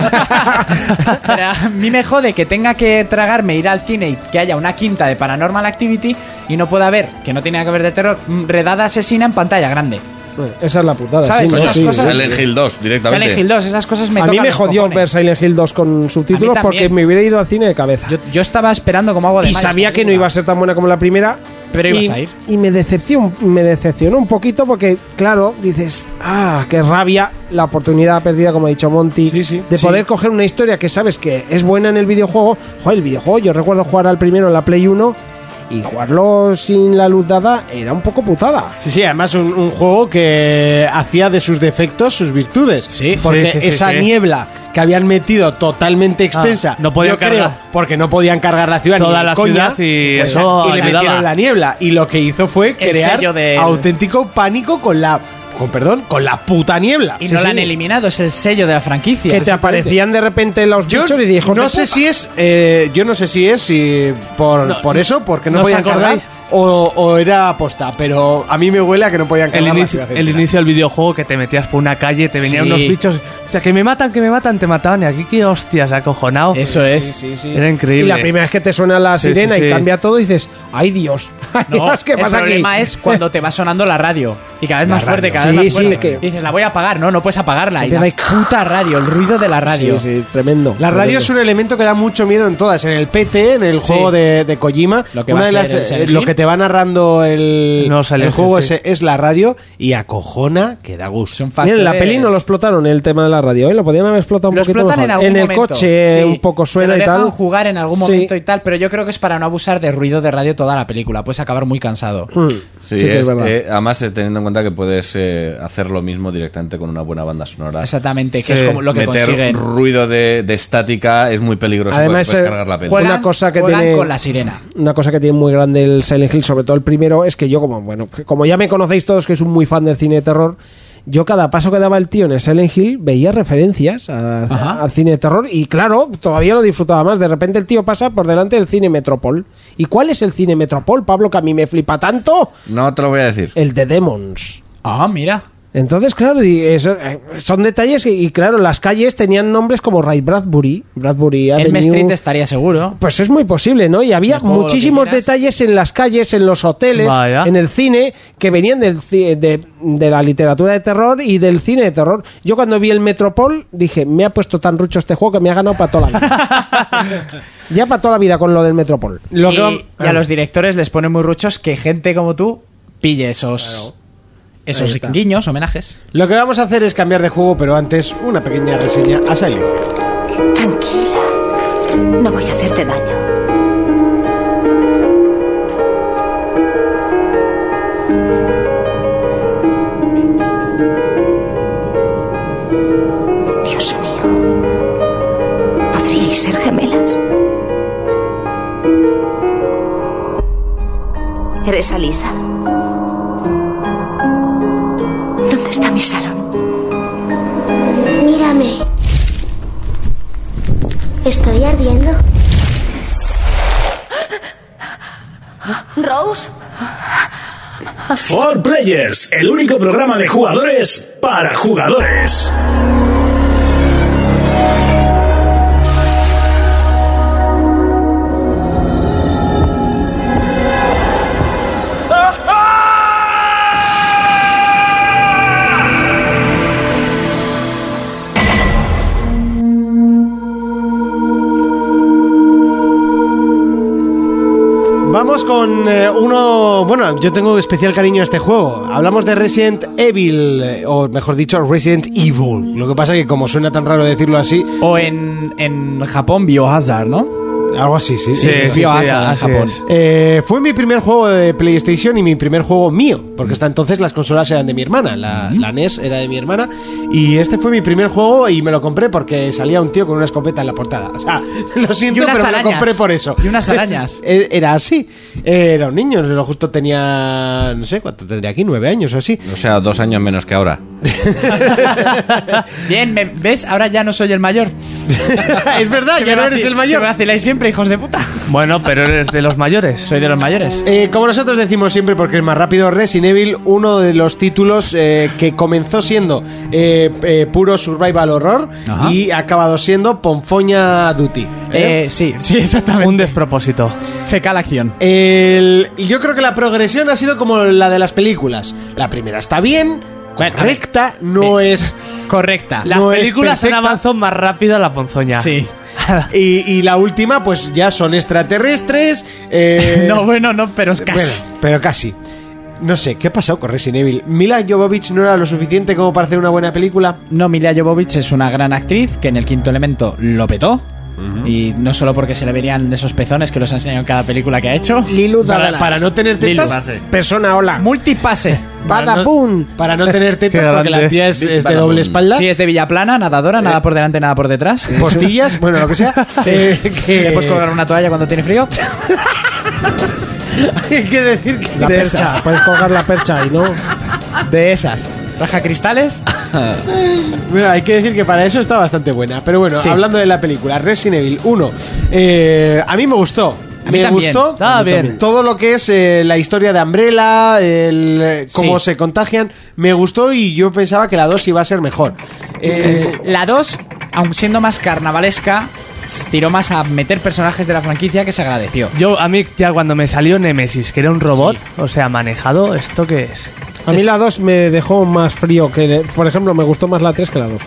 S3: Pero a mí me jode que tenga que tragarme ir al cine y que haya una quinta de Paranormal Activity y no pueda ver, que no tiene nada que ver de terror, mm, redada asesina en pantalla grande.
S5: Bueno, Pues, Esa es la putada.
S3: ¿Sabes?
S5: sí, no,
S3: Esas
S5: sí.
S3: cosas-
S6: pues Silent Hill 2, directamente.
S3: Silent Hill 2, esas cosas me
S5: a mí
S3: tocan
S5: me
S3: los
S5: jodió
S3: cojones.
S5: ver Silent Hill 2 con subtítulos
S3: A mí
S5: porque
S3: también.
S5: me hubiera ido al cine de cabeza.
S3: Yo, yo estaba esperando como agua de
S5: y
S3: mayo
S5: sabía
S3: esta
S5: que no
S3: película.
S5: iba a ser tan buena como la primera.
S3: Pero
S5: y,
S3: ibas a ir.
S5: Y me decepcionó, me decepcionó un poquito porque, claro, dices, ah, qué rabia la oportunidad perdida, como ha dicho Monty,
S1: Sí, sí.
S5: de
S1: Sí.
S5: poder coger una historia que sabes que es buena en el videojuego. Joder, el videojuego, yo recuerdo jugar al primero en la Play 1 y jugarlo sin la luz dada era un poco putada.
S1: Sí, sí, además un, un juego que hacía de sus defectos sus virtudes.
S3: Sí,
S1: porque
S4: sí, sí, sí,
S1: esa
S4: sí. Ah,
S1: niebla que habían metido totalmente extensa.
S4: no podía
S1: yo creo,
S4: cargar.
S1: porque no podían cargar la ciudad.
S4: Toda
S1: ni de
S4: la
S1: coña,
S4: ciudad y
S1: pues,
S4: eso
S1: y le
S4: ayudaba.
S1: metieron la niebla. Y lo que hizo fue
S3: El
S1: crear
S3: sello del-
S1: auténtico pánico con la. Con perdón, con la puta niebla.
S3: Y
S1: Sí,
S3: no
S1: sí.
S3: la han eliminado, es el sello de la franquicia.
S5: Que te aparecían de repente los
S1: Yo
S5: bichos y dijo,
S1: no sé si es, eh, yo no sé si es si por,
S4: No,
S1: por eso, porque
S4: ¿no
S1: no,
S4: os
S1: podían cargar
S4: acordáis?
S1: o, o era aposta, pero a mí me huele a que no podían cargar
S4: El
S1: la
S4: inicio,
S1: ciudad
S4: el
S1: entera.
S4: inicio del videojuego que te metías por una calle, te venían
S3: Sí.
S4: unos bichos. O sea, que me matan, que me matan, te mataban. Y aquí qué hostias, acojonado.
S3: Eso es.
S4: Era increíble.
S5: Y la primera vez que te suena la
S4: Sí, sí,
S5: sirena
S4: sí.
S5: y cambia todo, dices, ay Dios, ay,
S3: No,
S5: Dios, ¿qué
S3: el
S5: pasa aquí?
S3: problema es cuando te va sonando la radio y cada vez más fuerte, cada
S5: Sí,
S3: vez más
S5: sí,
S3: fuerte.
S5: que-
S3: Y dices, la voy a apagar, no, no puedes apagarla. Y
S5: Empieza
S3: la
S5: ahí,
S3: puta radio, el ruido de la radio.
S5: Sí, sí, tremendo.
S1: La radio es un elemento que da mucho miedo en todas. En el PT, en el
S3: Sí.
S1: juego de, de Kojima,
S3: Lo que
S1: una
S3: va a
S1: de
S3: ser el Silent
S1: lo
S3: Hill.
S1: que te va narrando el,
S4: No, Silent
S1: el juego
S4: Hill, sí.
S1: ese es la radio y acojona que da gusto.
S3: Son
S5: Mira, en la
S3: factores-
S5: peli no lo explotaron el tema de la radio, ¿eh? lo podían haber explotado un
S3: Lo
S5: poquito
S3: explotan
S5: mejor.
S3: en algún
S5: el
S3: momento.
S5: coche eh,
S3: Sí,
S5: un poco suena
S3: te lo
S5: y
S3: dejan
S5: tal.
S3: jugar en algún
S5: Sí.
S3: momento y tal, pero yo creo que es para no abusar de ruido de radio toda la película. Puedes acabar muy cansado.
S5: Mm,
S6: Sí,
S5: que
S6: es-
S5: verdad.
S6: eh, además eh, teniendo en cuenta que puedes eh, hacer lo mismo directamente con una buena banda sonora.
S3: Exactamente, que
S4: Sí.
S3: es como lo que
S6: Meter
S3: consiguen.
S6: ruido de, de estática es muy peligroso
S5: Además,
S6: porque puedes
S5: eh,
S6: cargar la peli.
S5: juega- Una cosa que
S3: juegan
S5: tiene-
S3: con la sirena.
S5: Una cosa que tiene muy grande el Silent Hill, sobre todo el primero, es que yo como bueno, como ya me conocéis todos que soy muy fan del cine de terror, yo cada paso que daba el tío en el Silent Hill veía referencias a-
S3: Ajá.
S5: al cine de terror y claro, todavía lo disfrutaba más. De repente el tío pasa por delante del cine Metropol. ¿Y cuál es el cine Metropol, Pablo, que a mí me flipa tanto?
S6: No te lo voy a decir.
S5: El de Demons.
S3: Ah, mira.
S5: Entonces, claro, y eso, eh, son detalles que- y claro, las calles tenían nombres como Ray Bradbury, Bradbury
S3: En
S5: Avenue.
S3: Street estaría seguro.
S5: Pues es muy posible, ¿no? Y había
S3: El juego, lo que
S5: muchísimos
S3: quieras.
S5: detalles en las calles, en los hoteles,
S4: Vaya.
S5: en el cine, que venían del ci- de, de la literatura de terror y del cine de terror. Yo cuando vi el Metropol dije, me ha puesto tan rucho este juego que me ha ganado para toda la vida. ya para toda la vida con lo Ah. del Metropol.
S1: Lo
S3: y,
S1: que va-
S3: y a los directores les ponen muy ruchos que gente como tú pille esos, esos guiños, homenajes.
S1: Lo que vamos a hacer es cambiar de juego, pero antes una pequeña reseña a Silent Hill.
S10: Tranquila. No voy a hacerte daño. Dios mío. ¿Podríais ser gemelas? ¿Eres Alisa? ¿Dónde está mi Sharon?
S11: Mírame. Estoy ardiendo.
S10: ¿Rose?
S2: For Players, el único programa de jugadores para jugadores.
S1: Vamos con eh, uno. Bueno, yo tengo especial cariño a este juego. Hablamos de Resident Evil, eh, o mejor dicho, Resident Evil. Lo que pasa que, como suena tan raro decirlo así.
S3: O en, en Japón, Biohazard, ¿no?
S1: Algo así, sí.
S3: Sí, es Biohazard en Japón.
S1: Eh, fue mi primer juego de PlayStation y mi primer juego mío, porque hasta entonces las consolas eran de mi hermana, la, la NES era de mi hermana, y este fue mi primer juego y me lo compré porque salía un tío con una escopeta en la portada. O sea, lo siento,
S3: Y unas
S1: pero me lo
S3: arañas.
S1: compré por eso.
S3: Y unas arañas.
S1: Eh, Era así. Eh, Era un niño, lo justo tenía, no sé cuánto tendría aquí, nueve años o así.
S6: O sea, dos años menos que ahora.
S3: Bien, ¿me- ¿ves? Ahora ya no soy el mayor.
S1: es verdad, ya no eres el mayor.
S3: Me vaciláis siempre, hijos de puta.
S4: Bueno, pero eres de los mayores.
S3: Soy de los mayores.
S1: Eh, como nosotros decimos siempre, porque es más rápido, Resident Evil, uno de los títulos eh, que comenzó siendo eh, eh, puro survival horror
S3: Ajá.
S1: y ha acabado siendo Ponfoña Duty. ¿eh?
S3: Eh, sí, sí, exactamente.
S4: Un despropósito.
S3: Fecal acción.
S1: El- yo creo que la progresión ha sido como la de las películas. La primera está bien,
S3: Bueno,
S1: correcta, no es...
S3: Correcta.
S4: Las
S1: No es
S4: películas han
S1: perfecta.
S4: avanzado más rápido a la ponzoña.
S3: Sí.
S1: Y, y la última, pues ya son extraterrestres. eh,
S3: no, bueno, no, pero es casi.
S1: Bueno, pero casi. No sé, ¿qué ha pasado con Resident Evil? ¿Mila Jovovich no era lo suficiente como para hacer una buena película?
S3: No, Mila Jovovich es una gran actriz que en el quinto elemento lo petó. Y no solo porque se le verían esos pezones que los ha enseñado en cada película que ha hecho.
S5: Lilu
S1: Para,
S5: Dadalas.
S1: para no tener tetas.
S5: Persona, hola.
S3: Multipase.
S1: para
S5: Bada
S1: no-
S5: boom.
S1: Para no tener tetas
S4: Qué
S1: porque la
S4: grande.
S1: tía es, es de
S6: Bada
S1: doble
S6: boom.
S1: espalda.
S3: Sí, es de Villaplana, nadadora, nada por delante, nada por detrás.
S1: Postillas, bueno, lo que sea. Eh, que-
S3: ¿Le puedes colgar una toalla cuando tiene frío?
S1: Hay que decir que.
S5: La
S3: de
S5: percha.
S3: esas.
S5: Puedes colgar la percha ahí, ¿no?
S3: De esas. Raja cristales.
S1: Bueno, hay que decir que para eso está bastante buena. Pero bueno,
S3: Sí.
S1: hablando de la película, Resident Evil 1. eh, a mí me gustó.
S3: A mí
S1: me
S3: también.
S1: gustó
S4: Estaba bien.
S1: todo lo que es eh, la historia de Umbrella, el, eh, cómo
S3: Sí.
S1: se contagian. Me gustó y yo pensaba que la 2 iba a ser mejor. Eh,
S3: La 2, aun siendo más carnavalesca, tiró más a meter personajes de la franquicia que se agradeció.
S4: Yo, a mí, ya cuando me salió Nemesis, que era un robot, o sea, manejado, ¿esto qué es?
S5: A mí la 2 me dejó más frío que. Por ejemplo, me gustó más la 3 que la 2.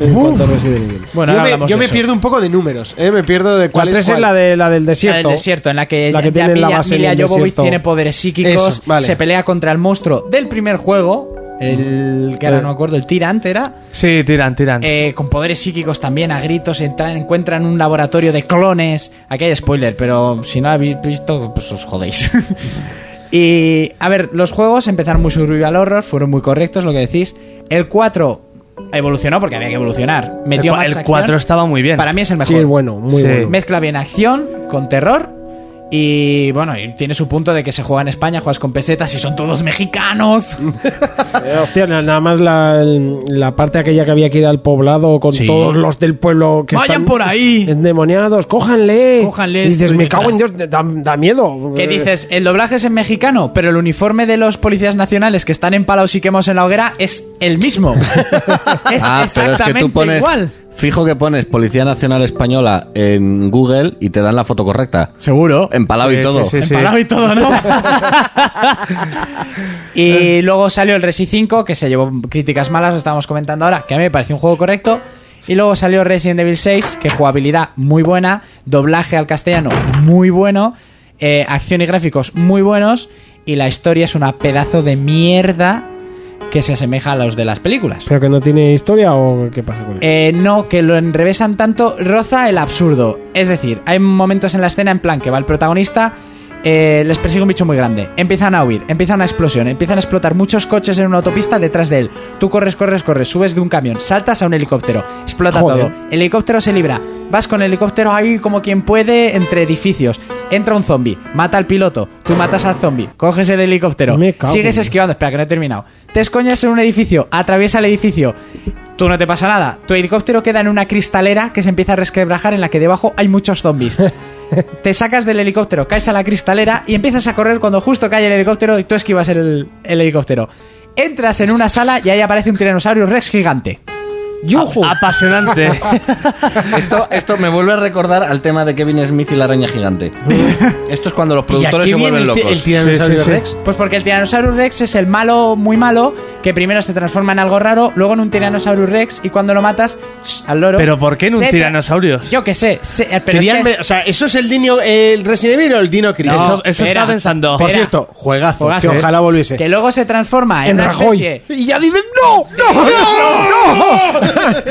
S5: En cuanto a Resident Evil.
S3: Bueno,
S1: Uh. yo
S3: ahora
S1: me,
S3: hablamos
S1: yo
S3: de
S1: me
S3: eso.
S1: pierdo un poco de números. eh, me pierdo de
S5: La
S1: cuál
S5: 3 es,
S1: cuál.
S5: la, de, la del
S3: La
S5: desierto.
S3: del desierto, en la que,
S5: La que
S3: eh, ya
S5: tiene la
S3: Mila-
S5: base en
S3: Mila
S5: el
S3: Jovovich
S5: desierto.
S3: tiene poderes psíquicos,
S1: Eso, vale.
S3: se pelea contra el monstruo del primer juego, el que ahora no me acuerdo, el Tirant era,
S4: Sí, tiran, tiran.
S3: eh, con poderes psíquicos también, a gritos, entran, encuentran un laboratorio de clones. Aquí hay spoiler, pero si no lo habéis visto, pues os jodéis. y, a ver, los juegos empezaron muy survival horror, fueron muy correctos, lo que decís. El 4 evolucionó porque había que evolucionar.
S4: El
S3: Metió
S4: cua-
S3: más
S4: el
S3: acción.
S4: 4 estaba muy bien.
S3: Para mí es el mejor.
S5: Sí, es bueno, muy
S4: Sí.
S5: bueno.
S3: Mezcla bien acción con terror. Y bueno, y tiene su punto de que se juega en España, juegas con pesetas y son todos mexicanos.
S5: Eh, hostia, na- nada más la, la parte aquella que había que ir al poblado con
S3: Sí.
S5: todos los del pueblo que
S3: Vayan
S5: están
S3: por ahí.
S5: endemoniados, cójanle. pues,
S3: Cójanle,
S5: Y dices,
S3: estoy
S5: me cago en
S3: detrás".
S5: Dios, da, da miedo.
S3: Que dices, el doblaje es en mexicano, pero el uniforme de los policías nacionales que están empalados y quemados en la hoguera es el mismo. es
S6: Ah,
S3: exactamente igual.
S6: Fijo que pones Policía Nacional Española en Google y te dan la foto correcta.
S3: Seguro.
S6: Empalado
S4: Sí,
S6: y todo.
S4: sí, sí, sí.
S3: Empalado y
S2: Ah,
S3: todo, ¿no? y luego salió el Resi 5, que se llevó críticas malas, lo estábamos comentando ahora, que a mí me pareció un juego correcto. Y luego salió Resident Evil 6, que jugabilidad muy buena, doblaje al castellano muy bueno, eh, acción y gráficos muy buenos, y la historia es una pedazo de mierda que se asemeja a los de las películas.
S5: ¿Pero que no tiene historia o qué pasa con él?
S3: Eh, no, que lo enrevesan tanto, roza el absurdo. Es decir, hay momentos en la escena en plan que va el protagonista, eh, les persigue un bicho muy grande, empiezan a huir, empieza una explosión, empiezan a explotar muchos coches en una autopista detrás de él. Tú corres, corres, corres, subes de un camión, saltas a un helicóptero, explota
S5: Joder.
S3: todo. El helicóptero se libra, vas con el helicóptero ahí como quien puede entre edificios. Entra un zombie, mata al piloto, tú matas al zombie, coges el helicóptero,
S5: Me cago
S3: sigues
S5: en-
S3: esquivando, espera que no he terminado. Te escoñas en un edificio, atraviesa el edificio, tú no te pasa nada. Tu helicóptero queda en una cristalera que se empieza a resquebrajar en la que debajo hay muchos zombies. te sacas del helicóptero, caes a la cristalera y empiezas a correr cuando justo cae el helicóptero y tú esquivas el, el helicóptero. Entras en una sala y ahí aparece un tiranosaurio rex gigante.
S4: ¡Yuju! apasionante.
S6: Esto, esto me vuelve a recordar al tema de Kevin Smith y la araña gigante. Esto es cuando los productores se vuelven locos.
S3: Sí, sí, sí. Pues porque el Tyrannosaurus Rex es el malo, muy malo, que primero se transforma en algo raro, luego en un Tyrannosaurus Rex y cuando lo matas, ¡ch! al loro.
S4: ¿Pero por qué en un
S3: Se tra-
S4: tiranosaurio?
S3: Yo qué sé, se- eh, pero es
S1: Querían
S3: que-
S1: ver- O sea, ¿eso es el Dino, el Resident Evil o el Dino Crisis?
S4: Eso- eso
S3: espera.
S4: está pensando.
S1: Por
S3: espera.
S1: cierto, juegazo,
S3: Juegazo,
S1: que
S3: eh.
S1: ojalá volviese.
S3: que luego se transforma en,
S5: En
S3: una
S5: Rajoy.
S3: especie-
S5: Y ya dicen, ¡no! ¡No!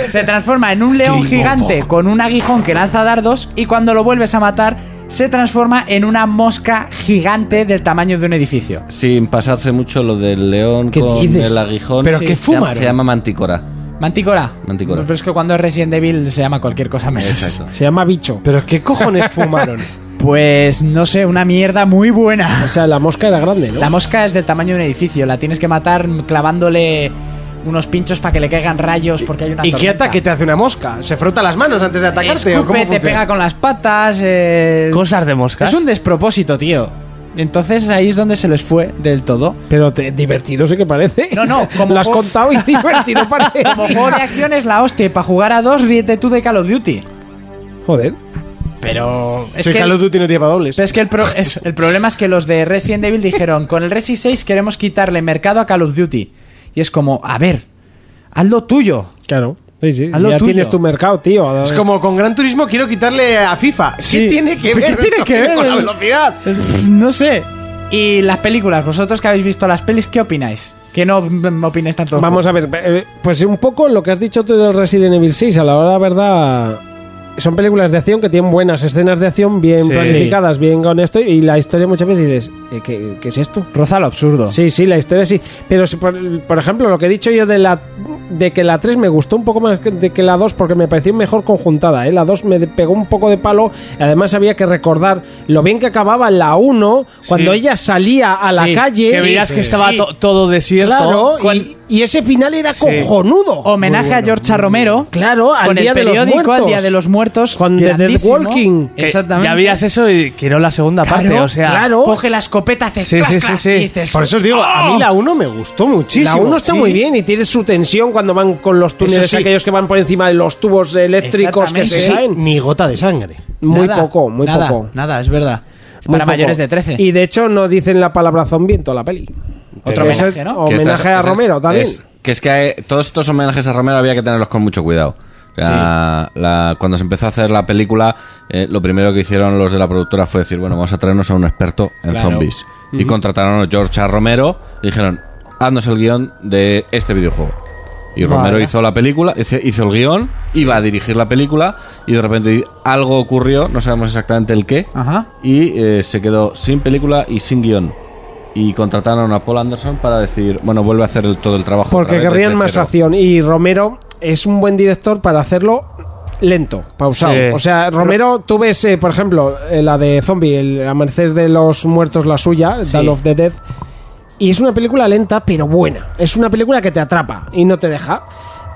S3: se transforma en un león gigante con un aguijón que lanza dardos y cuando lo vuelves a matar se transforma en una mosca gigante del tamaño de un edificio.
S6: Sin pasarse mucho lo del león
S5: ¿Qué
S6: con
S5: dices?
S6: el aguijón.
S1: ¿Pero qué
S6: se llama-
S1: fumaron?
S6: Se llama manticora.
S3: Mantícora.
S6: Mantícora.
S3: Pero es que cuando es Resident Evil se llama cualquier cosa menos.
S6: Exacto.
S5: Se llama bicho.
S1: ¿Pero qué cojones fumaron?
S3: Pues no sé, una mierda muy buena.
S5: O sea, la mosca era grande, ¿no?
S3: La mosca es del tamaño de un edificio, la tienes que matar clavándole unos pinchos para que le caigan rayos porque hay una
S1: ¿Y qué
S3: tormenta.
S1: ataque te hace una mosca? ¿Se frota las manos antes de atacarte?
S3: Escupe,
S1: ¿o cómo
S3: te
S1: funciona?
S3: pega con las patas. eh,
S4: Cosas de moscas.
S3: Es un despropósito, tío. Entonces ahí es donde se les fue del todo.
S5: Pero te- divertido sí que parece.
S3: No, no, como
S5: Lo has
S3: vos-
S5: contado y divertido parece.
S3: Como juego de acción es la hostia. Para jugar a dos, ríete tú de Call of Duty.
S5: Joder.
S3: Pero es
S1: Si
S3: que,
S1: Call of Duty no tiene para dobles.
S3: pero es que el, pro- es- el problema es que los de Resident Evil dijeron: Con el Resi 6 queremos quitarle mercado a Call of Duty. Y es como, a ver, haz lo tuyo.
S5: Claro. Sí, sí.
S3: Haz lo
S5: Ya
S3: tuyo.
S5: tienes tu mercado, tío.
S1: Es como con Gran Turismo quiero quitarle a FIFA. Sí,
S5: Sí.
S1: tiene que
S5: ¿Qué
S1: ver.
S5: tiene
S1: esto
S5: que ver?
S1: con la velocidad.
S3: No sé. Y las películas, vosotros que habéis visto las pelis, ¿qué opináis? Que no mm, opinéis tanto.
S5: Vamos a ver, eh, pues un poco lo que has dicho tú del Resident Evil 6, a la hora, la verdad, son películas de acción que tienen buenas escenas de acción, bien
S4: Sí.
S5: planificadas, bien con esto, y la historia muchas veces dices, eh, ¿qué, qué es esto?
S3: Roza lo absurdo.
S5: Sí, sí, la historia sí, pero si por, por ejemplo, lo que he dicho yo de la de que la 3 me gustó un poco más que, de que la 2 porque me pareció mejor conjuntada, ¿eh? la 2 me de- pegó un poco de palo, además había que recordar lo bien que acababa la 1 cuando
S4: Sí.
S5: ella salía a la
S4: Sí,
S5: calle.
S4: Que veías que estaba
S5: Sí.
S4: to- todo desierto.
S5: Claro,
S4: Cuan-
S5: y, y ese final era cojonudo.
S3: Homenaje a George Romero.
S5: Claro, al
S3: con
S5: Día
S3: el
S5: de los
S3: periódico
S5: Muertos.
S3: al Día de los Muertos.
S5: Con The Dead
S3: grandísimo.
S5: Walking.
S4: que
S3: Exactamente.
S4: Ya veías eso y quiero la segunda
S3: Claro,
S4: parte. O sea,
S3: claro. Coge la escopeta, hace
S4: Sí,
S3: clas,
S4: sí, sí,
S3: clas,
S4: sí.
S3: y dices, "Oh,
S1: Por eso os digo, a mí la 1 me gustó muchísimo.
S5: La 1 está
S1: Sí.
S5: muy bien y tiene su tensión cuando van con los túneles
S1: sí.
S5: aquellos que van por encima de los tubos eléctricos que
S3: Exactamente.
S5: se
S1: Sí,
S5: caen.
S1: ni gota de sangre.
S5: Muy
S3: nada,
S5: poco, muy
S3: nada,
S5: poco.
S3: Nada, es verdad.
S5: Muy
S3: Para
S5: poco.
S3: mayores de 13.
S5: Y de hecho no dicen la palabra zombie en toda la peli.
S3: Otro
S5: Eso
S3: homenaje,
S5: es
S3: ¿no?
S6: Que
S5: Homenaje
S6: estas-
S5: a
S6: esas-
S5: Romero también.
S6: es- que es que eh, todos estos homenajes a Romero había que tenerlos con mucho cuidado. O sea, la- cuando se empezó a hacer la película, eh, lo primero que hicieron los de la productora fue decir, bueno, vamos a traernos a un experto en zombies. Y contrataron a George A. Romero y dijeron, haznos el guión de este videojuego. Y Romero hizo la película, hizo, hizo el guión, iba a dirigir la película y de repente algo ocurrió, no sabemos exactamente el qué,
S3: Ajá.
S6: y eh, se quedó sin película y sin guión. Y contrataron a Paul Anderson para decir, bueno, vuelve a hacer el- todo el trabajo.
S5: Porque
S6: otra vez
S5: querrían
S6: desde
S5: más
S6: cero.
S5: acción. Y Romero es un buen director para hacerlo lento, pausado.
S4: Sí.
S5: O sea, Romero, tú ves, eh, por ejemplo, eh, la de Zombie, El Amanecer de los Muertos, la suya, Dawn of the Dead. Y es una película lenta, pero buena. Es una película que te atrapa y no te deja.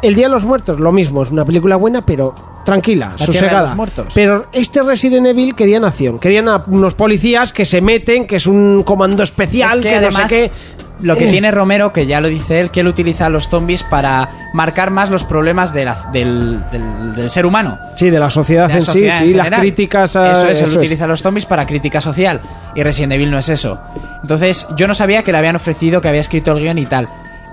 S5: El Día de los Muertos, lo mismo. Es una película buena, pero tranquila,
S3: de
S5: sosegada.
S3: los Muertos.
S5: Pero este Resident Evil querían acción. Querían a unos policías que se meten, que es un comando especial,
S3: Es
S5: que, no sé qué.
S3: Lo que
S5: Eh.
S3: tiene Romero, que ya lo dice él, que él utiliza a los zombies para marcar más los problemas de la- del, del- del ser humano.
S5: Sí, de la sociedad
S3: de la
S5: en sí,
S3: sociedad en
S5: sí, las
S3: general.
S5: críticas a
S3: Eso es,
S5: eso
S3: él
S5: es.
S3: utiliza a los zombies para crítica social. Y Resident Evil no es eso. Entonces, yo no sabía que le habían ofrecido, que había escrito el guión y tal.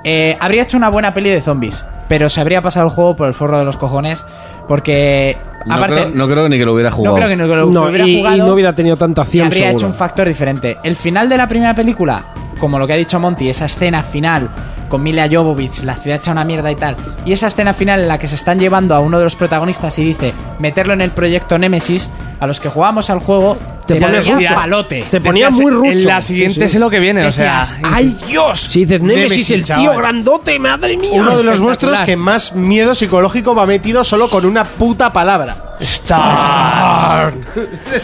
S3: Eh, habría hecho una buena peli de zombies, pero se habría pasado el juego por el forro de los cojones. Porque,
S6: No,
S3: aparte,
S6: creo, no creo ni que lo hubiera jugado.
S3: no creo que no, que lo- que
S5: No,
S3: hubiera
S5: y,
S3: jugado
S5: y no hubiera tenido tanta
S3: y
S5: acción
S3: habría
S5: seguro.
S3: hecho un factor diferente. El final de la primera película, como lo que ha dicho Monty, esa escena final con Mila Jovovich, la ciudad hecha una mierda y tal, y esa escena final en la que se están llevando a uno de los protagonistas y dice meterlo en el proyecto Nemesis, a los que jugamos al juego
S5: Te pone
S3: pones un
S5: rucho.
S3: palote.
S5: Te ponía
S4: decías,
S5: muy rucho.
S4: En la siguiente
S5: Sí, sí.
S4: sé lo que viene, o sea.
S3: Decías, ¡ay Dios!
S5: Si dices Nemesis,
S1: Nemesis,
S5: el tío
S1: chaval.
S5: grandote, madre mía.
S1: Uno de los
S5: Espectacular. Eh,
S1: vuestros que más miedo psicológico va metido solo con una puta palabra. Es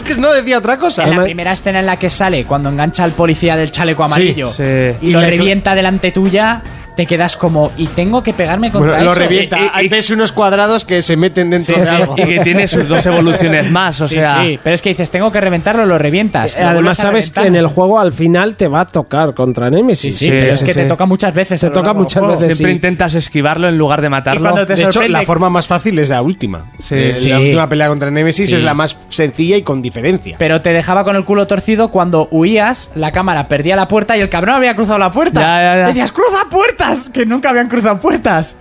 S1: que no decía otra cosa.
S3: En la primera escena en la que sale, cuando engancha al policía del chaleco amarillo
S4: sí.
S3: y
S1: Y
S3: lo
S1: le-
S3: revienta delante tuya, te quedas como, y tengo que pegarme contra
S1: Bueno, lo
S3: eso".
S1: revienta.
S3: Y- y-
S1: Hay ves unos cuadrados que se meten dentro de algo.
S4: Y que tiene sus dos evoluciones más, o
S3: Sí,
S4: sea.
S3: sí, pero es que dices, tengo que reventarlo, lo revientas. lo
S5: Además,
S3: vuelves a
S5: sabes
S3: reventar.
S5: que en el juego al final te va a tocar contra
S3: Sí,
S5: Nemesis.
S3: sí,
S4: Sí,
S3: pero es
S4: sí,
S3: que te
S4: sí.
S3: toca muchas veces.
S5: Te
S3: a lo
S5: toca
S3: largo del
S5: muchas
S3: juego.
S5: veces,
S4: Siempre
S5: sí.
S4: intentas esquivarlo en lugar de matarlo.
S3: cuando te
S1: De hecho,
S3: sorprende-
S1: la forma más fácil es la última.
S4: Sí.
S1: Eh,
S4: Sí.
S1: La última pelea contra Nemesis
S3: Sí.
S1: es la más sencilla y con diferencia.
S3: Pero te dejaba con el culo torcido cuando huías, la cámara perdía la puerta y el cabrón había cruzado la puerta.
S4: Ya, ya, ya.
S3: Decías, cruza puertas, que nunca habían cruzado puertas.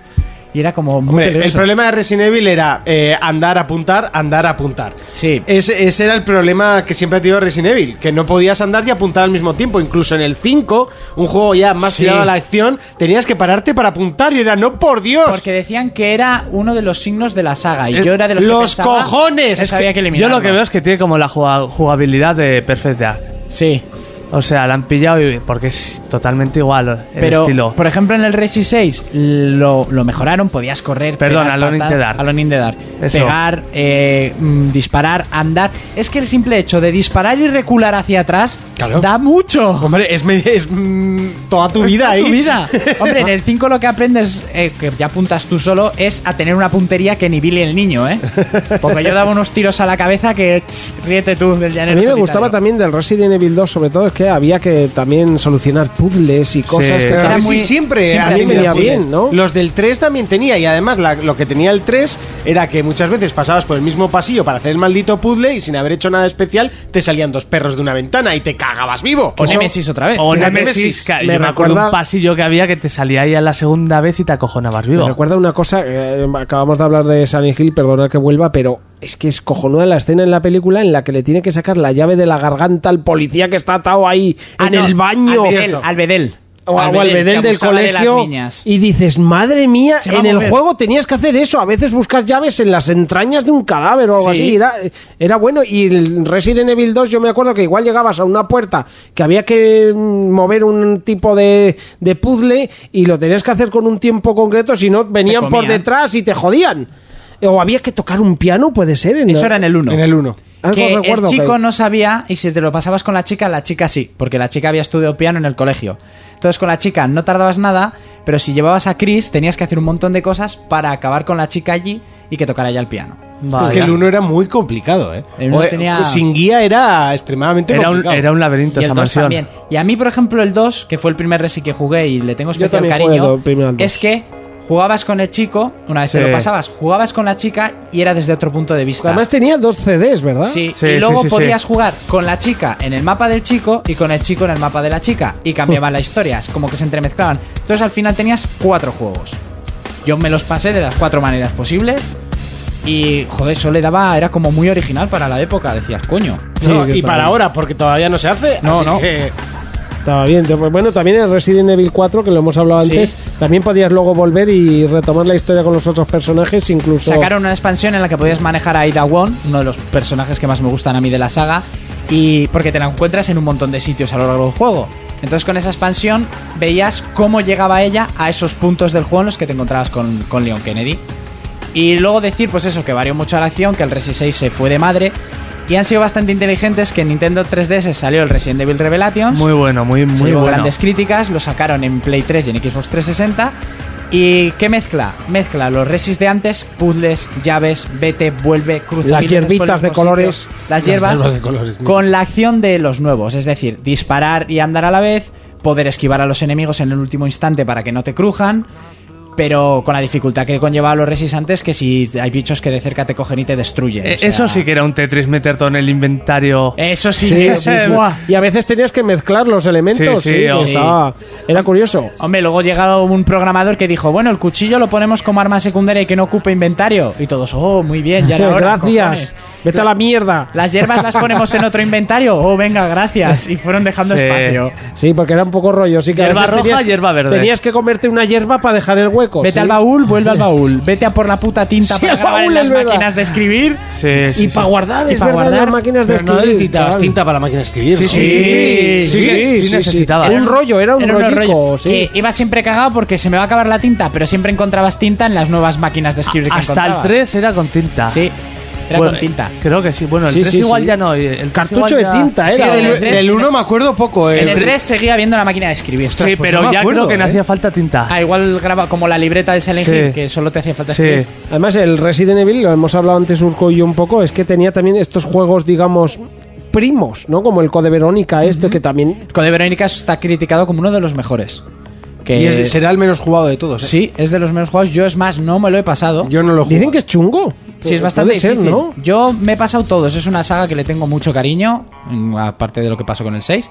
S3: Y era como muy
S1: Hombre, el
S3: peligroso.
S1: problema de Resident Evil era eh, andar, apuntar, andar, apuntar.
S3: Sí.
S1: Ese, ese era el problema que siempre ha tenido Resident Evil, que no podías andar y apuntar al mismo tiempo. Incluso en el 5, un juego ya más
S3: Sí.
S1: tirado a la acción, tenías que pararte para apuntar y era, no por Dios.
S3: Porque decían que era uno de los signos de la saga. Y
S4: Eh,
S3: yo era de los que
S1: ¡los
S3: pensaba
S1: cojones!
S3: que eso había que
S4: Yo
S3: eliminarlo.
S4: lo que veo es que tiene como la juga- jugabilidad de Perfect Dark.
S3: Sí.
S4: O sea, la han pillado y- porque es totalmente igual el
S3: Pero,
S4: estilo.
S3: por ejemplo, en el Resi 6 lo, lo mejoraron, podías correr.
S4: Perdón,
S3: pegar
S4: Alone in
S3: patada-
S4: the Dark.
S3: Alone in the Dark.
S4: Eso.
S3: Pegar, eh, mm, disparar, andar. Es que el simple hecho de disparar y recular hacia atrás
S1: Claro.
S3: da mucho.
S1: Hombre, es, me- es, mm, toda tu vida
S3: Está
S1: ahí.
S3: tu vida. Hombre, en el 5 lo que aprendes, eh, que ya apuntas tú solo, es a tener una puntería que ni Billy el niño, ¿eh? Porque yo daba unos tiros a la cabeza que ch, ríete tú del
S5: A
S3: llanero.
S5: mí me
S3: solitario.
S5: gustaba también del Resident Evil 2, sobre todo, es que había que también solucionar puzzles y cosas
S4: Sí.
S5: que...
S1: Claro
S3: Era
S1: que
S3: muy-
S1: sí, siempre,
S3: siempre
S1: a
S5: ha
S1: mí me
S5: sido
S1: da
S5: así.
S1: bien, ¿no?
S5: ¿no?
S1: Los del 3 también tenía y además la- lo que tenía el 3 era que muchas veces pasabas por el mismo pasillo para hacer el maldito puzzle y sin haber hecho nada especial te salían dos perros de una ventana y te cagabas vivo.
S3: O Nemesis otra vez.
S4: O
S1: Fíjate,
S4: Nemesis,
S1: Nemesis,
S4: que-
S5: me
S4: yo me acuerdo de
S5: recuerda-
S4: un pasillo que había que te salía ahí a la segunda vez y te acojonabas vivo.
S5: Me recuerda una cosa, eh, acabamos de hablar de Sunny Hill, perdonad que vuelva, pero es que es cojonuda la escena en la película en la que le tiene que sacar la llave de la garganta al policía que está atado ahí
S3: Ah,
S5: en
S3: no,
S5: el baño.
S3: Albedel, Albedel.
S5: O al
S3: Albedel,
S5: Albedel
S3: que
S5: del
S3: abusaba de las
S5: colegio.
S3: niñas.
S5: y dices, madre mía,
S3: Se va a
S5: en el
S3: mover.
S5: juego tenías que hacer eso. A veces buscas llaves en las entrañas de un cadáver o algo
S3: Sí.
S5: así. Era, era bueno. Y el Resident Evil 2, yo me acuerdo que igual llegabas a una puerta que había que mm, mover un tipo de, de puzzle y lo tenías que hacer con un tiempo concreto, si no venían por
S3: comían.
S5: detrás y te jodían. O había que tocar un piano, puede ser. en
S3: Eso
S5: la-
S3: era en el 1.
S5: En el 1. Algo
S3: Que el
S5: recuerdo que-
S3: chico no sabía y si te lo pasabas con la chica, la chica sí, porque la chica había estudiado piano en el colegio. Entonces con la chica no tardabas nada, pero si llevabas a Chris tenías que hacer un montón de cosas para acabar con la chica allí y que tocara ya el piano.
S4: Vaya.
S1: Es que el 1 era muy complicado, ¿eh?
S3: El uno
S1: O, eh,
S3: tenía-
S1: Sin guía era extremadamente
S4: era, un,
S1: complicado.
S4: era un laberinto
S3: Y
S4: esa
S3: el 2
S4: mansión.
S3: también. Y a mí, por ejemplo, el 2, que fue el primer Resi que jugué y le tengo especial
S5: también jugué
S3: cariño,
S5: el primero al dos.
S3: es que jugabas con el chico, una vez
S4: Sí.
S3: te lo pasabas, jugabas con la chica y era desde otro punto de vista.
S5: Además tenía dos CDs, ¿verdad?
S3: Sí,
S4: Sí,
S3: y
S4: sí,
S3: luego
S4: sí, sí.
S3: podías jugar con la chica en el mapa del chico y con el chico en el mapa de la chica. Y
S4: Uh.
S3: cambiaban la historia, es como que se entremezclaban. Entonces al final tenías cuatro juegos. Yo me los pasé de las cuatro maneras posibles. Y joder, eso le daba, era como muy original para la época. Decías, coño.
S1: No,
S5: Sí, que
S1: y para
S5: estaba-
S1: ahora, porque todavía no se hace.
S3: No,
S1: así
S3: no.
S1: que-
S5: Estaba bien. Te- Bueno, también en Resident Evil 4, que lo hemos hablado
S3: Sí.
S5: antes, también podías luego volver y retomar la historia con los otros personajes, incluso...
S3: Sacaron una expansión en la que podías manejar a Ida Wong, uno de los personajes que más me gustan a mí de la saga, y porque te la encuentras en un montón de sitios a lo largo del juego. Entonces con esa expansión veías cómo llegaba ella a esos puntos del juego en los que te encontrabas con, con Leon Kennedy. Y luego decir, pues eso, que varió mucho la acción, que el Resi 6 se fue de madre. Y han sido bastante inteligentes que en Nintendo 3DS salió el Resident Evil Revelations.
S4: Muy bueno, muy,
S3: Se
S4: muy
S3: llevó
S4: bueno.
S3: grandes críticas, lo sacaron en Play 3 y en Xbox 360. ¿Y qué mezcla? Mezcla los resis de antes, puzzles, llaves, vete, vuelve, cruza.
S5: Las
S3: mil veces por el
S5: hierbitas de
S3: mismo sitio,
S5: colores.
S3: Las hierbas.
S1: hierbas de colores, mira.
S3: con la acción de los nuevos, es decir, disparar y andar a la vez, poder esquivar a los enemigos en el último instante para que no te crujan. Pero con la dificultad que conllevaba los resis antes, que si hay bichos que de cerca te cogen y te destruyen.
S4: Eh,
S3: o sea,
S4: Eso sí que era un Tetris meter todo en el inventario.
S3: Eso sí,
S5: Sí,
S3: que-
S5: sí, sí.
S3: ¡Buah!
S5: Y a veces tenías que mezclar los elementos.
S4: Sí,
S5: Sí,
S4: sí, o-
S5: estaba- Era curioso.
S3: Hombre, luego llegado un programador que dijo, bueno, el cuchillo lo ponemos como arma secundaria y que no ocupe inventario. Y todos, oh, muy bien, ya era hora,
S5: Gracias.
S3: cojones".
S5: Vete a la mierda.
S3: Las hierbas las ponemos en otro inventario. Oh, venga, gracias. Y fueron dejando
S4: Sí.
S3: espacio.
S5: Sí, porque era un poco rollo. Sí que a
S4: Hierba
S5: veces
S4: roja,
S5: tenías-
S4: hierba verde.
S5: Tenías que comerte una hierba para dejar el hueco.
S3: Vete
S5: sí.
S3: al baúl, vuelve al baúl. Vete a por la puta tinta
S5: Sí,
S3: para
S5: el
S3: grabar en
S5: baúl
S3: las
S5: es verdad.
S3: máquinas de escribir.
S4: Sí, sí, sí.
S5: Y para guardar,
S3: Y
S5: es
S3: pa'
S5: verdad,
S3: guardar.
S5: las máquinas de
S1: Pero no
S5: escribir.
S1: necesitabas
S5: chaval.
S1: tinta para la máquina de escribir. ¿no?
S5: Sí, sí, sí,
S4: sí,
S5: sí,
S4: sí,
S5: sí.
S4: necesitaba.
S5: Era un rollo, era un
S3: Era unos
S5: rollico,
S3: rollos
S5: sí.
S3: que iba siempre cagado porque se me va a acabar la tinta, pero siempre encontrabas tinta en las nuevas máquinas de escribir que
S4: Hasta el
S3: encontrabas.
S4: 3 era con tinta.
S3: Sí. Era
S4: Bueno,
S3: con tinta.
S4: Creo que sí. Bueno, el
S3: Sí,
S4: 3
S3: sí,
S4: igual
S3: sí.
S4: ya no. El tres igual
S3: Cartucho de
S4: ya-
S3: tinta,
S1: Sí,
S3: era,
S1: del-
S3: en el tres-
S1: del 1 me acuerdo poco. eh.
S3: En el 3 seguía viendo la máquina de escribir. Ostras,
S4: Sí,
S3: pues
S4: pero
S3: no me
S4: ya
S3: acuerdo,
S4: creo que no
S3: ¿eh?
S4: hacía falta tinta.
S3: Ah, igual graba como la libreta de Silent
S4: Sí.
S3: Hill, que solo te hacía falta
S4: Sí.
S3: escribir.
S5: Además, el Resident Evil, lo hemos hablado antes Urco y yo un poco, es que tenía también estos juegos, digamos, primos, ¿no? Como el Code Verónica, este que también...
S3: Code Verónica está criticado como uno de los mejores. Que
S1: Y es- será el menos jugado de todos. eh.
S3: Sí, es de los menos juegos. Yo, es más, no me lo he pasado.
S1: Yo no lo juego.
S5: Dicen que es chungo.
S3: sí,
S1: Pues
S3: es bastante
S5: Puede ser,
S3: difícil.
S5: ¿no?
S3: Yo me he pasado todos. Es una saga que le tengo mucho cariño, mm, aparte de lo que pasó con el 6.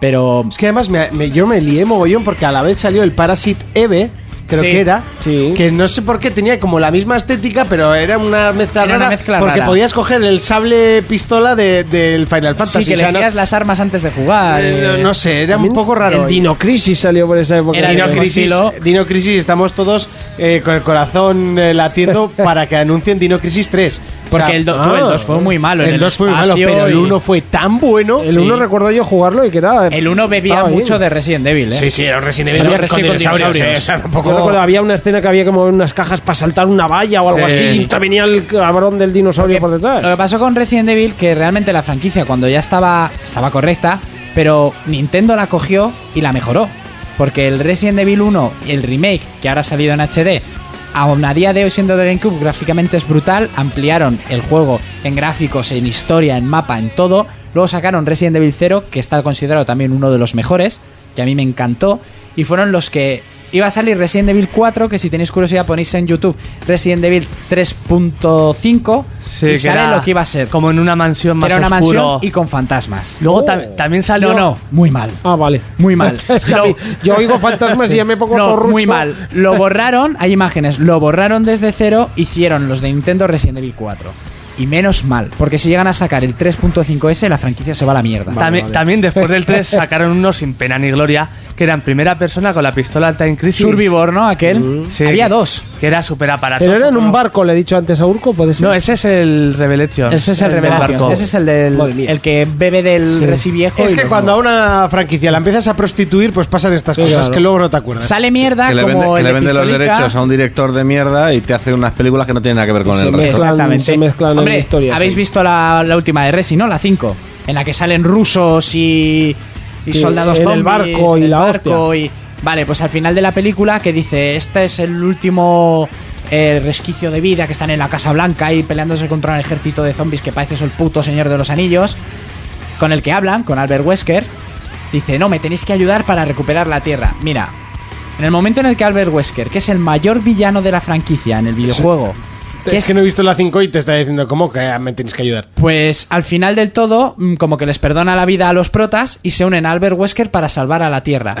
S3: Pero
S1: Es que además me- me- yo me lié mogollón porque a la vez salió el Parasite Eve, creo
S3: Sí,
S1: que era,
S5: sí.
S1: que no sé por qué tenía como la misma estética, pero era una mezcla
S3: Era una
S1: rara
S3: mezcla
S1: porque
S3: rara.
S1: podías coger el sable pistola de- del Final Fantasy.
S3: sí que
S1: o
S3: le
S1: sea, no-
S3: hacías las armas antes de jugar.
S1: eh, no,
S3: eh,
S1: no sé, era un
S5: También
S1: poco raro.
S5: El Dino Crisis salió por esa época.
S3: Era
S1: Dino
S3: de
S1: Crisis,
S3: estilo.
S1: Dino Crisis, estamos todos eh, con el corazón eh, latiendo para que anuncien Dino Crisis 3. O
S3: Porque
S1: sea,
S3: el 2
S5: ah,
S3: fue muy malo. en
S1: el 2 fue muy malo,
S3: espacio
S1: pero el
S3: y-
S1: 1 fue tan bueno.
S5: El 1 recuerdo yo jugarlo y que era...
S3: El 1 bebía
S5: estaba bien.
S3: mucho de Resident Evil, ¿eh?
S1: Sí, sí, era un Resident Evil
S3: Había
S1: con
S3: Resident Evil con
S1: dinosaurios, eh,
S3: dinosaurios.
S1: o sea,
S5: Yo
S1: tampoco-
S5: recuerdo, había una escena que había como unas cajas para saltar una valla o algo
S1: Sí.
S5: así y te venía el cabrón del dinosaurio por detrás.
S3: Lo que pasó con Resident Evil, que realmente la franquicia cuando ya estaba, estaba correcta, pero Nintendo la cogió y la mejoró. Porque el Resident Evil 1, el remake, que ahora ha salido en HD, aún a día de hoy siendo de GameCube, gráficamente es brutal, ampliaron el juego en gráficos, en historia, en mapa, en todo. Luego sacaron Resident Evil 0, que está considerado también uno de los mejores, que a mí me encantó. Y fueron los que Iba a salir Resident Evil 4, que si tenéis curiosidad ponéis en YouTube Resident Evil 3.5
S4: Sí,
S3: y
S4: que
S3: sale
S4: era
S3: lo que iba a ser.
S4: Como en una mansión
S3: Que
S4: más
S3: era una
S4: oscuro.
S3: mansión y con fantasmas.
S4: Luego tam- también salió.
S3: No, no, muy mal.
S5: Ah, vale.
S3: Muy mal.
S5: Es que a
S3: Lo-
S5: mí- yo oigo fantasmas y ya me pongo
S3: No,
S5: torrucho.
S3: muy mal. Lo borraron, hay imágenes, lo borraron desde cero, hicieron los de Nintendo Resident Evil 4. Y menos mal, porque si llegan a sacar el 3.5S, la franquicia se va a la mierda.
S4: También, también después del 3 sacaron uno sin pena ni gloria, que era en primera persona con la pistola Time Crisis. Mm.
S3: Survivor, ¿no? Aquel.
S4: Sí.
S3: Había dos.
S4: Que era súper aparatoso.
S5: Pero era en un
S4: ¿no?
S5: barco, le he dicho antes a Urco, puede ser.
S4: No, ese es el Revelation.
S3: Ese es el,
S4: del
S3: Revelations.
S4: barco.
S3: Ese es el del
S5: Madre mía.
S3: el que bebe del Resi viejo.
S1: Es
S3: y
S1: que
S3: los
S1: cuando a
S3: nuevos.
S1: una franquicia la empiezas a prostituir, pues pasan estas
S5: Sí,
S1: cosas
S5: claro.
S1: que luego no te acuerdas.
S3: sale mierda
S6: Que le
S3: como
S6: vende, que
S3: el
S6: le
S3: de
S6: vende los
S3: Pistolica.
S6: derechos a un director de mierda y te hace unas películas que no tienen nada que ver con el
S5: se
S6: resto.
S5: mezcla.
S3: Exactamente.
S5: Se mezclan en
S3: Hombre,
S5: historias,
S3: habéis
S5: sí.
S3: visto la, la última de Resi, ¿no? La 5, en la que salen rusos y, y
S5: Sí,
S3: soldados
S5: en el
S3: zombies,
S5: barco
S3: en
S5: y
S3: el
S5: la
S3: barco
S5: hostia.
S3: y- vale, pues al final de la película que dice, este es el último eh, resquicio de vida que están en la Casa Blanca y peleándose contra un ejército de zombies que parece el puto señor de los anillos, con el que hablan, con Albert Wesker, dice, no, me tenéis que ayudar para recuperar la Tierra. Mira, en el momento en el que Albert Wesker, que es el mayor villano de la franquicia en el videojuego, que
S1: Es que no he visto la 5 y te está diciendo, ¿cómo que ah, me tienes que ayudar?
S3: pues al final del todo, mm, como que les perdona la vida a los protas y se unen a Albert Wesker para salvar a la Tierra.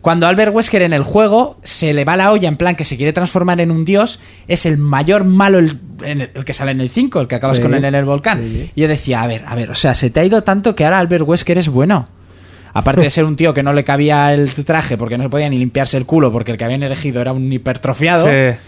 S3: Cuando Albert Wesker en el juego se le va la olla en plan que se quiere transformar en un dios, es el mayor malo el, en el- el que sale en el 5, el que acabas
S5: Sí,
S3: con él en el volcán. Y yo decía, a ver, a ver, o sea, se te ha ido tanto que ahora Albert Wesker es bueno. Aparte de ser un tío que no le cabía el traje porque no se podía ni limpiarse el culo porque el que habían elegido era un hipertrofiado.
S4: Sí.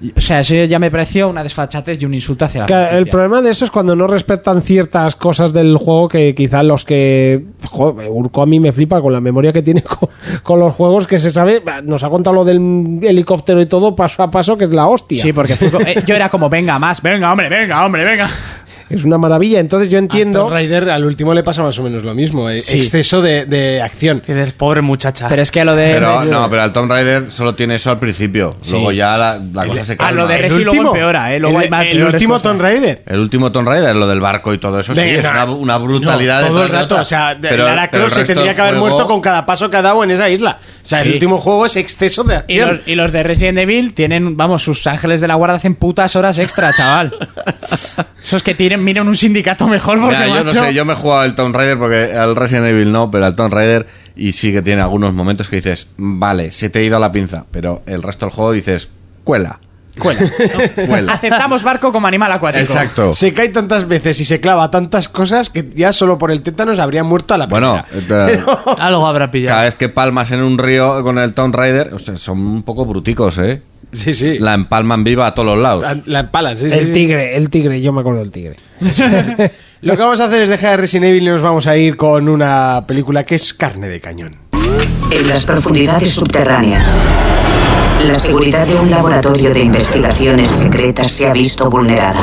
S3: Y- O sea, eso ya me pareció una desfachatez y un insulto hacia la
S5: Claro, el
S3: franquicia.
S5: problema de eso es cuando no respetan ciertas cosas del juego que quizá los que... Joder, Urco a mí me flipa con la memoria que tiene con, con los juegos que se sabe... Nos ha contado lo del helicóptero y todo paso a paso que es la hostia.
S3: Sí, porque fue co- eh, yo era como, venga, más, venga, hombre, venga, hombre, venga.
S5: Es una maravilla. Entonces yo entiendo...
S1: A Tomb Raider al último le pasa más o menos lo mismo. eh,
S3: Sí.
S1: Exceso de, de acción.
S4: Que dices, pobre muchacha.
S3: Pero es que a lo de.
S6: Pero no, pero al Tomb Raider solo tiene eso al principio.
S3: Sí.
S6: Luego ya la, la cosa se calma.
S3: a lo de
S1: El
S3: Resi luego empeora, ¿eh? Luego
S1: el,
S3: hay más
S1: el
S3: peores
S1: último
S3: cosas.
S1: Tomb Raider.
S6: El último Tomb Raider, lo del barco y todo eso, sí,
S1: Venga.
S6: es una, una brutalidad.
S1: No, todo
S6: detrás
S1: el
S6: de
S1: rato.
S6: otra.
S1: O sea, de-
S6: Pero-
S1: Lara
S6: pero el
S1: Croft se
S6: resto
S1: tendría
S6: del
S1: que haber
S6: juego-
S1: muerto con cada paso que ha dado en esa isla. O sea, el
S3: Sí.
S1: último juego es exceso de
S3: Y
S1: acción.
S3: los, y los de Resident Evil tienen, vamos, sus ángeles de la guarda hacen putas horas extra, chaval. Esos que tiren, miren un sindicato mejor porque,
S6: Mira, yo no
S3: macho,
S6: sé, yo me he jugado al Tomb Raider porque al Resident Evil no, pero al Tomb Raider y sí que tiene algunos momentos que dices, vale, se te ha ido a la pinza, pero el resto del juego dices, cuela. Cuela. cuela.
S3: Aceptamos barco como animal acuático.
S6: Exacto.
S1: Se cae tantas veces y se clava tantas cosas que ya solo por el tétano se habría muerto a la
S6: Bueno,
S1: primera.
S6: eh,
S4: Algo habrá
S6: cada
S4: pillado.
S6: vez que palmas en un río con el Tomb Raider, o sea, son un poco bruticos, ¿eh?
S1: Sí, sí. La,
S6: La empalman viva a todos los lados.
S1: la empalan, sí, sí,
S5: El
S1: sí.
S5: tigre, el tigre, yo me acuerdo del tigre.
S1: Lo que vamos a hacer es dejar Resident Evil y nos vamos a ir con una película que es carne de cañón.
S10: En las profundidades subterráneas,
S11: La seguridad de un laboratorio de investigaciones secretas se ha visto vulnerada.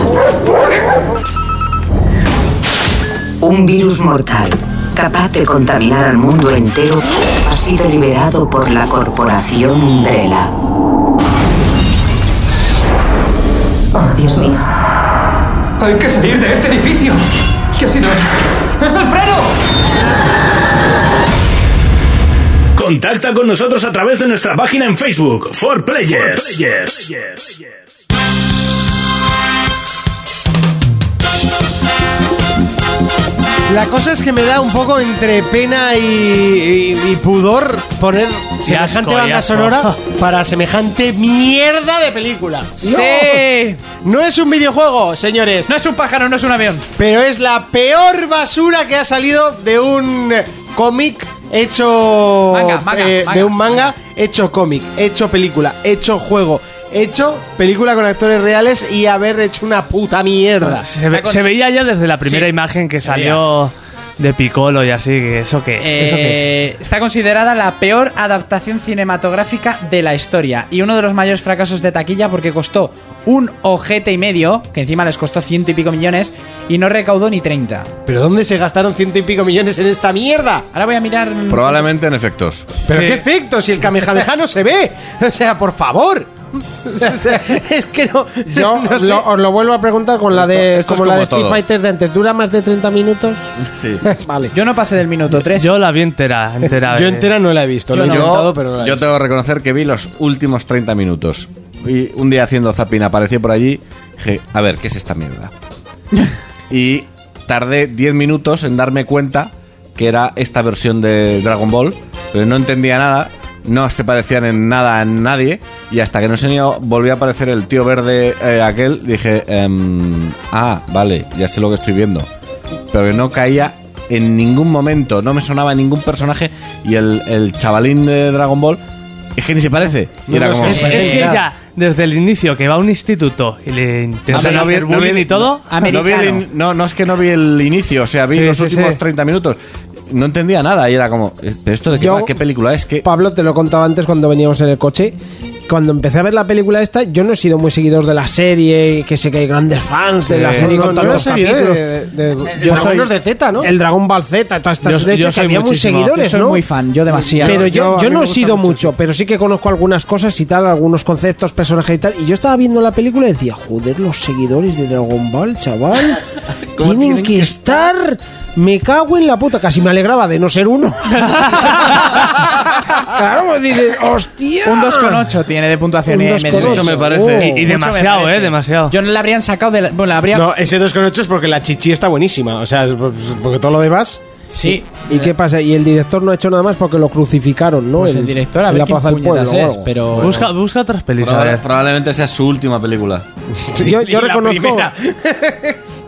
S11: Un virus mortal, capaz de contaminar al mundo entero, ha sido liberado por la corporación Umbrella. Oh, Dios mío.
S12: Hay que salir de este edificio. ¿Qué ha sido eso? ¡Es Alfredo!
S2: Contacta con nosotros a través de nuestra página en Facebook, For Players.
S1: La cosa es que me da un poco entre pena y, y- y pudor poner semejante
S4: asco, y
S1: banda
S4: asco.
S1: sonora para semejante mierda de película.
S3: ¡Sí!
S1: No es un videojuego, señores.
S3: No es un pájaro, no es un avión.
S1: Pero es la peor basura que ha salido de un eh, cómic hecho. eh,
S3: Manga, manga, manga.
S1: de un manga hecho cómic, hecho película, hecho juego, hecho película con actores reales y haber hecho una puta mierda.
S4: Se, ve- se veía ya desde la primera imagen que salió de Piccolo y así, que eso qué es, eso qué es.
S3: Eh, está considerada la peor adaptación cinematográfica de la historia y uno de los mayores fracasos de taquilla porque costó un ojete y medio, que encima les costó ciento y pico millones, y no recaudó ni 30.
S1: ¿Pero dónde se gastaron ciento y pico millones en esta mierda?
S3: Ahora voy a mirar.
S6: Probablemente en efectos.
S1: Pero
S6: Sí.
S1: qué efecto, si el Kamehameha no se ve. O sea, por favor. O sea, es que no.
S5: Yo
S1: no sé.
S5: lo- os lo vuelvo a preguntar con la de
S1: esto es
S5: como la
S1: como
S5: de Street
S1: todo.
S5: Fighter de antes. ¿Dura más de 30 minutos?
S6: Sí.
S5: vale.
S3: Yo no pasé del minuto 3.
S4: Yo la vi entera, entera.
S1: Yo
S4: eh.
S1: entera no la he visto, lo he intentado, pero no la he
S6: yo
S1: visto.
S6: tengo que reconocer que vi los últimos 30 minutos. Y un día haciendo zapping apareció por allí. Dije, a ver, ¿qué es esta mierda? y tardé 10 minutos en darme cuenta que era esta versión de Dragon Ball. Pero no entendía nada. No se parecían en nada a nadie. Y hasta que no se unió, volvió a aparecer el tío verde eh, aquel. Dije, em, ah, vale, ya sé lo que estoy viendo. Pero que no caía en ningún momento. No me sonaba ningún personaje. Y el, el chavalín de Dragon Ball. Es que ni se parece. Y era como,
S4: es, es que ya, desde el inicio, que va a un instituto y le intentan
S6: no vi-
S4: hacer
S6: no vi-
S4: bullying y todo.
S6: No, vi el in- no, no es que no vi el inicio, o sea, vi
S4: Sí,
S6: los
S4: sí,
S6: últimos
S4: sí.
S6: 30 minutos. No entendía nada y era como, "Eh, ¿pero esto de qué
S5: Yo-
S6: va? ¿Qué película es? que
S5: Pablo, te lo contaba antes cuando veníamos en el coche. Cuando empecé a ver la película esta, yo no he sido muy seguidor de la serie, y que sé que hay grandes fans de la
S1: Sí.
S5: serie
S1: No,
S5: con
S1: no
S5: tantos
S1: era serie de-
S5: capítulos.
S1: de- de-
S5: yo
S1: por lo
S5: soy
S1: menos de Z, ¿no?
S5: El Dragon Ball Z, todas estas. de
S3: Yo- yo
S5: hecho, que
S3: soy
S5: había muchos
S3: muchísimo-
S5: seguidores,
S3: yo soy
S5: ¿no?
S3: muy fan, yo demasiado.
S5: Pero
S3: Yo-
S5: yo,
S3: a
S5: yo no
S3: mí me
S5: he
S3: gusta
S5: sido mucho, pero sí que conozco algunas cosas y tal, algunos conceptos, personajes y tal. Y yo estaba viendo la película y decía, joder, los seguidores de Dragon Ball, chaval, tienen, que estar. Me cago en la puta, casi me alegraba de no ser uno. claro, pues dices, hostia.
S3: Un 2,8 tiene de puntuación.
S5: Un
S3: eh,
S5: 2,8,
S3: medio.
S5: me
S4: Y,
S5: parece.
S4: y
S3: Mucho me
S4: demasiado,
S3: parece.
S4: eh, demasiado.
S3: Yo no la habrían sacado de la, bueno, la habría
S1: No, ese 2,8 es porque la chichi está buenísima. O sea, es por- porque todo lo demás.
S3: Sí.
S5: ¿Y qué pasa? Y el director no ha hecho nada más porque lo crucificaron, ¿no?
S3: Pues
S5: En-
S3: el director, a
S5: en
S3: ver
S5: la
S3: quién
S5: plaza del
S3: puñetas
S5: pueblo. o
S3: es,
S5: algo.
S3: pero...
S4: Busca, busca otras pelis, a ver.
S6: probablemente sea su última película.
S5: Yo, yo
S1: Y la
S5: reconozco
S1: primera.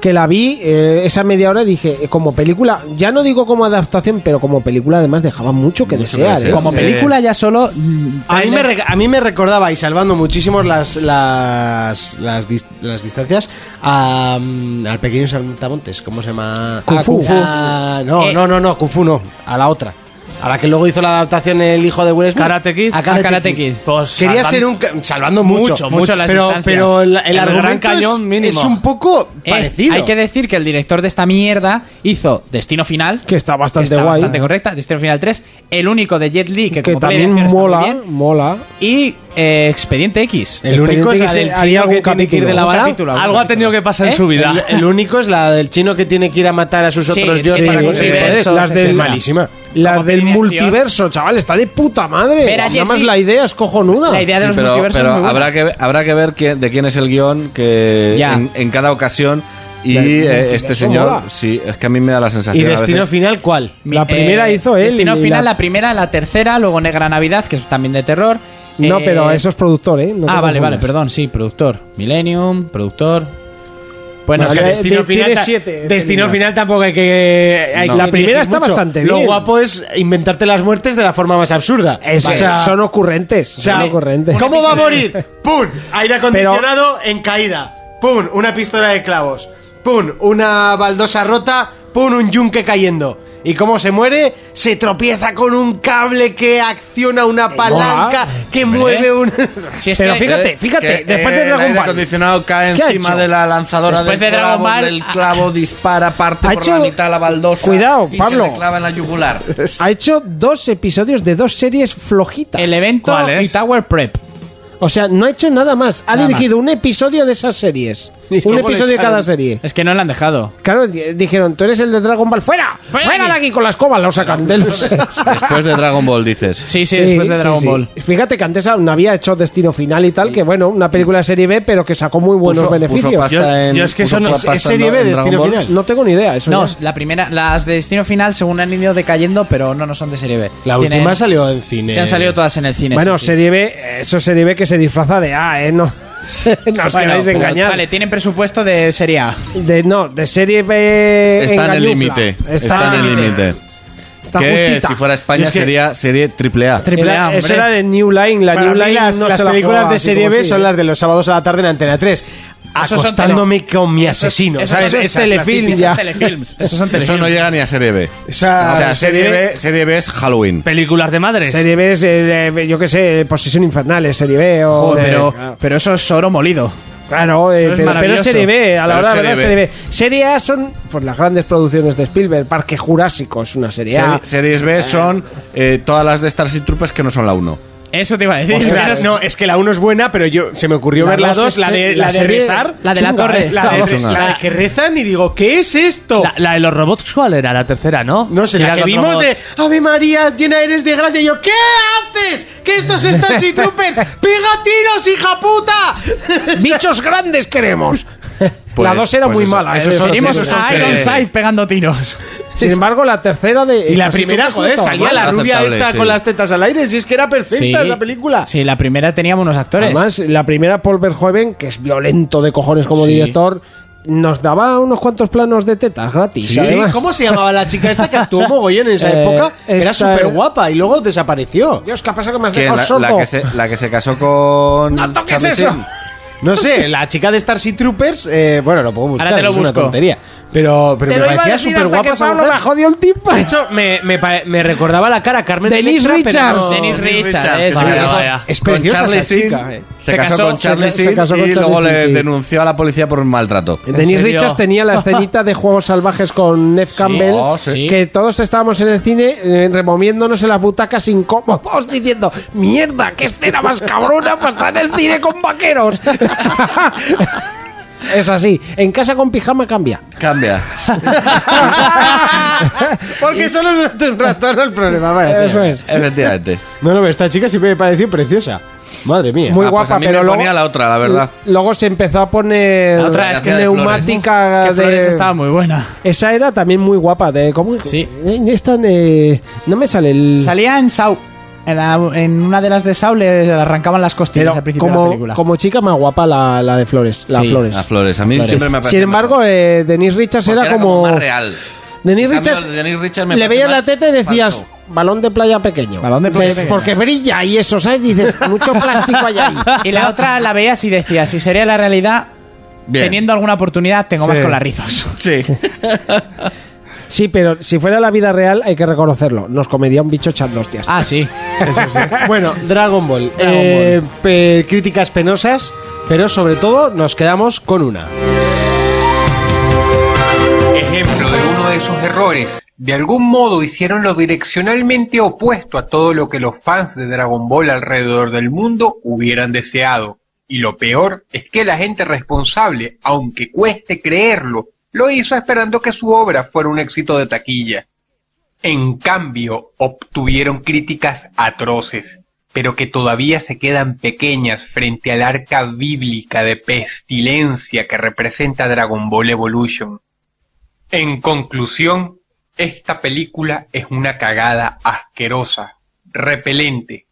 S5: que la vi eh, esa media hora y dije, eh, como película, ya no digo como adaptación, pero como película además dejaba mucho que desear.
S6: desear,
S5: ¿eh?
S3: Como
S4: Sí.
S3: película ya solo... mm,
S1: A mí, me
S3: trailers-
S1: rec- a mí me recordaba, y salvando muchísimo las las, las, dis- las distancias, a, mm, al pequeño Saltamontes. ¿Cómo se llama?
S5: Kung
S1: Ah,
S5: Fu.
S1: Ah, no,
S3: Eh.
S1: no, no, no, Kung Fu no. A la otra. A la que luego hizo la adaptación el hijo de Will Smith.
S4: Karate Kid.
S1: A Karate,
S3: A Karate Kid.
S1: Kid.
S4: Pues
S1: Quería
S4: salvan-
S1: ser un... ca- Salvando mucho.
S4: Mucho, mucho las
S1: pero,
S3: distancias.
S1: pero el, el
S4: El Gran
S1: argumento es-
S4: Cañón mínimo.
S1: es un poco
S3: Eh,
S1: parecido.
S3: Hay que decir que el director de esta mierda hizo Destino Final.
S5: Que está bastante
S3: está
S5: guay.
S3: bastante correcta. Destino Final 3. El único de Jet Li que,
S5: que
S3: como play
S5: también
S3: dirección está muy
S5: mola,
S3: bien,
S5: mola.
S3: y eh, Expediente X.
S1: el único es
S5: Expediente
S1: la
S5: que se-
S1: del
S5: había
S1: chino
S5: algún
S1: que tiene que ir
S5: capítulo.
S1: de la
S5: Un
S1: vara.
S5: capítulo, algún
S4: Algo ha tenido que pasar en su vida.
S1: El, el único es la del chino que tiene que ir a matar a sus
S3: Sí,
S1: otros
S3: sí,
S1: dios
S3: sí,
S1: para
S3: sí,
S1: conseguir poderes.
S3: eso,
S1: Las
S3: sí,
S1: del
S3: sí.
S1: malísima.
S5: Las
S3: Como
S5: del
S3: alineación.
S5: multiverso, chaval, está de puta madre.
S3: Ver a
S5: Nada
S3: Jet
S5: más
S3: Li.
S5: la idea es cojonuda.
S3: La idea de los
S6: pero
S3: multiversos.
S6: pero
S3: es muy buena.
S6: habrá, que, ver- habrá que ver quién- de quién es el guión que
S3: Ya.
S6: en, en cada ocasión. Y
S5: Del- del
S6: eh,
S5: multiverso
S6: este señor,
S5: mola.
S6: sí, es que a mí me da la sensación.
S1: ¿Y
S6: a
S1: destino
S6: veces-
S1: final cuál?
S5: La primera hizo él
S3: Eh, Destino
S5: y
S3: Final,
S5: la-
S3: la... primera, la tercera, luego Negra Navidad, que es también de terror.
S5: No,
S3: eh,
S5: pero eso es productor, ¿eh? No te
S3: ah, vale, vale,
S5: confundas.
S3: perdón, sí, productor. Millennium, productor. Bueno,
S5: Bueno,
S3: sí,
S5: que-
S1: Destino,
S5: de-
S1: final,
S5: tiene
S1: ta-
S5: siete
S1: Destino
S5: películas.
S1: final tampoco hay que. hay
S5: No.
S1: que
S5: La primera
S1: dirigir
S5: está
S1: mucho.
S5: bastante
S1: Lo
S5: bien.
S1: guapo es inventarte las muertes de la forma más absurda.
S5: Es-
S1: O sea,
S5: son ocurrentes.
S1: o sea,
S5: son ocurrentes.
S1: ¿Cómo va a morir? ¡Pum! Aire acondicionado en caída. ¡Pum! Una pistola de clavos. ¡Pum! Una baldosa rota. pon un yunque cayendo. Y cómo se muere, se tropieza con un cable que acciona una palanca que mueve un. Eh,
S5: Pero fíjate, fíjate, después de Dragon Ball.
S6: acondicionado cae
S5: ¿Qué ha
S6: encima
S5: hecho?
S6: de la lanzadora
S5: Después
S6: del
S5: de Dragon
S6: clavo,
S5: Ball,
S6: el clavo dispara parte
S5: ha
S6: por la
S5: hecho-
S6: mitad la baldosa.
S5: Cuidado,
S6: y
S5: Pablo.
S6: Se le clava en la yugular.
S5: Ha hecho dos episodios de dos series flojitas.
S3: El evento
S5: ¿Cuál es?
S3: y Tower Prep.
S5: O sea, no ha hecho nada más. Ha
S3: Nada
S5: dirigido un episodio de esas series.
S3: Y
S5: Un
S3: luego le
S5: episodio de
S3: echaron.
S5: cada serie.
S3: Es que no lo han dejado.
S5: Claro, di- dijeron, tú eres el de Dragon Ball, fuera, fuera, de aquí con la escoba, lo sacan de los...
S6: Después de Dragon Ball, dices.
S5: Sí, sí, sí. Fíjate que antes aún había hecho Destino Final y tal, que bueno, una película de serie B, pero que sacó muy buenos
S6: Puso- puso
S5: Pues beneficios.
S6: pasta Yo- en- yo es que puso eso no- pasta
S3: ¿es serie en- B, en Destino Dragon Ball? Final?
S5: No tengo ni idea. Eso
S3: No,
S5: ya.
S3: la primera, las de Destino Final según han ido decayendo, pero no, no son de serie B.
S1: La
S3: Tienen-
S1: última salió en cine.
S3: Se han salido todas en el cine.
S5: bueno,
S3: sí, sí.
S5: serie B, eso es serie B que se disfraza de A, ¿eh? No, no os
S3: Bueno,
S5: queráis
S3: pero-
S5: engañar.
S3: Vale, tienen presupuesto de serie A.
S5: De, no, de serie B...
S6: Está en el
S5: engañufla.
S6: límite. Está, en el límite.
S5: Está
S6: que
S5: justita.
S6: si fuera
S5: Y
S6: España
S5: es que-
S6: sería serie triple A.
S5: Era- eso era de New Line. La
S1: Para
S5: New
S1: mí
S5: Line
S1: las,
S5: no
S1: las
S5: se la
S1: películas
S5: jugaba
S1: de
S5: así
S1: serie
S5: como
S1: B
S5: así,
S1: son
S5: ¿eh?
S1: las de los sábados a la tarde en Antena 3.
S3: Esos son
S1: Acostándome con mi asesino,
S3: esos
S1: ¿sabes?
S3: son-
S1: Es
S3: esos
S1: telefilm
S3: típicos,
S1: ya.
S3: esos telefilms, esos son
S6: Eso no llega ni a serie B.
S1: Esa-
S6: o sea, serie
S1: serie-
S6: B, serie B es Halloween.
S4: Películas de madres.
S5: Serie B es, eh, de- yo qué sé, Posesión Infernal, es serie B o...
S3: Joder,
S5: eh,
S3: pero,
S5: claro.
S3: pero eso es oro molido.
S5: Claro, eh,
S3: Eso es
S5: pero, pero es
S3: maravilloso.
S5: serie B, a la
S3: Pero
S5: hora de la
S3: es
S5: verdad,
S3: serie
S5: serie B. Serie A son pues, las grandes producciones de Spielberg, Parque Jurásico es una serie A.
S6: Seri- series B son eh, todas las de Starship Troopers que no son la 1.
S3: Eso te iba a decir.
S1: Ostras, no, es que la 1 es buena, pero yo se me ocurrió
S3: La
S1: ver la
S3: dos
S1: 2,
S3: es-
S1: la de, la
S3: la
S1: de
S3: serie-
S1: rezar.
S3: la de la
S1: Chunga,
S3: torre.
S1: ¿eh? La de,
S4: Chunga.
S1: la de que rezan y digo, ¿qué es esto?
S4: La, la de los robots, ¿cuál era? La tercera, ¿no?
S1: no sé, la
S4: Era
S1: que
S4: otro
S1: vimos
S4: robot.
S1: de Ave María, llena eres de gracia. Y yo, ¿qué haces? Que estos están sin trupes. ¡Pega tiros, hija puta!
S5: ¡Bichos grandes queremos! la
S6: Pues-
S5: 2 era
S6: pues
S5: muy
S6: eso-
S5: mala.
S6: eso
S5: ¿eh?
S6: son-
S5: Venimos
S6: eso son
S5: a
S6: series.
S5: Ironside.
S3: pegando tiros.
S5: Sin embargo, la tercera de.
S1: Y la
S5: Pues,
S1: primera,
S5: sí,
S1: joder,
S5: estaba
S1: salía
S5: mal.
S1: la rubia
S6: aceptable,
S1: esta
S6: sí.
S1: con las tetas al aire. Si es que era perfecta
S3: Sí.
S1: la película.
S3: Sí, la primera teníamos unos actores.
S5: Además, la primera Paul Verhoeven, que es violento de cojones como
S3: Sí.
S5: director, nos daba unos cuantos planos de tetas gratis.
S1: Sí,
S5: además.
S1: ¿Cómo se llamaba la chica esta que actuó mogollón en esa
S5: Eh,
S1: época? Era
S5: esta-
S1: súper guapa y luego desapareció.
S5: Dios, ¿qué ha pasado que me has
S6: Que
S5: dejado
S6: la,
S5: sordo?
S6: la que se, Eh, la que se casó con.
S5: ¡No toques
S6: Charlie
S5: eso!
S6: Sheen.
S1: No sé, la chica de Starship Troopers, eh, bueno, lo puedo buscar,
S3: Ahora te lo
S1: es una
S3: busco.
S1: tontería. Pero, pero
S5: Te
S1: me
S5: lo iba a
S1: parecía
S5: decir
S1: súper
S5: hasta
S1: guapa
S5: que
S1: esa
S5: Pablo
S1: mujer.
S5: me jodió el
S1: De
S5: tímpano.
S1: hecho, me, me pa- me recordaba la cara a Carmen
S5: Denise
S1: Electra, pero
S5: Richards.
S1: no-
S3: Denise Richards,
S1: Richards,
S3: eso,
S1: sí,
S4: vaya,
S1: es-
S4: vaya.
S1: Es
S6: Con
S1: preciosa
S6: Charlie
S1: esa
S6: Sheen.
S1: chica. eh.
S6: Se,
S3: Se
S6: casó,
S3: casó-
S6: con Charlie
S5: se- se
S6: Sheen
S5: casó con
S6: y
S5: Charlie
S6: luego
S5: Sheen,
S6: le
S5: sí.
S6: denunció a la policía por un maltrato.
S5: Denise
S4: serio?
S5: Richards tenía la escenita de Juegos Salvajes con Neff Campbell,
S6: Oh, sí.
S5: que todos estábamos en el cine eh, removiéndonos en las butacas incómodos, diciendo, mierda, qué escena más cabrona para estar en el cine con vaqueros. es así, en casa con pijama cambia.
S6: Cambia.
S1: Porque solo durante un rato no el problema, vaya.
S5: Eso
S1: señor.
S5: es.
S6: Efectivamente.
S1: No, no, esta chica siempre me pareció preciosa. Madre mía.
S5: Muy
S6: Ah, pues
S5: guapa,
S6: a mí me
S5: pero luego,
S6: ponía la otra, la verdad.
S5: luego se empezó a poner
S3: La otra es que es de
S5: neumática
S3: que Flores
S5: de-
S3: estaba muy buena.
S5: Esa era también muy guapa. De, ¿cómo?
S3: Sí.
S5: Eh, esta, eh, no me sale el...
S3: Salía en Sau. En, la- en una de las de Sau le arrancaban las costillas
S5: Pero
S3: al principio de la
S5: como,
S3: película.
S5: como chica más guapa la, la de Flores. La
S3: Sí.
S5: Flores.
S6: Las flores. A mí
S3: Flores.
S6: siempre me parece
S5: Sin embargo,
S6: mejor.
S5: eh, Denise Richards
S6: Porque
S5: era, como...
S6: más real.
S5: Denise
S6: En cambio,
S5: Richards,
S6: Denise Richards me
S5: le
S6: parece
S5: veías la
S6: más
S5: teta y decías...
S6: falso.
S5: Balón de playa pequeño.
S3: Balón de playa
S5: Ve-
S3: pequeño.
S5: Porque brilla y eso, ¿sabes? Dices, mucho plástico hay ahí.
S3: Y la otra la veías y decías, si sería la realidad,
S6: Bien.
S3: teniendo alguna oportunidad, tengo más
S4: Sí.
S3: con las rizos.
S6: Sí.
S5: Sí, pero si fuera la vida real, hay que reconocerlo. Nos comería un bicho echando hostias.
S3: Ah, sí.
S1: Bueno, Dragon Ball. Eh, pe- críticas penosas, pero sobre todo nos quedamos con una.
S13: Ejemplo de uno de esos errores. De algún modo hicieron lo direccionalmente opuesto a todo lo que los fans de Dragon Ball alrededor del mundo hubieran deseado. Y lo peor es que la gente responsable, aunque cueste creerlo, lo hizo esperando que su obra fuera un éxito de taquilla. En cambio, obtuvieron críticas atroces, pero que todavía se quedan pequeñas frente al arca bíblica de pestilencia que representa Dragon Ball Evolution. En conclusión, esta película es una cagada asquerosa, repelente,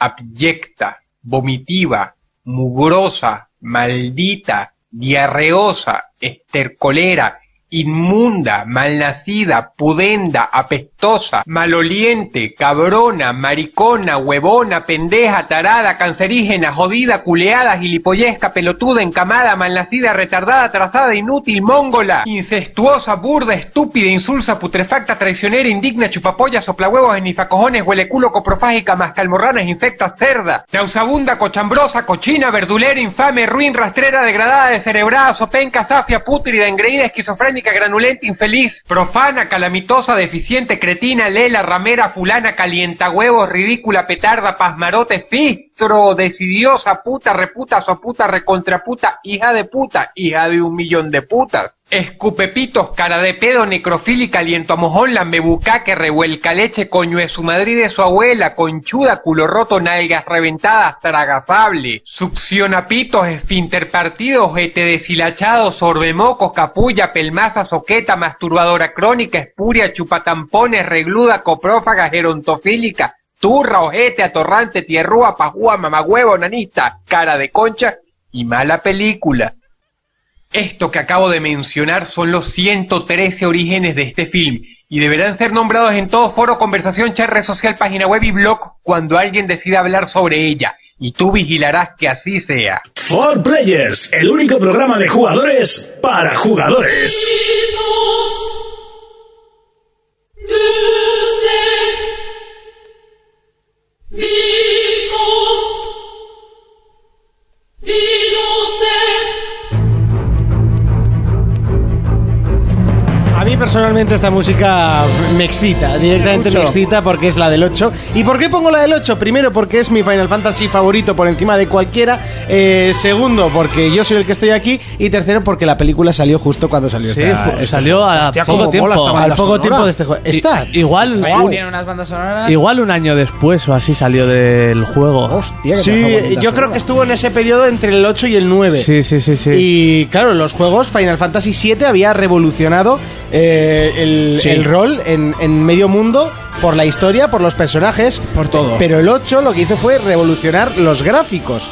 S13: abyecta, vomitiva, mugrosa, maldita, diarreosa, estercolera, inmunda, malnacida, pudenda, apestosa, maloliente, cabrona, maricona, huevona, pendeja, tarada, cancerígena, jodida, culeada, gilipollesca, pelotuda, encamada, malnacida, retardada, trazada, inútil, móngola, incestuosa, burda, estúpida, insulsa, putrefacta, traicionera, indigna, chupapolla, soplahuevos, enifacojones, hueleculo, coprofágica, mascalmorranas, infecta, cerda, nausabunda, cochambrosa, cochina, verdulera, infame, ruin, rastrera, degradada, descerebrada, sopenca, zafia, pútrida, engreída, esquizofrénica, granulenta, infeliz, profana, calamitosa, deficiente, cretina, lela, ramera, fulana, calientahuevos, ridícula, petarda, pasmarote, fistro, decidiosa, puta, reputa, soputa, recontraputa, hija de puta, hija de un millón de putas. Escupepitos, cara de pedo, necrofílica, aliento a mojón, lambebucaque, revuelca leche, coño de su madre y de su abuela, conchuda, culo roto, nalgas reventadas, tragasable, succionapitos, esfinterpartidos, ojete deshilachado, sorbemocos, capulla, pelmaza, soqueta, masturbadora crónica, espuria, chupatampones, regluda, coprófaga, gerontofílica, turra, ojete, atorrante, tierrúa, pajúa, mamagüevo, nanista, cara de concha y mala película. Esto que acabo de mencionar son los 113 orígenes de este film y deberán ser nombrados en todo foro, conversación, chat, red social, página web y blog cuando alguien decida hablar sobre ella. Y tú vigilarás que así sea.
S2: For Players, el único programa de jugadores para jugadores.
S1: A mí personalmente esta música me excita, directamente
S5: Mucho.
S1: me excita porque es la del 8. ¿Y por qué pongo la del 8? Primero porque es mi Final Fantasy favorito por encima de cualquiera. Eh, segundo porque yo soy el que estoy aquí. Y tercero porque la película salió justo cuando salió
S4: Sí,
S1: esta-
S4: ju-
S1: esta-
S4: salió a poco tiempo.
S1: Al poco tiempo de este juego.
S4: I-
S1: Está.
S4: Igual,
S3: Wow.
S4: un-
S3: Tiene unas bandas sonoras.
S4: igual un año después o así salió del juego.
S1: Hostia, sí, yo creo que estuvo en ese periodo entre el 8 y el 9.
S4: Sí, sí, sí, sí.
S1: Y claro, los juegos Final Fantasy VII había revolucionado eh, el,
S3: Sí.
S1: el rol en, en medio mundo por la historia, por los personajes, por
S3: todo.
S1: Pero el 8 lo que hizo fue revolucionar los gráficos.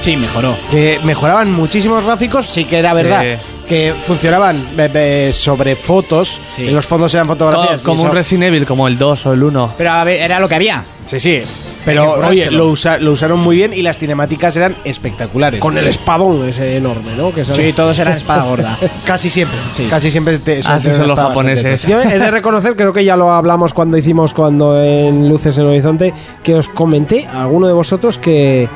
S3: Sí, mejoró.
S1: Que mejoraban muchísimos gráficos, sí que era
S4: Sí.
S1: verdad. Que funcionaban eh, eh, sobre fotos, los fondos eran fotografías.
S4: Co- como
S1: y
S4: un
S1: eso-
S4: Resident Evil, como el 2 o el 1.
S3: Pero a ver, era lo que había.
S1: Sí, sí. Pero,
S3: Hay que
S1: oye,
S3: jugárselo.
S1: lo, usa- lo usaron muy bien y las cinemáticas eran espectaculares.
S5: Con el
S1: Sí.
S5: espadón ese enorme, ¿no? Que sale-
S3: Sí, todos eran espada gorda.
S1: Casi siempre. Casi siempre te,
S4: Así
S1: te-
S4: Ah, son los
S1: está bastante
S4: japoneses.
S1: tocha.
S5: Yo he de reconocer, creo que ya lo hablamos cuando hicimos cuando en Luces en el Horizonte, que os comenté a alguno de vosotros que,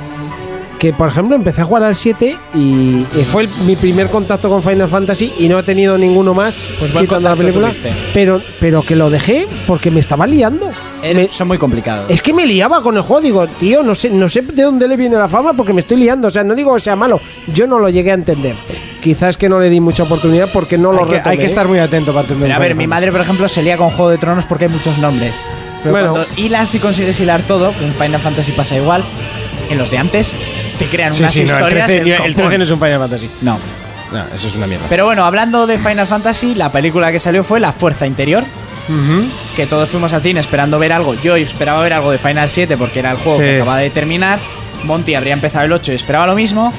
S5: que por ejemplo, empecé a jugar al 7 y eh, fue el- mi primer contacto con Final Fantasy y no he tenido ninguno más
S3: Pues buen
S5: quitando la
S3: contacto
S5: película.
S3: tuviste.
S5: Pero, pero que lo dejé porque me estaba liando. Me-
S3: Son muy complicados.
S5: es que me liaba con el juego, digo, tío, no sé, no sé de dónde le viene la fama porque me estoy liando, o sea, no digo que sea malo, yo no lo llegué a entender. Quizás que no le di mucha oportunidad porque no lo
S1: hay, que, hay
S5: retomé,
S1: que
S5: ¿eh?
S1: estar muy atento para entender.
S3: Pero a
S1: un
S3: ver,
S1: Final
S3: mi
S1: Fantasy.
S3: madre, por ejemplo, se lía con Juego de Tronos porque hay muchos nombres. Pero
S5: Bueno.
S3: cuando hilas y consigues hilar todo, que en Final Fantasy pasa igual, en los de antes te crean
S1: Sí,
S3: unas
S1: sí, no,
S3: historias.
S1: el 13,
S3: del
S1: yo- el 13
S3: copón.
S1: no es un Final Fantasy.
S3: No.
S1: No, eso es una mierda.
S3: Pero bueno, hablando de Final Fantasy, la película que salió fue La Fuerza Interior. Que todos fuimos al cine esperando ver algo. Yo esperaba ver algo de Final 7 porque era el juego
S4: Sí.
S3: que acababa de terminar. Monty habría empezado el 8 y esperaba lo mismo.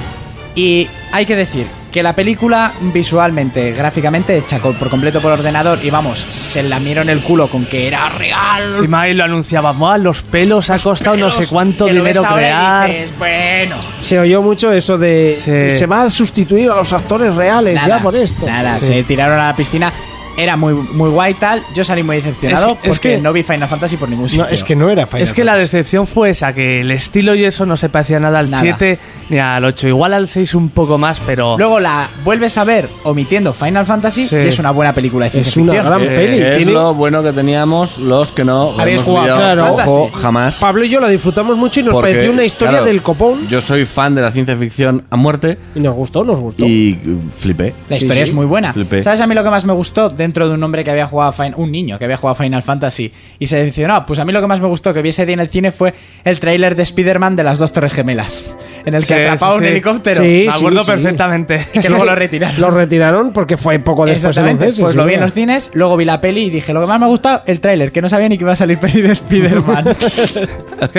S3: Y hay que decir que la película visualmente, gráficamente, hecha co- por completo por ordenador y vamos, se lamieron el culo con que era real.
S4: Si Mai lo anunciaba, "Buah, los pelos ha costado no sé
S3: pelos,
S4: cuánto
S3: que lo ves
S4: dinero
S3: ahora y
S4: crear.
S3: dices, bueno,
S5: Se oyó mucho eso de
S4: Sí.
S5: se va a sustituir a los actores reales
S3: nada,
S5: ya por esto.
S3: Nada,
S5: Sí.
S3: se tiraron a la piscina. Era muy, muy guay tal. Yo salí muy decepcionado
S4: Es que-
S3: porque
S4: es que-
S3: no vi Final Fantasy por ningún sitio.
S1: No, es que no era Final
S4: Es que la
S1: Fantasy.
S4: decepción fue esa, que el estilo y eso no se parecía nada al
S3: Nada.
S4: 7 ni al 8. Igual al 6 un poco más, pero...
S3: Luego la vuelves a ver omitiendo Final Fantasy,
S4: Sí.
S3: que es una buena película de ciencia
S5: Es una
S3: ficción.
S5: gran
S6: Eh,
S5: peli.
S6: es
S5: tiene-
S6: lo bueno que teníamos los que no
S3: Habéis
S6: hemos
S3: jugado,
S6: liado
S3: claro.
S6: ojo,
S3: Fantasy.
S6: jamás.
S5: Pablo y yo la disfrutamos mucho y nos
S6: porque,
S5: pareció una historia
S6: claro,
S5: del copón.
S6: Yo soy fan de la ciencia ficción a muerte
S5: Y nos gustó, nos gustó.
S6: y uh, flipé.
S3: La historia
S5: sí.
S3: es muy buena.
S6: Flipé.
S3: ¿Sabes a mí lo que más me gustó dentro de un hombre que había jugado a Fin- un niño que había jugado a Final Fantasy y se Ah, decepcionó? Pues a mí lo que más me gustó que vi ese día en el cine fue el tráiler de Spider-Man de las dos Torres Gemelas. En el que atrapaba un helicóptero.
S4: Me acuerdo perfectamente.
S3: Y que luego lo retiraron.
S5: Lo retiraron porque fue poco después
S3: Exactamente.
S5: entonces,
S3: pues
S5: sí,
S3: lo vi en
S5: señor.
S3: los cines, luego vi la peli y dije, lo que más me ha gustado, el tráiler, que no sabía ni que iba a salir peli de Spider-Man.
S4: Es que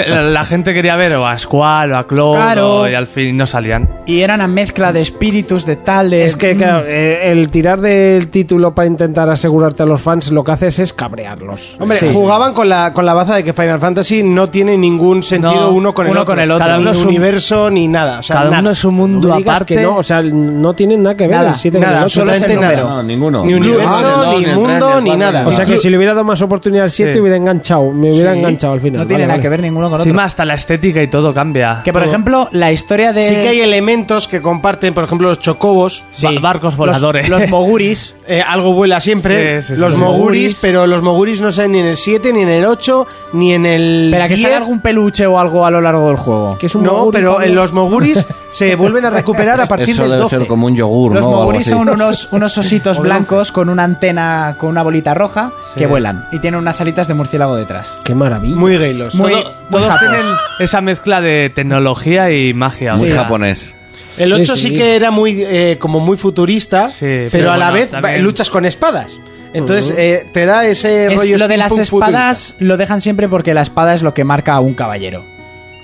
S4: La, la gente quería ver o a Squall o a Cloud
S3: Claro.
S4: o- y al fin no salían.
S3: y era una mezcla de espíritus, de tal, de... mm.
S5: Es que, claro, eh, el tirar del título para intentar asegurarte a los fans lo que haces es cabrearlos.
S1: Hombre,
S5: Sí.
S1: jugaban con la, con la baza de que Final Fantasy no tiene ningún sentido
S5: No,
S1: uno con el
S5: uno
S1: otro.
S5: con el otro.
S1: Cada
S5: Cada
S1: uno
S5: uno
S1: ni
S5: es un-
S1: universo ni nada. O sea, nada.
S5: No me digas que no, o sea, no tienen nada que ver
S1: Nada,
S5: el 7
S1: nada,
S5: con el 8.
S1: absolutamente nada.
S6: No, ninguno.
S1: Ni universo,
S6: Ah,
S1: ni
S6: el
S1: mundo,
S6: tren, el
S1: ni
S6: barco,
S1: nada.
S5: O sea que si le hubiera dado más oportunidad al 7
S4: Sí.
S5: hubiera enganchado, me hubiera
S4: Sí.
S5: enganchado al final.
S3: No tiene
S5: Vale,
S3: nada
S5: vale.
S3: que ver ninguno con otro.
S4: Encima hasta la estética y todo cambia.
S3: que, por
S4: Todo.
S3: ejemplo, la historia de...
S1: Sí que hay elementos que comparten, por ejemplo, los chocobos.
S4: Ba- barcos voladores.
S3: Los, los moguris.
S1: Eh, algo vuela siempre.
S4: Sí, sí, sí.
S1: los
S4: Los
S1: moguris,
S4: moguris.
S1: pero los moguris no salen ni en el 7, ni en el 8, ni en el.
S3: Pero que
S1: 10.
S3: salga algún peluche o algo a lo largo del juego.
S5: Que es un
S1: No,
S5: moguri,
S1: pero
S5: Pablo.
S1: en los moguris se vuelven a recuperar a partir
S6: Eso
S1: del
S6: debe
S1: 12.
S6: ser como un yogur,
S3: Los
S6: ¿no? O algo
S3: moguris
S6: así.
S3: son unos, unos ositos
S1: O de
S3: blancos con una antena, con una bolita roja,
S4: Sí.
S3: que vuelan. Y tienen unas alitas de murciélago detrás.
S5: Qué maravilla.
S1: Muy gaylos.
S3: Muy-
S4: Todo- todos
S3: japos.
S4: tienen esa mezcla de tecnología y magia.
S6: Muy
S4: o sea,
S6: japonés.
S1: El 8 sí,
S5: Sí, sí.
S1: que era muy eh, como muy futurista,
S4: Sí,
S1: pero,
S4: pero
S1: a la
S4: bueno,
S1: vez
S4: también-
S1: va- luchas con espadas. Entonces eh, te da
S5: este
S1: ese
S3: Es-
S1: rollo
S3: lo de las
S1: steampunk
S3: espadas lo dejan siempre porque la espada es lo que marca a un caballero.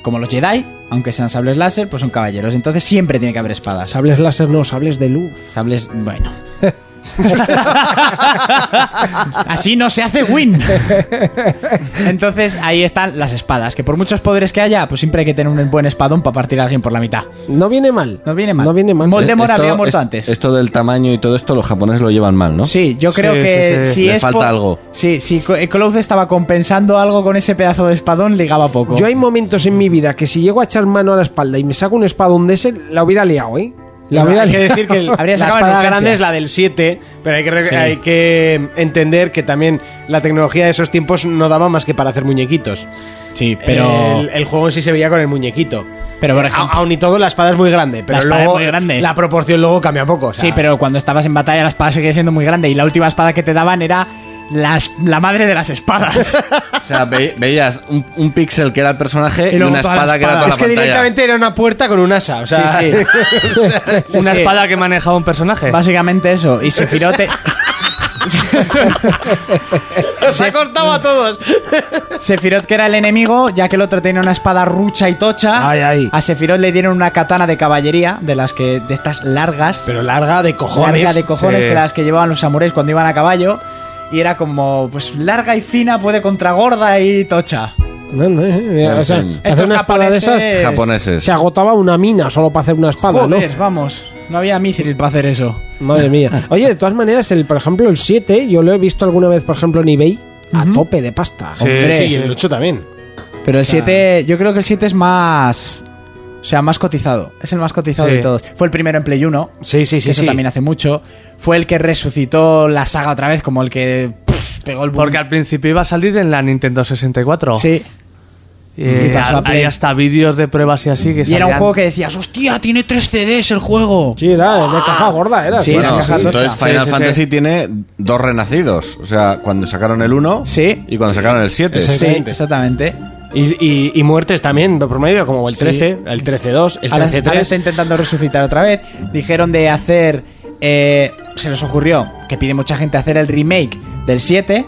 S3: Como los Jedi, aunque sean sables láser, pues son caballeros. Entonces siempre tiene que haber espadas.
S5: Sables láser no, sables de luz.
S3: Sables, bueno. Así no se hace win. Entonces ahí están las espadas, que por muchos poderes que haya, pues siempre hay que tener un buen espadón para partir a alguien por la mitad.
S5: No viene mal.
S3: No viene mal.
S5: No viene mal.
S3: Molde- Voldemort
S6: Eh, Esto-
S3: había muerto
S6: es-
S3: antes.
S6: Esto del tamaño y todo esto, los japoneses lo llevan mal, ¿no?
S3: Sí, yo
S4: Sí,
S3: creo que
S4: sí, sí.
S3: si
S6: Le
S3: es
S6: falta
S3: por-
S6: algo.
S3: Sí, si Co- eh, Cloud estaba compensando algo con ese pedazo de espadón, ligaba poco.
S5: Yo hay momentos en mi vida que si llego a echar mano a la espalda y me saco un espadón de ese, la hubiera liado, ¿eh? La
S1: Pero
S5: hubiera
S1: hay que
S5: liado.
S1: decir que el- la
S3: Habría sacado
S1: espada
S3: emergencias.
S1: grande es la del 7, pero hay que, re-
S3: Sí.
S1: hay que entender que también la tecnología de esos tiempos no daba más que para hacer muñequitos.
S3: Sí, pero
S1: El, el juego en sí se veía con el muñequito.
S3: Pero, por
S1: Eh,
S3: ejemplo-
S1: a- aún y todo, la espada es muy grande. Pero
S3: La espada
S1: luego,
S3: es muy grande.
S1: La proporción luego cambia poco. o sea,
S3: sí, pero cuando estabas en batalla la espada seguía siendo muy grande y la última espada que te daban era las- la madre de las espadas.
S6: O sea, ve- veías un, un píxel que era el personaje
S3: Y
S6: y,
S3: luego
S6: una
S3: toda la
S6: espada, que era
S3: espada.
S6: toda
S1: Es
S6: la
S1: que
S6: pantalla.
S1: directamente era una puerta con un asa. O sea,
S3: Sí,
S4: Una
S3: Sí.
S4: espada que manejaba un personaje.
S3: Básicamente eso. Y Sephiroth te-
S1: se ha cortado a todos.
S3: Sephiroth, que era el enemigo, ya que el otro tenía una espada rucha y tocha.
S5: Ay, ay.
S3: A Sephiroth le dieron una katana de caballería, de las que de estas largas.
S1: Pero larga de cojones.
S3: larga de cojones
S4: Sí.
S3: que las que llevaban los samuráis cuando iban a caballo. Y era como, pues larga y fina, puede contra gorda y tocha.
S5: No, no, eh, o sea,
S6: En fin.
S5: hacer una espada de esas
S3: japoneses-
S6: Japoneses.
S5: se agotaba una mina solo para hacer una espada,
S3: Joder,
S5: ¿no?
S3: vamos. No había mithril para hacer eso.
S5: Madre mía. Oye, de todas maneras, el, por ejemplo, el 7, yo lo he visto alguna vez, por ejemplo, en eBay, a tope de pasta.
S4: Sí,
S1: Sí,
S3: Hombre,
S1: sí, y el 8 también.
S3: Pero el 7, yo creo que el 7 es más. O sea, más cotizado. Es el más cotizado
S4: Sí.
S3: de todos. Fue el primero en Play 1.
S1: Sí, sí, sí,
S3: que Eso
S1: sí.
S3: también hace mucho. Fue el que resucitó la saga otra vez, como el que pff, pegó el boom.
S4: Porque al principio iba a salir en la Nintendo 64.
S3: Sí.
S4: Y,
S3: Y pasó a
S4: hay
S3: Play.
S4: hasta vídeos de pruebas y así que
S3: Y era un
S4: salían.
S3: juego que decías, hostia, tiene 3 CDs el juego. Ah,
S5: Sí, era de caja Ah, gorda, era.
S3: Sí,
S5: sí.
S3: era
S6: Bueno,
S3: caja
S6: entonces
S3: tocha.
S6: Final
S4: Sí, sí,
S6: Fantasy tiene dos renacidos. O sea, cuando sacaron el 1
S3: Sí.
S6: y cuando sacaron el 7.
S3: Sí,
S1: Exactamente.
S3: exactamente.
S1: Y, y- y muertes también, por medio, como el 13, el 13-2, el
S3: Ahora, ahora
S1: 13-3.
S3: está intentando resucitar otra vez. Dijeron de hacer. eh, se les ocurrió que pide mucha gente hacer el remake del 7.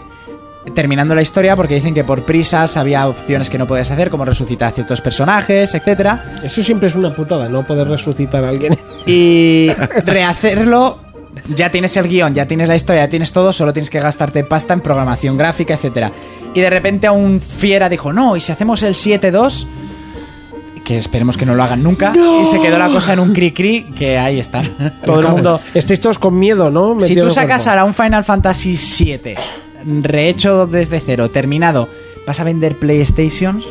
S3: Terminando la historia, porque dicen que por prisas había opciones que no podías hacer, como resucitar a ciertos personajes, etcétera.
S5: Eso siempre es una putada, no poder resucitar a alguien.
S3: Y rehacerlo, ya tienes el guión, ya tienes la historia, ya tienes todo, solo tienes que gastarte pasta en programación gráfica, etcétera. Y de repente a un fiera dijo, no, y si hacemos el 7-2, que esperemos que no lo hagan nunca, y se quedó la cosa en un cri-cri, que ahí está. Todo el mundo...
S5: Estáis todos con miedo, ¿no?
S3: Si
S5: Metido en
S3: tú
S5: el
S3: sacas
S5: cuerpo.
S3: ahora un Final Fantasy 7 rehecho desde cero, terminado, vas a vender PlayStations...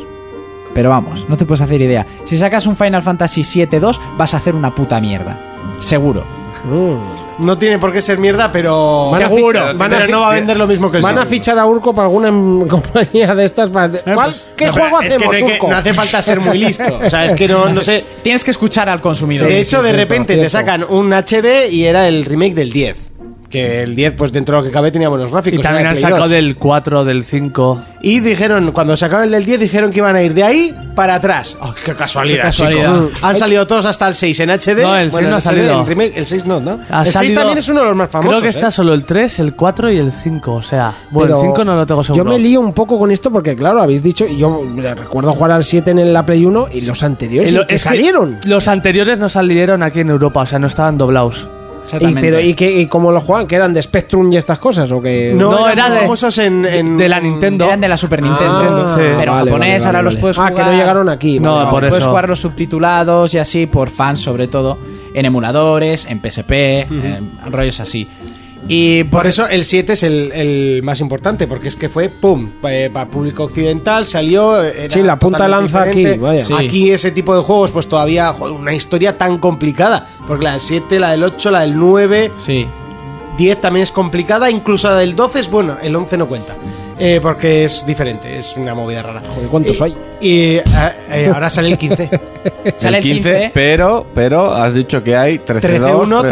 S3: Pero vamos, no te puedes hacer idea. Si sacas un Final Fantasy 7-2, vas a hacer una puta mierda. Seguro.
S5: Mm.
S1: No tiene por qué ser mierda, pero.
S5: Van a
S1: Seguro,
S5: fichar,
S1: van a
S5: pero
S1: fi-
S5: no va a
S1: vender lo mismo que el
S5: Van a
S1: segundo.
S5: fichar a Urco para alguna mm, compañía de estas. para-
S3: Eh,
S5: ¿Cuál?
S3: pues,
S5: ¿Qué
S1: No, pero
S5: juego
S1: es que no
S5: hacemos,
S1: hay que-
S5: Urco?
S1: no hace falta ser muy listo. O sea, es que no, no sé.
S3: Tienes que escuchar al consumidor.
S1: De hecho, de
S5: cierto,
S1: repente te
S5: cierto.
S1: sacan un HD y era el remake del 10. Que el 10, pues dentro de lo que cabe, tenía buenos gráficos.
S4: Y también
S1: era
S4: han
S1: de Play
S4: sacado
S1: 2.
S4: del 4, del 5.
S1: Y dijeron, cuando sacaron el del 10, dijeron que iban a ir de ahí para atrás. Oh, ¡Qué casualidad!
S4: Qué casualidad. Mm.
S1: chico. Han salido todos hasta el 6 en HD.
S4: No, el 6 no ha
S1: en HD,
S4: salido.
S1: en remake, el 6 no, ¿no?
S4: Ha
S1: el 6
S4: salido-
S1: también es uno de los más famosos.
S4: Creo que está
S1: ¿eh?
S4: solo el 3, el 4 y el 5. O sea, bueno,
S5: Pero
S4: el 5 no lo tengo seguro.
S5: Yo me lío un poco con esto porque, claro, habéis dicho, y yo mira, recuerdo jugar al 7 en la Play 1 y los anteriores
S3: Eh,
S4: Y lo-
S5: y que
S4: es que
S5: salieron.
S4: Los anteriores no salieron aquí en Europa, o sea, no estaban doblados.
S5: Y, pero, ¿y, qué, y cómo lo jugaban? ¿Que eran de Spectrum y estas cosas? ¿O que
S4: No, No, eran eran de-
S1: famosos en,
S4: de la Nintendo. Ah.
S3: Eran de la Super Nintendo.
S5: sí.
S3: Pero
S5: Vale,
S3: japonés,
S5: vale,
S3: ahora
S5: vale,
S3: los
S5: vale.
S3: puedes
S5: Ah,
S3: jugar.
S5: que no llegaron aquí.
S4: No,
S5: Vale,
S4: por
S5: vale.
S3: puedes
S4: eso.
S3: jugar los subtitulados y así por fans sobre todo en emuladores en PSP eh, rollos así y
S1: Por eso el 7 es el, el más importante, porque es que fue, pum, para público occidental, salió... era
S5: Sí, la punta
S1: totalmente
S5: lanza aquí,
S1: diferente.
S5: vaya. Sí.
S1: Aquí ese tipo de juegos, pues todavía, joder, una historia tan complicada. Porque la del 7, la del 8, la del 9,
S3: sí
S1: 10 también es complicada, incluso la del 12 es, bueno, el 11 no cuenta. eh, porque es diferente, es una movida rara.
S5: Joder, ¿cuántos
S1: Eh,
S5: hay?
S1: Y eh, eh, ahora sale el 15.
S3: Sale el 15.
S6: pero, pero has dicho que hay 13-2,
S1: 13-1,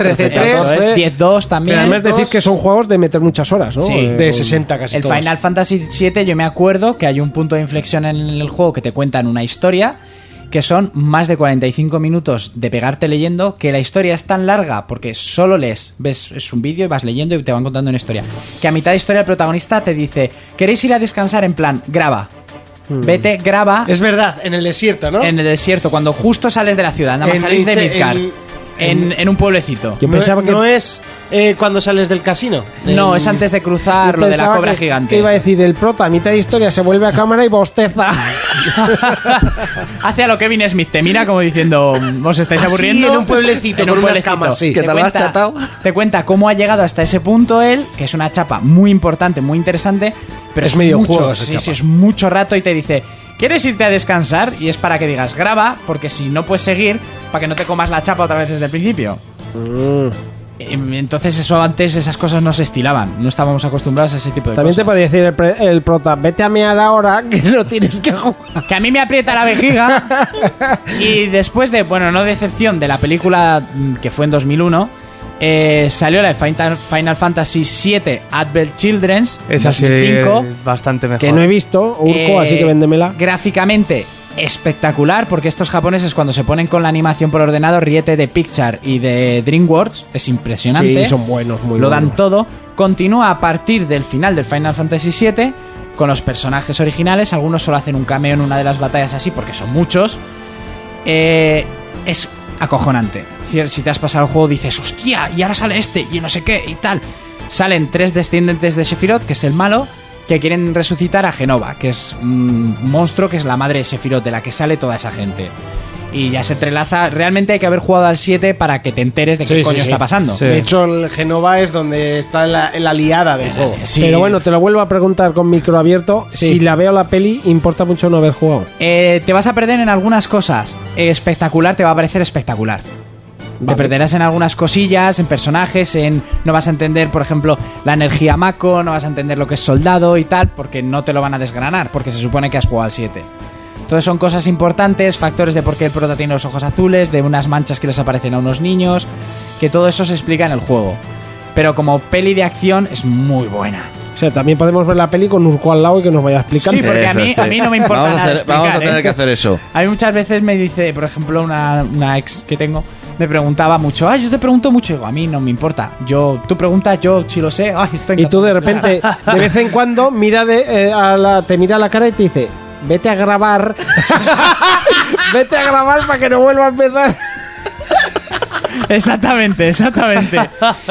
S1: 13-2,
S6: 13-3.
S3: 10-2
S5: Pero
S3: también
S5: además decir que son juegos de meter muchas horas, ¿no?
S3: Sí.
S5: Eh,
S1: De
S5: con-
S1: 60 casi
S3: el
S1: todos.
S3: Final Fantasy VII yo me acuerdo que hay un punto de inflexión en el juego que te cuentan una historia que son más de 45 minutos de pegarte leyendo que la historia es tan larga porque solo lees ves es un vídeo y vas leyendo y te van contando una historia que a mitad de historia el protagonista te dice queréis ir a descansar en plan graba vete graba
S1: Hmm. Es verdad, en el desierto, ¿no?
S3: en el desierto cuando justo sales de la ciudad nada más
S1: En-
S3: salís de
S1: en-
S3: Midgar en,
S1: en-
S3: en un pueblecito
S5: Yo
S1: no,
S5: pensaba que.
S1: no es eh, cuando sales del casino.
S3: no
S1: En-
S3: es antes de cruzar
S5: yo
S3: lo de la
S5: pensaba
S3: cobra
S5: que-
S3: gigante
S5: que iba a decir el prota a mitad de historia se vuelve a cámara y bosteza.
S3: Hace a lo Kevin Smith, te mira como diciendo, os
S5: Ah,
S3: estáis
S1: Así,
S3: aburriendo.
S1: Ah, en un pueblecito, con unas camas, sí.
S3: Te
S1: Que te lo has
S3: cuenta-
S1: chatao.
S3: Te cuenta cómo ha llegado hasta ese punto él, que es una chapa muy importante, muy interesante, pero
S1: Es medio
S3: mucho,
S1: juego esa
S3: sí,
S1: chapa.
S3: sí, es mucho rato y te dice, ¿quieres irte a descansar? Y es para que digas, graba, porque si no puedes seguir, para que no te comas la chapa otra vez desde el principio.
S5: Mm.
S3: Em, Entonces eso antes esas cosas no se estilaban, no estábamos acostumbrados a ese tipo de
S5: También te
S3: cosas.
S5: podía decir el, pre- el prota, vete a mear ahora que no tienes que jugar.
S3: Que a mí me aprieta la vejiga. y después de, bueno, no decepción, de la película mm, que fue en 2001, eh, salió la de Final, Final Fantasy VII Advent Children's.
S4: Esa sí
S3: 2005,
S4: es bastante mejor.
S5: Que no he visto, Urco,
S3: eh,
S5: así que véndemela.
S3: Gráficamente espectacular, porque estos japoneses cuando se ponen con la animación por ordenador, riete de Pixar y de DreamWorks, es impresionante.
S5: Sí, son buenos, muy
S3: lo dan
S5: buenos.
S3: todo. Continúa a partir del final del Final Fantasy VII con los personajes originales. Algunos solo hacen un cameo en una de las batallas así porque son muchos. Eh, es acojonante. Cier- Si te has pasado el juego dices, hostia, y ahora sale este, y no sé qué, y tal. Salen tres descendientes de Sephiroth, que es el malo, que quieren resucitar a Genova, que es un monstruo, que es la madre de Sephiroth, de la que sale toda esa gente. Y ya se entrelaza. Realmente hay que haber jugado al 7 para que te enteres de qué
S1: Sí, sí,
S3: coño
S1: sí.
S3: está pasando.
S4: Sí.
S1: De hecho, el Genova es donde está la, la liada del juego.
S3: Eh, Sí.
S5: Pero bueno, te lo vuelvo a preguntar con micro abierto.
S3: Sí.
S5: Si la veo la peli, importa mucho no haber jugado.
S3: Eh, te vas a perder en algunas cosas. Eh, Espectacular te va a parecer espectacular. Te perderás en algunas cosillas, en personajes, en no vas a entender, por ejemplo, la energía Mako, no vas a entender lo que es soldado y tal, porque no te lo van a desgranar, porque se supone que has jugado al 7. Entonces son cosas importantes, factores de por qué el prota tiene los ojos azules, de unas manchas que les aparecen a unos niños, que todo eso se explica en el juego. Pero como peli de acción es muy buena.
S5: O sea, también podemos ver la peli con Urco al lado y que nos vaya explicando. Eh.
S3: Sí, porque a mí,
S6: Eso,
S3: a
S6: sí.
S3: mí no me importa
S6: Vamos a
S3: nada
S6: hacer-
S3: explicar,
S6: vamos a tener
S3: ¿eh?
S6: que hacer eso.
S3: A mí muchas veces me dice, por ejemplo, una, una ex que tengo, me preguntaba mucho, ah, yo te pregunto mucho, digo, a mí no me importa. Yo, tú preguntas, yo sí lo sé, ay, estoy
S5: Y tú de
S3: encantado".
S5: repente, de vez en cuando, mira de, eh, a la, te mira a la cara y te dice, vete a grabar. vete a grabar para que no vuelva a empezar.
S3: Exactamente, exactamente.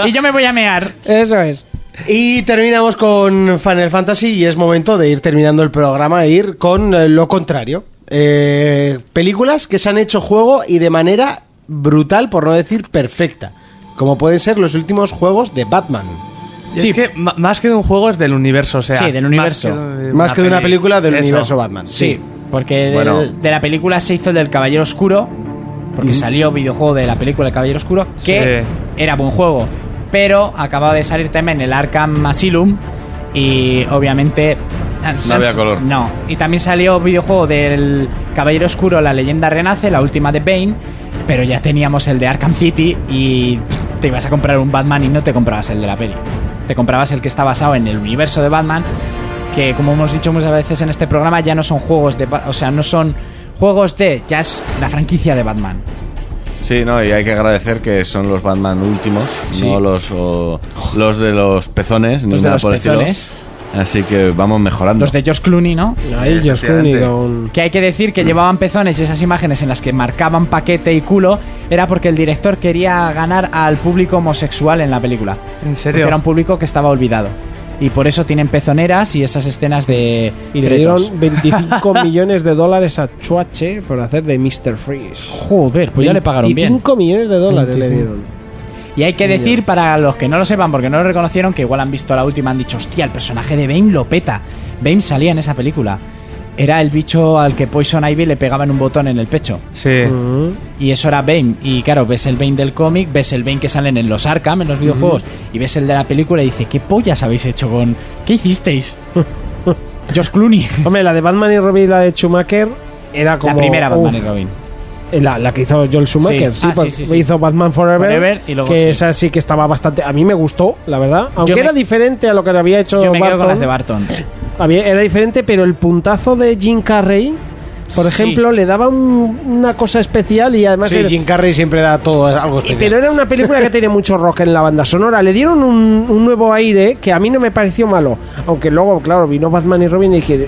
S3: Y yo me voy a mear.
S5: Eso es.
S1: Y terminamos con Final Fantasy y es momento de ir terminando el programa e ir con eh, lo contrario. Eh, películas que se han hecho juego y de manera brutal, por no decir perfecta. Como pueden ser los últimos juegos de Batman.
S4: Y Es que ma- más que de un juego es del universo, o sea.
S3: Sí, del universo.
S1: Más que de una
S4: peli-
S1: película del
S4: eso.
S1: universo Batman. Sí.
S3: Sí, porque del-
S6: Bueno.
S3: de la película se hizo el del Caballero Oscuro, porque salió videojuego de la película El Caballero Oscuro, que era buen juego, pero acababa de salir también el Arkham Asylum y obviamente... ah,
S6: No había color.
S3: No, y también salió videojuego del Caballero Oscuro, La Leyenda Renace, la última de Bane, pero ya teníamos el de Arkham City y te ibas a comprar un Batman y no te comprabas el de la peli. Te comprabas el que está basado en el universo de Batman, que como hemos dicho muchas veces en este programa, ya no son juegos de... Ba- O sea, no son juegos de... Ya es la franquicia de Batman.
S6: Sí, no, y hay que agradecer que son los Batman últimos,
S3: Sí.
S6: no los, o- los de los pezones, ni
S3: Los de
S6: nada
S3: los
S6: por el estilo.
S3: pezones.
S6: Así que vamos mejorando.
S3: Los de George Clooney, ¿no?
S6: Ahí, George Clooney con-
S3: Que hay que decir que llevaban pezones y esas imágenes en las que marcaban paquete y culo era porque el director quería ganar al público homosexual en la película.
S4: ¿En
S3: Porque era un público que estaba olvidado. Y por eso tienen pezoneras y esas escenas de...
S5: Y le dieron 25 millones de dólares a Chuache por hacer de Mr. Freeze.
S3: Joder, pues ya le pagaron bien.
S5: 25 millones de dólares le
S3: 25.
S5: dieron.
S3: Y hay que decir, para los que no lo sepan, porque no lo reconocieron, que igual han visto la última, han dicho, hostia, el personaje de Bane lo peta. Bane salía en esa película. Era el bicho al que Poison Ivy le pegaban un botón en el pecho.
S4: Sí.
S3: Y eso era Bane. Y claro, ves el Bane del cómic, ves el Bane que salen en los Arkham, en los videojuegos, y ves el de la película y dice, ¿qué pollas habéis hecho con... ¿Qué hicisteis? George Clooney.
S5: Hombre, la de Batman y Robin y la de Schumacher era como.
S3: la primera Batman
S5: uf,
S3: y Robin.
S5: eh, La, la que hizo Joel Schumacher,
S3: Sí.
S5: sí,
S3: Ah,
S5: por-
S3: sí, sí, sí.
S5: hizo Batman Forever,
S3: Forever y luego
S5: que
S3: sí.
S5: esa sí que estaba bastante... A mí me gustó, la verdad. Aunque
S3: me-
S5: era diferente a lo que había hecho
S3: Yo me quedo
S5: Barton,
S3: con las de Barton.
S5: había- era diferente, pero el puntazo de Jim Carrey, por
S1: Sí.
S5: ejemplo, le daba un- una cosa especial y además...
S1: Sí,
S5: era-
S1: Jim Carrey siempre da todo algo
S5: y-
S1: especial.
S5: pero era una película que tiene mucho rock en la banda sonora. Le dieron un, un nuevo aire que a mí no me pareció malo. Aunque luego, claro, vino Batman y Robin y dije,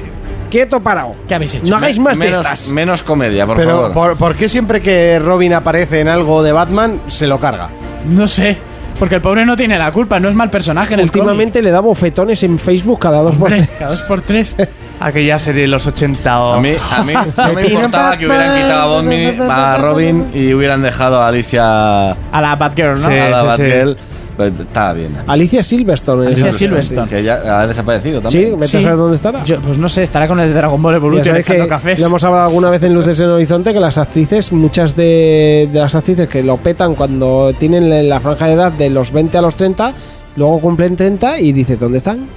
S5: quieto parado.
S3: ¿Qué habéis
S5: No hagáis más
S6: menos,
S5: de estas.
S6: Menos comedia, por
S1: Pero,
S6: favor.
S1: ¿por, por qué siempre que Robin aparece en algo de Batman se lo carga?
S3: No sé, porque el pobre no tiene la culpa, no es mal personaje en el cómic.
S5: Últimamente le da bofetones en Facebook cada dos por tres.
S3: Cada dos por tres.
S4: Aquella serie de los 80 o...
S6: A mí, a mí no me importaba que hubieran quitado a, Bonnie- a Robin y hubieran dejado a Alicia.
S3: A la Batgirl, ¿no?
S6: a la
S3: Sí, sí, sí.
S6: Batgirl. Pues, Estaba bien.
S5: Alicia Silverstone.
S3: Alicia Silverstone.
S6: Que ya ha desaparecido
S5: Sí,
S6: también.
S5: vete a saber dónde estará.
S3: Yo, pues no sé, estará con el Dragon Ball
S5: Ya
S3: Evolution
S5: sabes que
S3: echando cafés.
S5: lo hemos hablado alguna vez en Luces en el Horizonte que las actrices, muchas de, de las actrices que lo petan cuando tienen la- la franja de edad de los 20 a los 30, luego cumplen 30 y dices, ¿dónde están?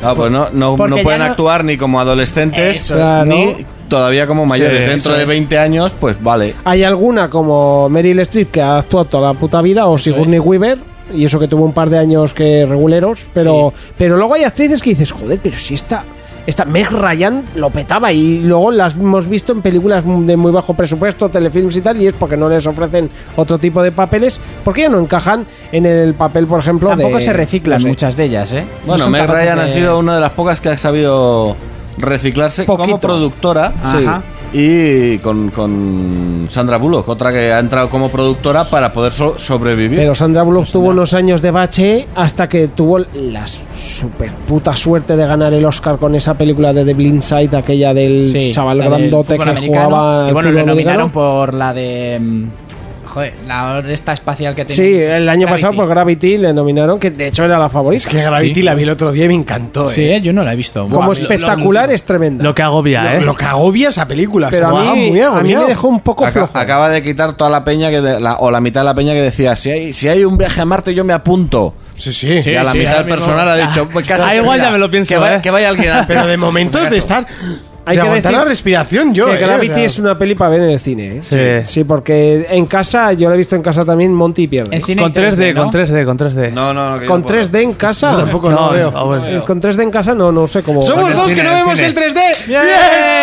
S6: Claro, pues no, no,
S5: Porque
S6: no
S5: ya
S6: pueden
S5: no-
S6: actuar ni como adolescentes
S5: Eso es.
S6: ni
S5: Claro.
S6: todavía como mayores.
S5: Sí,
S6: Dentro
S5: eso
S6: de
S5: es.
S6: 20 años, pues vale.
S5: Hay alguna como Meryl Streep que ha actuado toda la puta vida o Sigourney Weaver y eso que tuvo un par de años que reguleros, pero pero luego hay actrices que dices, joder, pero si esta esta Meg Ryan lo petaba y luego las hemos visto en películas de muy bajo presupuesto, telefilms y tal y es porque no les ofrecen otro tipo de papeles porque ya no encajan en el papel, por ejemplo,
S3: Tampoco
S5: de-
S3: se reciclan
S5: no sé.
S3: muchas de ellas, ¿eh? No
S6: Bueno,
S3: son
S6: Meg
S3: capaces
S6: Ryan ha
S3: de-
S6: sido una de las pocas que ha sabido reciclarse como
S3: Poquito.
S6: productora
S3: Ajá.
S6: y con, con Sandra Bullock, otra que ha entrado como productora para poder so- sobrevivir.
S5: Pero Sandra
S3: Pues
S5: Bullock tuvo unos años de bache hasta que tuvo la super puta suerte de ganar el Oscar con esa película de The Blind Side, aquella del
S3: Sí,
S5: chaval
S3: la del
S5: grandote
S3: fútbol
S5: que
S3: americano.
S5: jugaba.
S3: Y bueno,
S5: al
S3: le
S5: fútbol
S3: nominaron
S5: americano.
S3: por la de. mm, Joder, la esta espacial que tenía.
S5: Sí, el año pasado por Gravity le nominaron, que de hecho era la favorita.
S1: que Gravity la vi el otro día y me encantó.
S3: Sí,
S1: eh.
S3: eh, yo no la he visto.
S5: Como espectacular es tremenda.
S4: Lo que agobia,
S1: Lo,
S4: ¿eh?
S1: lo que agobia esa película.
S5: Pero
S1: o sea,
S5: a
S1: estaba
S5: mí-
S1: muy
S5: a mí
S1: agobiado.
S5: me dejó un poco
S6: Aca- Acaba de quitar toda la peña que de- la- o la mitad de la peña que decía si hay si hay un viaje a Marte yo me apunto.
S1: Sí, sí.
S6: y a la
S4: sí,
S6: mitad
S4: ahora
S6: del personal ha
S4: mismo-
S6: dicho pues casi
S4: Ah,
S6: que
S4: igual
S6: mira,
S4: ya me lo pienso,
S6: que, vaya-
S4: ¿eh?
S6: que vaya alguien antes. Pues
S1: Pero de momento
S6: Por si
S1: de
S6: acaso.
S1: estar.
S5: Hay
S1: de
S5: que
S1: aguantar
S5: decir
S1: la respiración yo.
S5: que
S1: eh,
S5: Gravity
S1: o sea.
S5: es una peli para ver en el cine. ¿eh?
S4: Sí.
S5: porque en casa, yo la he visto en casa también, Monty pierde.
S4: Con 3D, con 3D, con 3D,
S6: No, no, no, que yo
S5: Con
S6: no puedo.
S5: 3D en casa.
S1: Yo tampoco no,
S4: No,
S1: veo.
S4: no, bueno.
S5: Eh, Con 3D en casa no, no sé cómo.
S1: Somos
S4: el
S1: dos
S4: cine,
S1: que no
S4: el
S1: vemos
S4: cine.
S1: el 3D.
S5: Bien.
S3: Bien,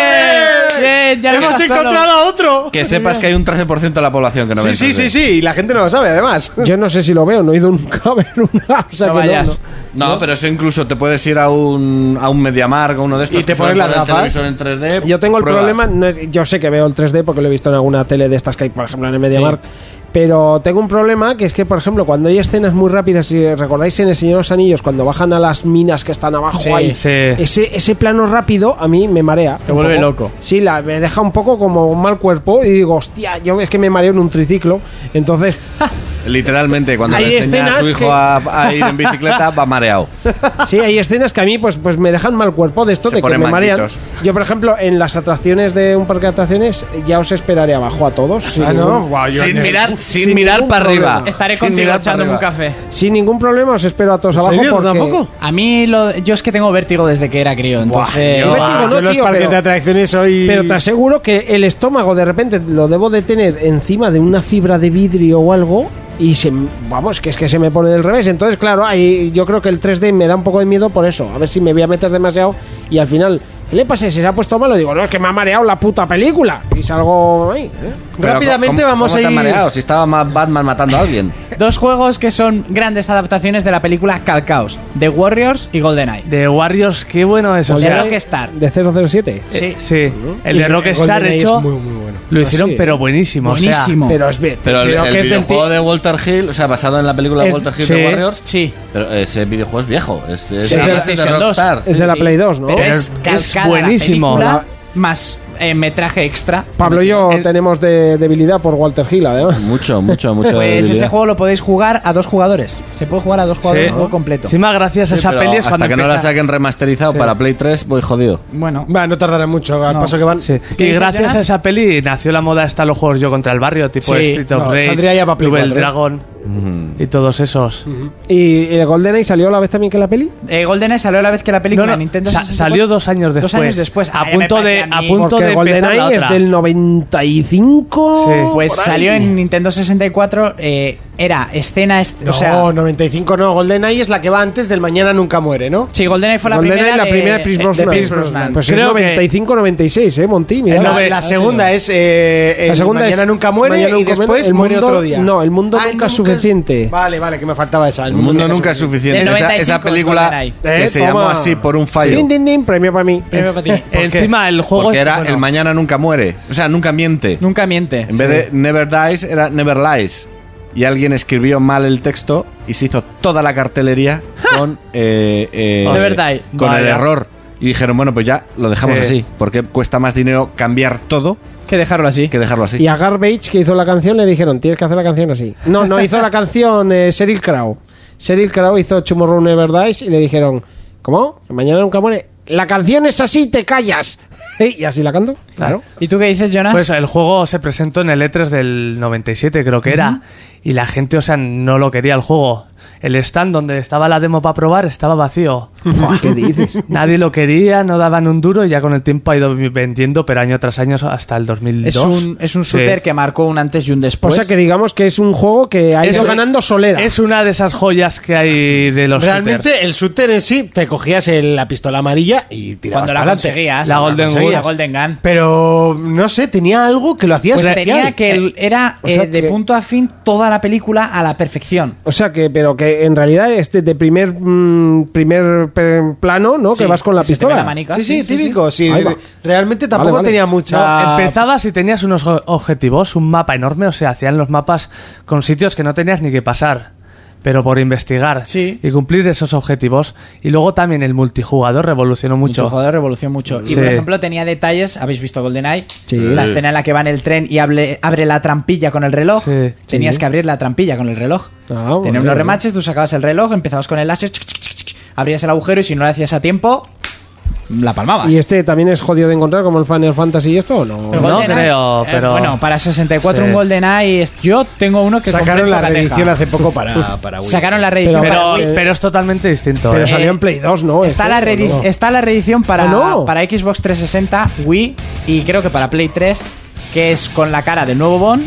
S3: Eh, ya lo
S1: ¡Eh! Hemos
S3: he pasado.
S1: encontrado a otro.
S6: Que sepas que hay un 13% de la población que no ve
S1: Sí,
S6: el
S1: sí,
S6: 3D.
S1: sí, sí. Y la gente no lo sabe, además.
S5: Yo no sé si lo veo, no he ido nunca a ver una. O sea
S3: No
S5: que no,
S3: vayas.
S5: no.
S6: No, pero eso incluso te puedes ir a un a un MediaMark o uno de estos
S1: Y te
S6: que
S1: pones
S6: suelen poner
S1: las gafas.
S6: televisor en 3D.
S5: Yo tengo el
S6: pruebas.
S5: problema, no es- yo sé que veo el 3D porque lo he visto en alguna tele de estas que hay, por ejemplo, en el MediaMarkt. Pero tengo un problema que es que, por ejemplo, cuando hay escenas muy rápidas, si recordáis en El Señor de los Anillos, cuando bajan a las minas que están abajo
S4: Sí,
S5: ahí,
S4: sí.
S5: Ese, ese plano rápido a mí me marea.
S3: Te
S5: un
S3: vuelve
S5: poco.
S3: loco.
S5: Sí, la, me deja un poco como un mal cuerpo y digo, hostia, yo es que me mareo en un triciclo. Entonces,
S6: Literalmente, cuando
S5: Hay
S6: le enseña a
S5: escenas
S6: su hijo
S5: que-
S6: a, a ir en bicicleta, va mareado.
S5: Sí, hay escenas que a mí pues, pues me dejan mal cuerpo de esto,
S6: Se
S5: de que me
S6: ponen
S5: marean.
S6: manquitos.
S5: Yo, por ejemplo, en las atracciones de un parque de atracciones, ya os esperaré abajo a todos. sin
S1: Ah, no.
S5: ningún-
S1: Guau, yo-
S6: Sin mirar, sin
S5: sin
S6: mirar
S5: ningún
S6: para
S5: problema.
S6: arriba.
S3: Estaré
S6: Sin
S3: contigo
S6: mirar para
S3: echándome un
S6: arriba.
S3: café.
S5: Sin ningún problema os espero a todos
S1: ¿En
S5: abajo
S1: serio?
S5: porque...
S1: ¿Tampoco?
S3: A mí, lo, yo es que tengo vértigo desde que era crío, entonces.
S5: yo-
S1: Ah,
S5: digo, no,
S1: yo en los
S5: tío,
S1: parques
S5: pero-
S1: de atracciones hoy.
S5: Pero te aseguro que el estómago de repente lo debo de tener encima de una fibra de vidrio o algo Y se, vamos, que es que se me pone del revés. Entonces, claro, ahí yo creo que el 3D me da un poco de miedo por eso. A ver si me voy a meter demasiado y al final, ¿qué le pasa? Si se ha puesto malo, digo, no, es que me ha mareado la puta película. Y salgo ahí. ¿eh?
S6: Pero,
S1: Rápidamente
S6: ¿cómo-
S1: vamos
S6: cómo
S1: a
S6: te has
S1: ir-
S6: mareado? Si estaba ma- Batman matando a alguien.
S3: Dos juegos que son grandes adaptaciones de la película Calcaos, The Warriors y GoldenEye.
S4: De Warriors, qué bueno eso.
S3: De
S4: o sea,
S3: Rockstar.
S5: De 007.
S4: Sí. sí. El de Rockstar
S5: GoldenEye es
S4: hecho.
S5: muy, muy bueno.
S4: Lo hicieron,
S5: Sí.
S4: pero Ah, buenísimo. o sea,
S5: Pero es bien.
S6: Pero el,
S5: creo
S6: el
S5: que es del
S6: videojuego de Walter Hill, o sea, basado en la película de
S5: Es-
S6: Walter Hill
S5: sí.
S6: de Warriors.
S3: Sí.
S6: Pero ese videojuego es viejo. Es, es
S3: Sí,
S6: además
S3: es de PlayStation 2.
S6: Rockstar.
S5: Es de la Play 2, ¿no?
S3: Pero
S5: Pero
S3: es
S5: es
S3: calcada
S5: buenísimo.
S3: la
S5: La-
S3: película, más eh, metraje extra.
S5: Pablo y yo tenemos de- debilidad por Walter Hill, además.
S6: Mucho, mucho, mucho.
S3: Pues ese juego lo podéis jugar a dos jugadores. Se puede jugar a dos jugadores el juego completo.
S6: Sí, pero hasta que no la saquen remasterizado
S3: Sí.
S6: para Play 3, voy jodido.
S3: Bueno.
S1: no tardará mucho al
S4: No.
S1: paso que van.
S4: Y gracias a esa peli nació la moda hasta los juegos yo contra el barrio, tipo
S1: Sí.
S4: Street of
S1: No,
S4: Rage,
S1: saldría ya para Play
S4: Double
S1: 4, ¿eh?
S4: Dragon y todos esos.
S5: ¿Y el GoldenEye salió a la vez también que la peli?
S3: Eh, GoldenEye salió a la vez que la película
S4: No, no,
S3: en Nintendo
S4: sa-
S3: 64.
S4: salió dos años
S3: Dos
S4: después.
S3: años después.
S4: A
S3: Ay, me
S4: punto
S3: parece
S4: de-
S3: mí.
S4: a punto
S5: Porque
S4: de empezar la
S5: GoldenEye es
S4: otra.
S5: del 95.
S3: Pues
S5: Oh, por ahí.
S3: salió en Nintendo 64. eh, era escena. est-
S1: No,
S3: o sea,
S1: 95 no. GoldenEye es la que va antes del Mañana Nunca Muere, ¿no?
S3: Sí, GoldenEye fue la
S5: GoldenEye
S3: primera.
S5: la
S3: de-
S5: primera Pierce
S3: de
S5: Brosnan.
S3: Pierce Brosnan.
S5: Pues es 95, 96, ¿eh, Monty? Mira.
S1: La, la segunda es eh, el Mañana Nunca Muere
S5: Mañana
S1: y
S5: Nunca Muere,
S1: después
S5: el
S1: muere
S5: mundo-
S1: otro día.
S5: No, el mundo
S1: Ah,
S5: nunca es suficiente.
S1: Vale, vale, que me faltaba esa.
S6: El mundo nunca es suficiente.
S1: Del
S6: Esa,
S1: 95
S6: esa película
S1: GoldenEye.
S6: que
S1: Eh,
S6: se
S1: toma.
S6: llamó así por un fallo.
S5: Din, din, din, premio para mí.
S6: ¿Por qué?
S4: Encima, el juego
S6: Porque
S4: es-
S6: era
S4: bueno.
S6: el mañana nunca muere. O sea, nunca miente.
S3: Nunca miente.
S6: En vez de never dies, era never lies. Y alguien escribió mal el texto y se hizo toda la cartelería con, eh, eh,
S3: Never die.
S6: con el
S3: Vaya.
S6: error. Y dijeron, bueno, pues ya lo dejamos
S3: Sí.
S6: así. Porque cuesta más dinero cambiar todo
S3: que dejarlo así.
S6: Que dejarlo así.
S5: Y a Garbage, que hizo la canción, le dijeron, tienes que hacer la canción así. No, no hizo la canción eh, Sheryl Crow. Sheryl Crow hizo Tomorrow Never Dies y le dijeron, ¿cómo? Mañana nunca muere. La canción es así, te callas. y así la canto. Claro. eh,
S3: ¿Y tú qué dices, Jonas?
S4: Pues el juego se presentó en el E3 del 97, creo que era, y la gente, o sea, no lo quería el juego. El stand donde estaba la demo para probar estaba vacío.
S5: ¿Qué dices?
S4: Nadie lo quería, no daban un duro y ya con el tiempo ha ido vendiendo, pero año tras año hasta el 2002.
S3: es, un, es un shooter
S4: Sí.
S3: que marcó un antes y un
S5: O
S3: después.
S1: Pues-
S5: sea que digamos que es un juego que ha
S4: Es
S5: ido
S4: un-
S5: ganando solera.
S4: Es una de esas joyas que hay de los
S1: Realmente
S4: shooters.
S1: el shooter en sí, te cogías el- la pistola amarilla y tirabas
S3: Cuando la
S1: pa'lante.
S3: conseguías.
S1: La
S3: Cuando
S1: Golden
S3: conseguías
S1: Gun.
S3: La Golden Gun.
S1: Pero no sé, tenía algo que lo hacía
S3: Pues
S1: especial.
S3: tenía que el- era
S5: O sea
S3: eh, de
S5: que-
S3: punto a fin toda la película a la perfección.
S5: O sea que, pero que en realidad este de primer mm, primer pe- plano, ¿no?
S3: Sí,
S5: que vas con la
S3: que se te
S5: pistola.
S3: ve la manica.
S1: Sí, sí, típico. Sí,
S5: Ahí va.
S1: realmente
S5: Vale,
S1: tampoco
S5: vale.
S1: tenía mucha.
S4: No, empezabas y tenías unos o- objetivos, un mapa enorme, o sea, hacían los mapas con sitios que no tenías ni que pasar, pero por investigar y cumplir esos objetivos. Y luego también el multijugador revolucionó mucho.
S3: Multijugador revolucionó mucho. Y
S4: Sí.
S3: por ejemplo, tenía detalles. ¿Habéis visto GoldenEye?
S4: Sí.
S3: La escena en la que va en el tren y hable- abre la trampilla con el reloj.
S4: Sí.
S3: Tenías
S4: Sí.
S3: que abrir la trampilla con el reloj.
S5: Ah, bueno,
S3: Tenías unos
S5: bueno.
S3: remaches, tú sacabas el reloj, empezabas con el láser, chic, chic, chic, chic, abrías el agujero y si no lo hacías a tiempo, la palmabas.
S5: Y este también es jodido de encontrar como el Final Fantasy y esto o Pues no.
S3: Pero GoldenEye,
S4: creo,
S3: eh,
S4: pero-
S3: bueno, para 64
S4: Sí.
S3: un GoldenEye. es- Yo tengo uno que compré
S1: Sacaron
S3: en
S1: la
S3: Tocateja.
S1: reedición hace poco para, para Wii.
S3: Sacaron la reedición
S4: Pero,
S3: para Wii.
S4: pero es totalmente distinto.
S5: Pero
S4: ¿eh?
S5: salió en Play 2, ¿no?
S3: Está la,
S5: ready
S3: reedi- está la reedición para,
S5: Ah, no.
S3: para Xbox 360, Wii y creo que para Play 3, que es con la cara del nuevo Bond.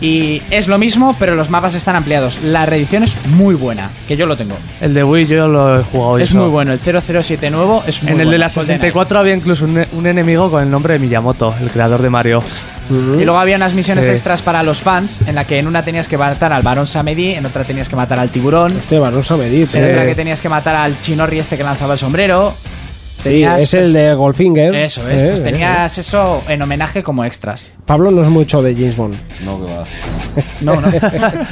S3: Y es lo mismo, pero los mapas están ampliados. La reedición es muy buena, que yo lo tengo.
S4: El de Wii yo lo he jugado. y
S3: es
S4: eso.
S3: muy bueno, el 007 nuevo es muy
S4: En el de
S3: bueno, Pues
S4: la
S3: GoldenEye.
S4: 64 había incluso un, un enemigo con el nombre de Miyamoto, el creador de Mario.
S3: Y luego había unas misiones
S4: Sí.
S3: extras para los fans, en la que en una tenías que matar al Barón Samedi, en otra tenías que matar al tiburón,
S5: Esteban, no sabe eh, medir.
S3: en otra que tenías que matar al chinorri este que lanzaba el sombrero. Tenías-
S5: es
S3: pues,
S5: el de Goldfinger.
S3: Eso es,
S5: Eh,
S3: pues
S5: eh,
S3: tenías eso en homenaje como extras.
S5: eh. Pablo no es mucho de James Bond.
S6: No, que va.
S3: No, no.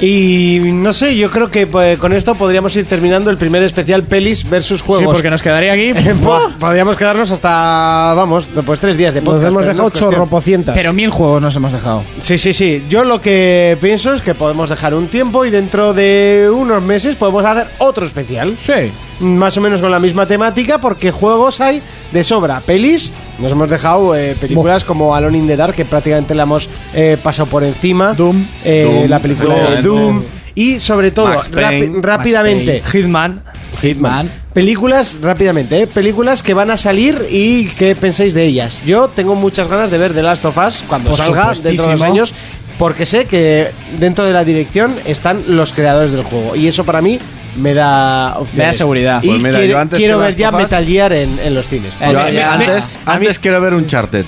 S1: Y no sé, yo creo que pues, con esto podríamos ir terminando el primer especial pelis versus juegos.
S3: porque nos quedaría aquí.
S1: Po- Podríamos quedarnos hasta, vamos, después tres días de
S5: Nos
S1: podcast.
S5: hemos
S1: pero no
S5: dejado
S1: es cuestión.
S5: chorropocientas.
S3: Pero mil juegos nos hemos dejado.
S1: Sí, sí, sí. Yo lo que pienso es que podemos dejar un tiempo y dentro de unos meses podemos hacer otro especial.
S3: Sí.
S1: Más o menos con la misma temática porque juegos hay de sobra. Pelis, nos hemos dejado eh, películas como Alone in the Dark, que prácticamente la hemos eh, pasado por encima. Doom.
S6: Doom,
S1: la película de
S6: efectivamente.
S1: Doom. Y sobre todo,
S6: Max Payne,
S1: rapi-
S6: Max
S1: rápidamente,
S4: Hitman.
S1: Hitman. Películas, rápidamente, ¿eh? películas que van a salir y qué pensáis de ellas. Yo tengo muchas ganas de ver The Last of Us cuando
S3: Por
S1: salga dentro de
S3: supuestísimo.
S1: dos años. porque sé que dentro de la dirección están los creadores del juego. Y eso para mí me da opciones.
S3: Me da seguridad.
S1: Y
S6: Pues mira,
S1: quiero,
S6: yo antes
S1: quiero
S6: que
S1: ver
S6: Last
S1: ya
S6: of Us-
S1: Metal Gear en, en los cines.
S6: Yo antes, antes quiero ver un charted.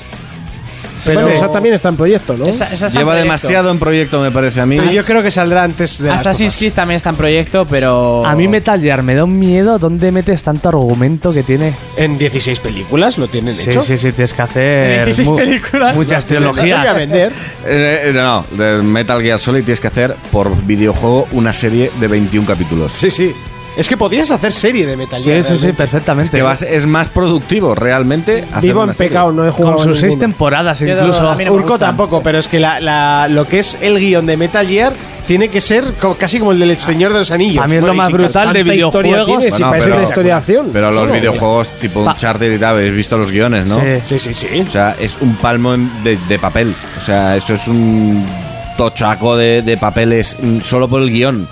S5: Pero esa también está en proyecto, ¿no?
S3: Esa- esa está en
S6: Lleva
S3: proyecto.
S6: demasiado en proyecto, me parece a mí.
S3: Pero yo creo
S1: que saldrá antes de
S3: Assassin's Creed también está en proyecto, pero.
S4: A mí Metal Gear me da un miedo dónde metes tanto argumento que tiene.
S1: En 16 películas lo tienen
S4: Sí,
S1: hecho.
S4: sí, sí, tienes que hacer
S1: 16
S4: mu-
S1: películas.
S4: muchas
S1: No, no se voy a
S4: teologías.
S1: vender.
S6: Eh, eh, no, de Metal Gear Solid tienes que hacer por videojuego una serie de 21 capítulos.
S1: Sí, sí. Es que podías hacer serie de Metal Gear. realmente.
S4: perfectamente.
S6: Es, que vas- es más productivo realmente. hacer
S1: Vivo
S6: una
S1: en
S6: serie.
S1: pecado, no he jugado Con sus seis ninguno.
S4: temporadas
S1: Yo no- a mí no me Urco tampoco, pero es que la- la- lo que es el guión de Metal Gear tiene que ser co- casi como el del Señor de los Anillos.
S4: A mí es lo
S1: y
S4: más
S1: sin
S4: brutal
S1: casar.
S4: de
S1: Tanta historia
S4: videojuegos.
S1: tiene, si parece una historia de acción.
S6: Pero los
S1: Solo.
S6: videojuegos tipo
S1: Pa-
S6: un charter y tal, habéis visto los guiones, ¿no?
S1: Sí, sí, sí.
S6: O sea, es un palmo en- de, de papel. O sea, eso es un tochaco de, de papeles mm, solo por el guión.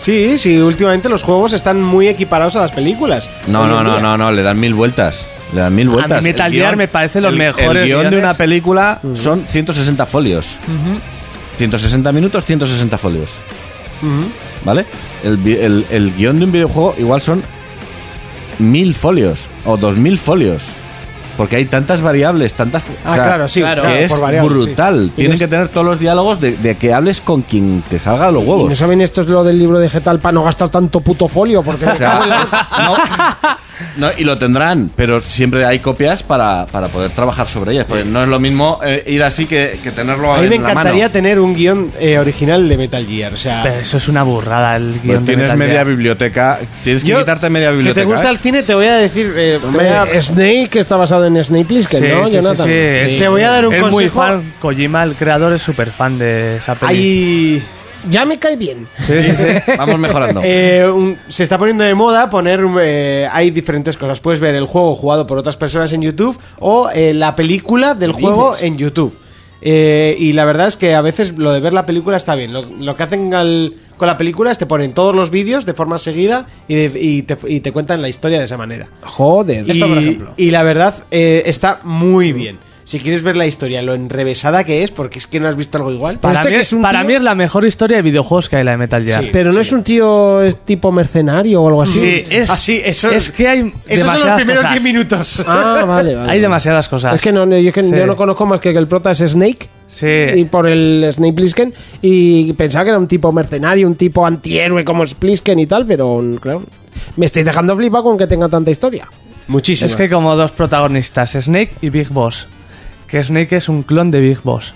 S1: Sí, sí, últimamente los juegos están muy equiparados a las películas.
S6: No,
S1: Hoy
S6: no,
S1: en
S6: no,
S1: día.
S6: no, no, le dan mil vueltas. Le dan mil vueltas.
S1: A mí Metal
S6: El
S1: Gear
S6: guión-
S1: me parece los
S6: el-
S1: mejores
S6: El guión de
S1: guiones.
S6: una película son 160 folios. 160 minutos, 160 folios. ¿Vale? El, vi- el- el guión de un videojuego igual son mil folios o dos mil folios. Porque hay tantas variables, tantas.
S1: Ah, claro, sí, claro,
S6: que es
S1: por variables,
S6: brutal.
S1: sí. Y
S6: Tienen
S1: no-
S6: que tener todos los diálogos de, de que hables con quien te salga de los
S5: Y no
S6: huevos.
S5: saben esto es lo del libro de Getal para no gastar tanto puto folio, porque
S6: O sea, No, y lo tendrán, pero siempre hay copias para, para poder trabajar sobre ellas. Porque no es lo mismo eh, ir así que, que tenerlo
S1: A mí
S6: en
S1: me
S6: la mano.
S1: encantaría tener un guión eh, original de Metal Gear. O sea,
S4: Pero eso es una burrada el
S6: Pues
S4: guión. de
S6: tienes
S4: Metal
S6: media
S4: Gear.
S6: biblioteca. Tienes que
S1: Yo-
S6: quitarte media
S1: que
S6: biblioteca.
S1: te gusta
S6: ¿eh?
S1: el cine, te voy a decir. eh, te voy a-
S5: Hombre, Snake que está basado en Snake Plissken,
S4: Sí,
S5: ¿no,
S4: sí, sí,
S5: Jonathan?
S4: sí, es-
S1: Te voy a dar un
S4: es
S1: consejo.
S4: Muy fan. Kojima, el creador, es súper fan de esa peli.
S1: Hay.
S5: Ya me cae bien.
S4: Sí, sí, sí.
S1: Eh, un- se está poniendo de moda poner. eh, hay diferentes cosas. Puedes ver el juego jugado por otras personas en YouTube o eh, la película del juego
S5: dices?
S1: en YouTube. Eh, y la verdad es que a veces lo de ver la película está bien. Lo, lo que hacen al- con la película es te ponen todos los vídeos de forma seguida y, de- y te, y te cuentan la historia de esa manera.
S5: Joder.
S1: Y, y la verdad eh, está muy bien. Si quieres ver la historia, lo enrevesada que es, porque es que no has visto algo igual.
S4: Para, mí, es para mí es la mejor historia de videojuegos que hay la de Metal Gear.
S1: Sí.
S5: Pero no es un tío es tipo mercenario o algo así.
S4: Sí, es,
S1: Así, Ah, eso-
S4: es que hay
S1: Esos son los
S4: demasiadas
S1: primeros
S4: cosas.
S1: 10 minutos.
S5: Ah, vale, vale.
S4: Hay demasiadas cosas.
S5: Es que, no, no, yo, es que
S4: Sí.
S5: yo no conozco más que que el prota es Snake. Y
S4: Sí.
S5: por el Snake Plissken. Y pensaba que era un tipo mercenario, un tipo antihéroe como es Plissken y tal, pero claro. Me estáis dejando flipado con que tenga tanta historia.
S1: Muchísimo.
S4: Es que hay como dos protagonistas, Snake y Big Boss. Que Snake es un clon de Big Boss.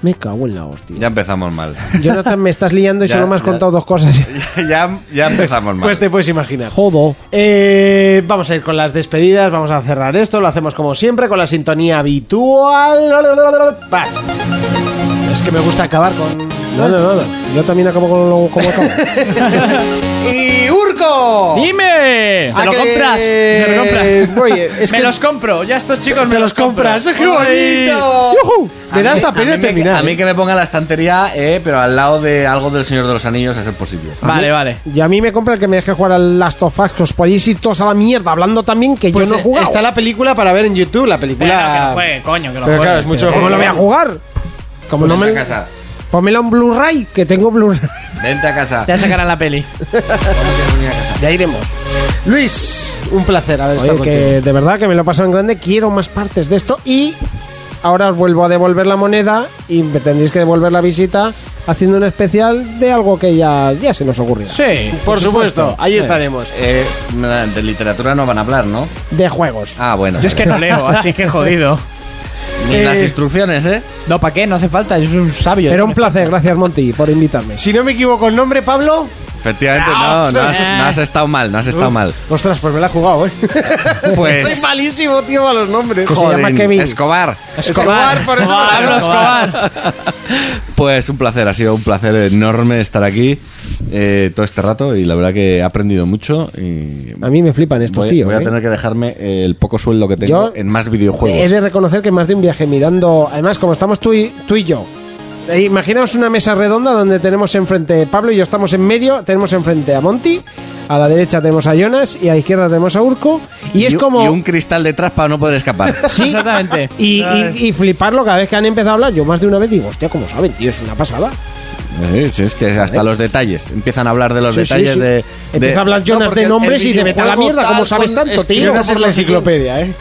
S5: Me cago en la hostia.
S6: Ya empezamos mal.
S5: Jonathan, me estás liando y
S6: Ya,
S5: solo me has
S6: ya.
S5: contado dos cosas.
S6: ya, ya empezamos mal.
S1: Pues te puedes imaginar.
S5: Jodo.
S1: Eh, vamos a ir con las despedidas, vamos a cerrar esto, lo hacemos como siempre, con la sintonía habitual. Vas. Es que me gusta acabar con...
S5: No, no, no, no. Yo también acabo con lo como todo.
S1: ¡Y
S6: Oh.
S1: Urco!
S3: ¡Dime!
S1: ¿A
S3: ¿Te lo
S1: Ah, que-
S3: compras? ¿Te lo compras?
S1: Oye, es
S3: me
S1: que-
S3: los compro. Ya estos chicos me
S1: Te los compras, ¡qué bonito! Me da hasta pena terminar.
S6: A mí
S3: ¿eh?
S6: que me ponga la estantería, eh, pero al lado de algo del Señor de los Anillos a ser posible.
S3: Vale, vale.
S5: Y a mí me compra el que me deje jugar al Last of Us, que os podéis ir todos a la mierda hablando también que
S1: Pues
S5: yo no he jugado.
S1: está la película para ver en YouTube, la
S3: Pero no, que lo
S1: película...
S3: juegue, coño, que
S1: Pero
S3: lo juegue.
S1: claro, es mucho
S5: ¿Cómo
S1: mejor.
S5: lo
S6: Eh,
S5: voy a jugar? Como no me...
S6: Pues casa.
S5: Pónmelo en Blu-ray, que tengo Blu-ray.
S6: Vente a casa.
S3: Ya sacarán la peli.
S5: Ya iremos.
S1: Luis, un placer haber
S5: Oye,
S1: estado
S5: que de verdad que me lo he pasado en grande, quiero más partes de esto y ahora os vuelvo a devolver la moneda y me tendréis que devolver la visita haciendo un especial de algo que ya, ya se nos ocurrió.
S3: Sí.
S1: contigo. Por supuesto, ahí estaremos.
S6: Eh, de literatura no van a hablar, ¿no?
S5: De juegos.
S6: Ah, bueno.
S3: Yo es que no leo, así que jodido.
S6: Ni
S1: eh,
S6: las instrucciones, ¿eh?
S3: No, ¿para qué? No hace falta. Yo soy un sabio.
S5: Pero un placer, gracias Monty por invitarme.
S1: Si no me equivoco el nombre, Pablo...
S6: Efectivamente,
S3: Ah,
S6: no, no has, no has estado mal, no has estado mal.
S1: Ostras, pues me la he jugado, ¿eh?
S6: Pues-
S1: Soy malísimo, tío, a los nombres.
S5: Que se llama
S6: Joder,
S5: Kevin.
S6: Escobar.
S1: Escobar, por eso.
S3: Pablo Escobar.
S6: Pues un placer, ha sido un placer enorme estar aquí eh, todo este rato y la verdad que he aprendido mucho y
S5: A mí me flipan estos
S6: voy,
S5: tíos.
S6: voy a
S5: ¿eh?
S6: tener que dejarme eh, el poco sueldo que tengo
S5: Yo-
S6: en más
S5: He
S6: videojuegos.
S5: de reconocer que más de un viaje mirando, además como estamos tú y, tú y yo, Eh, Imaginaos una mesa redonda donde tenemos enfrente Pablo y yo estamos en medio, tenemos enfrente a Monty, a la derecha tenemos a Jonas y a la izquierda tenemos a Urco y, es
S6: un-
S5: como
S6: Y un cristal detrás para no poder escapar.
S5: Sí, exactamente. Y, y- y fliparlo cada vez que han empezado a hablar. Yo más de una vez digo, hostia, como saben, tío, es una pasada.
S6: Sí, sí, es que hasta los detalles. Empiezan a hablar de los
S5: ¿Eh? Sí, sí,
S6: detalles
S5: sí.
S6: de,
S5: Empieza a hablar Jonas de nombres y de vete a la mierda, ¿cómo sabes tanto, tío?
S1: Jonas es la enciclopedia, ¿eh?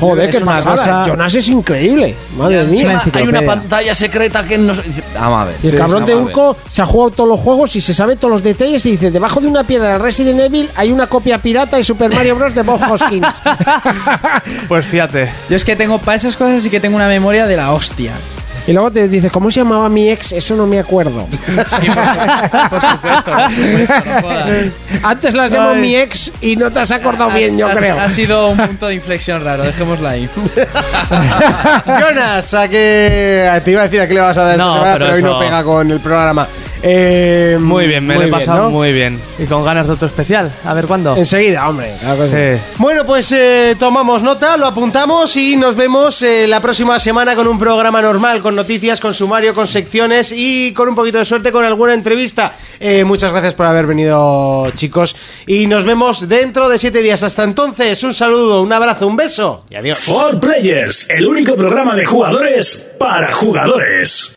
S5: Joder,
S6: Es
S5: qué
S6: una
S5: pasada.
S6: cosa-
S5: Jonas es increíble. Madre mía.
S6: Hay una pantalla secreta que no. Vamos a ver.
S5: Y el
S6: Sí,
S5: cabrón
S6: vamos
S5: de
S6: a ver.
S5: Urco se ha jugado todos los juegos y se sabe todos los detalles y dice, debajo de una piedra de Resident Evil hay una copia pirata de Super Mario Bros. de Bob Hoskins.
S4: Pues fíjate.
S3: Yo es que tengo, para esas cosas sí que tengo una memoria de la hostia.
S5: y luego te dices, ¿cómo se llamaba mi ex? Eso no me acuerdo. Antes las llamó
S3: Ay.
S5: mi ex y no te has acordado
S3: Has-
S5: bien, yo
S3: has-
S5: creo.
S3: Ha sido un punto de inflexión raro, dejémosla ahí.
S1: Jonas, a que te iba a decir a qué le vas a dar
S4: No,
S1: esta semana, pero,
S4: pero
S1: hoy no
S4: eso-
S1: pega con el programa. Eh,
S4: Muy bien, me lo he pasado
S1: ¿no?
S4: muy bien. Y con ganas de otro especial. A ver cuándo.
S5: Enseguida, hombre.
S4: Sí.
S1: Bueno, pues eh, tomamos nota, lo apuntamos y nos vemos eh, la próxima semana con un programa normal, con noticias, con sumario, con secciones y con un poquito de suerte con alguna entrevista. Eh, muchas gracias por haber venido, chicos. Y nos vemos dentro de siete días. Hasta entonces, un saludo, un abrazo, un beso.
S2: For Players, el único programa de jugadores para jugadores.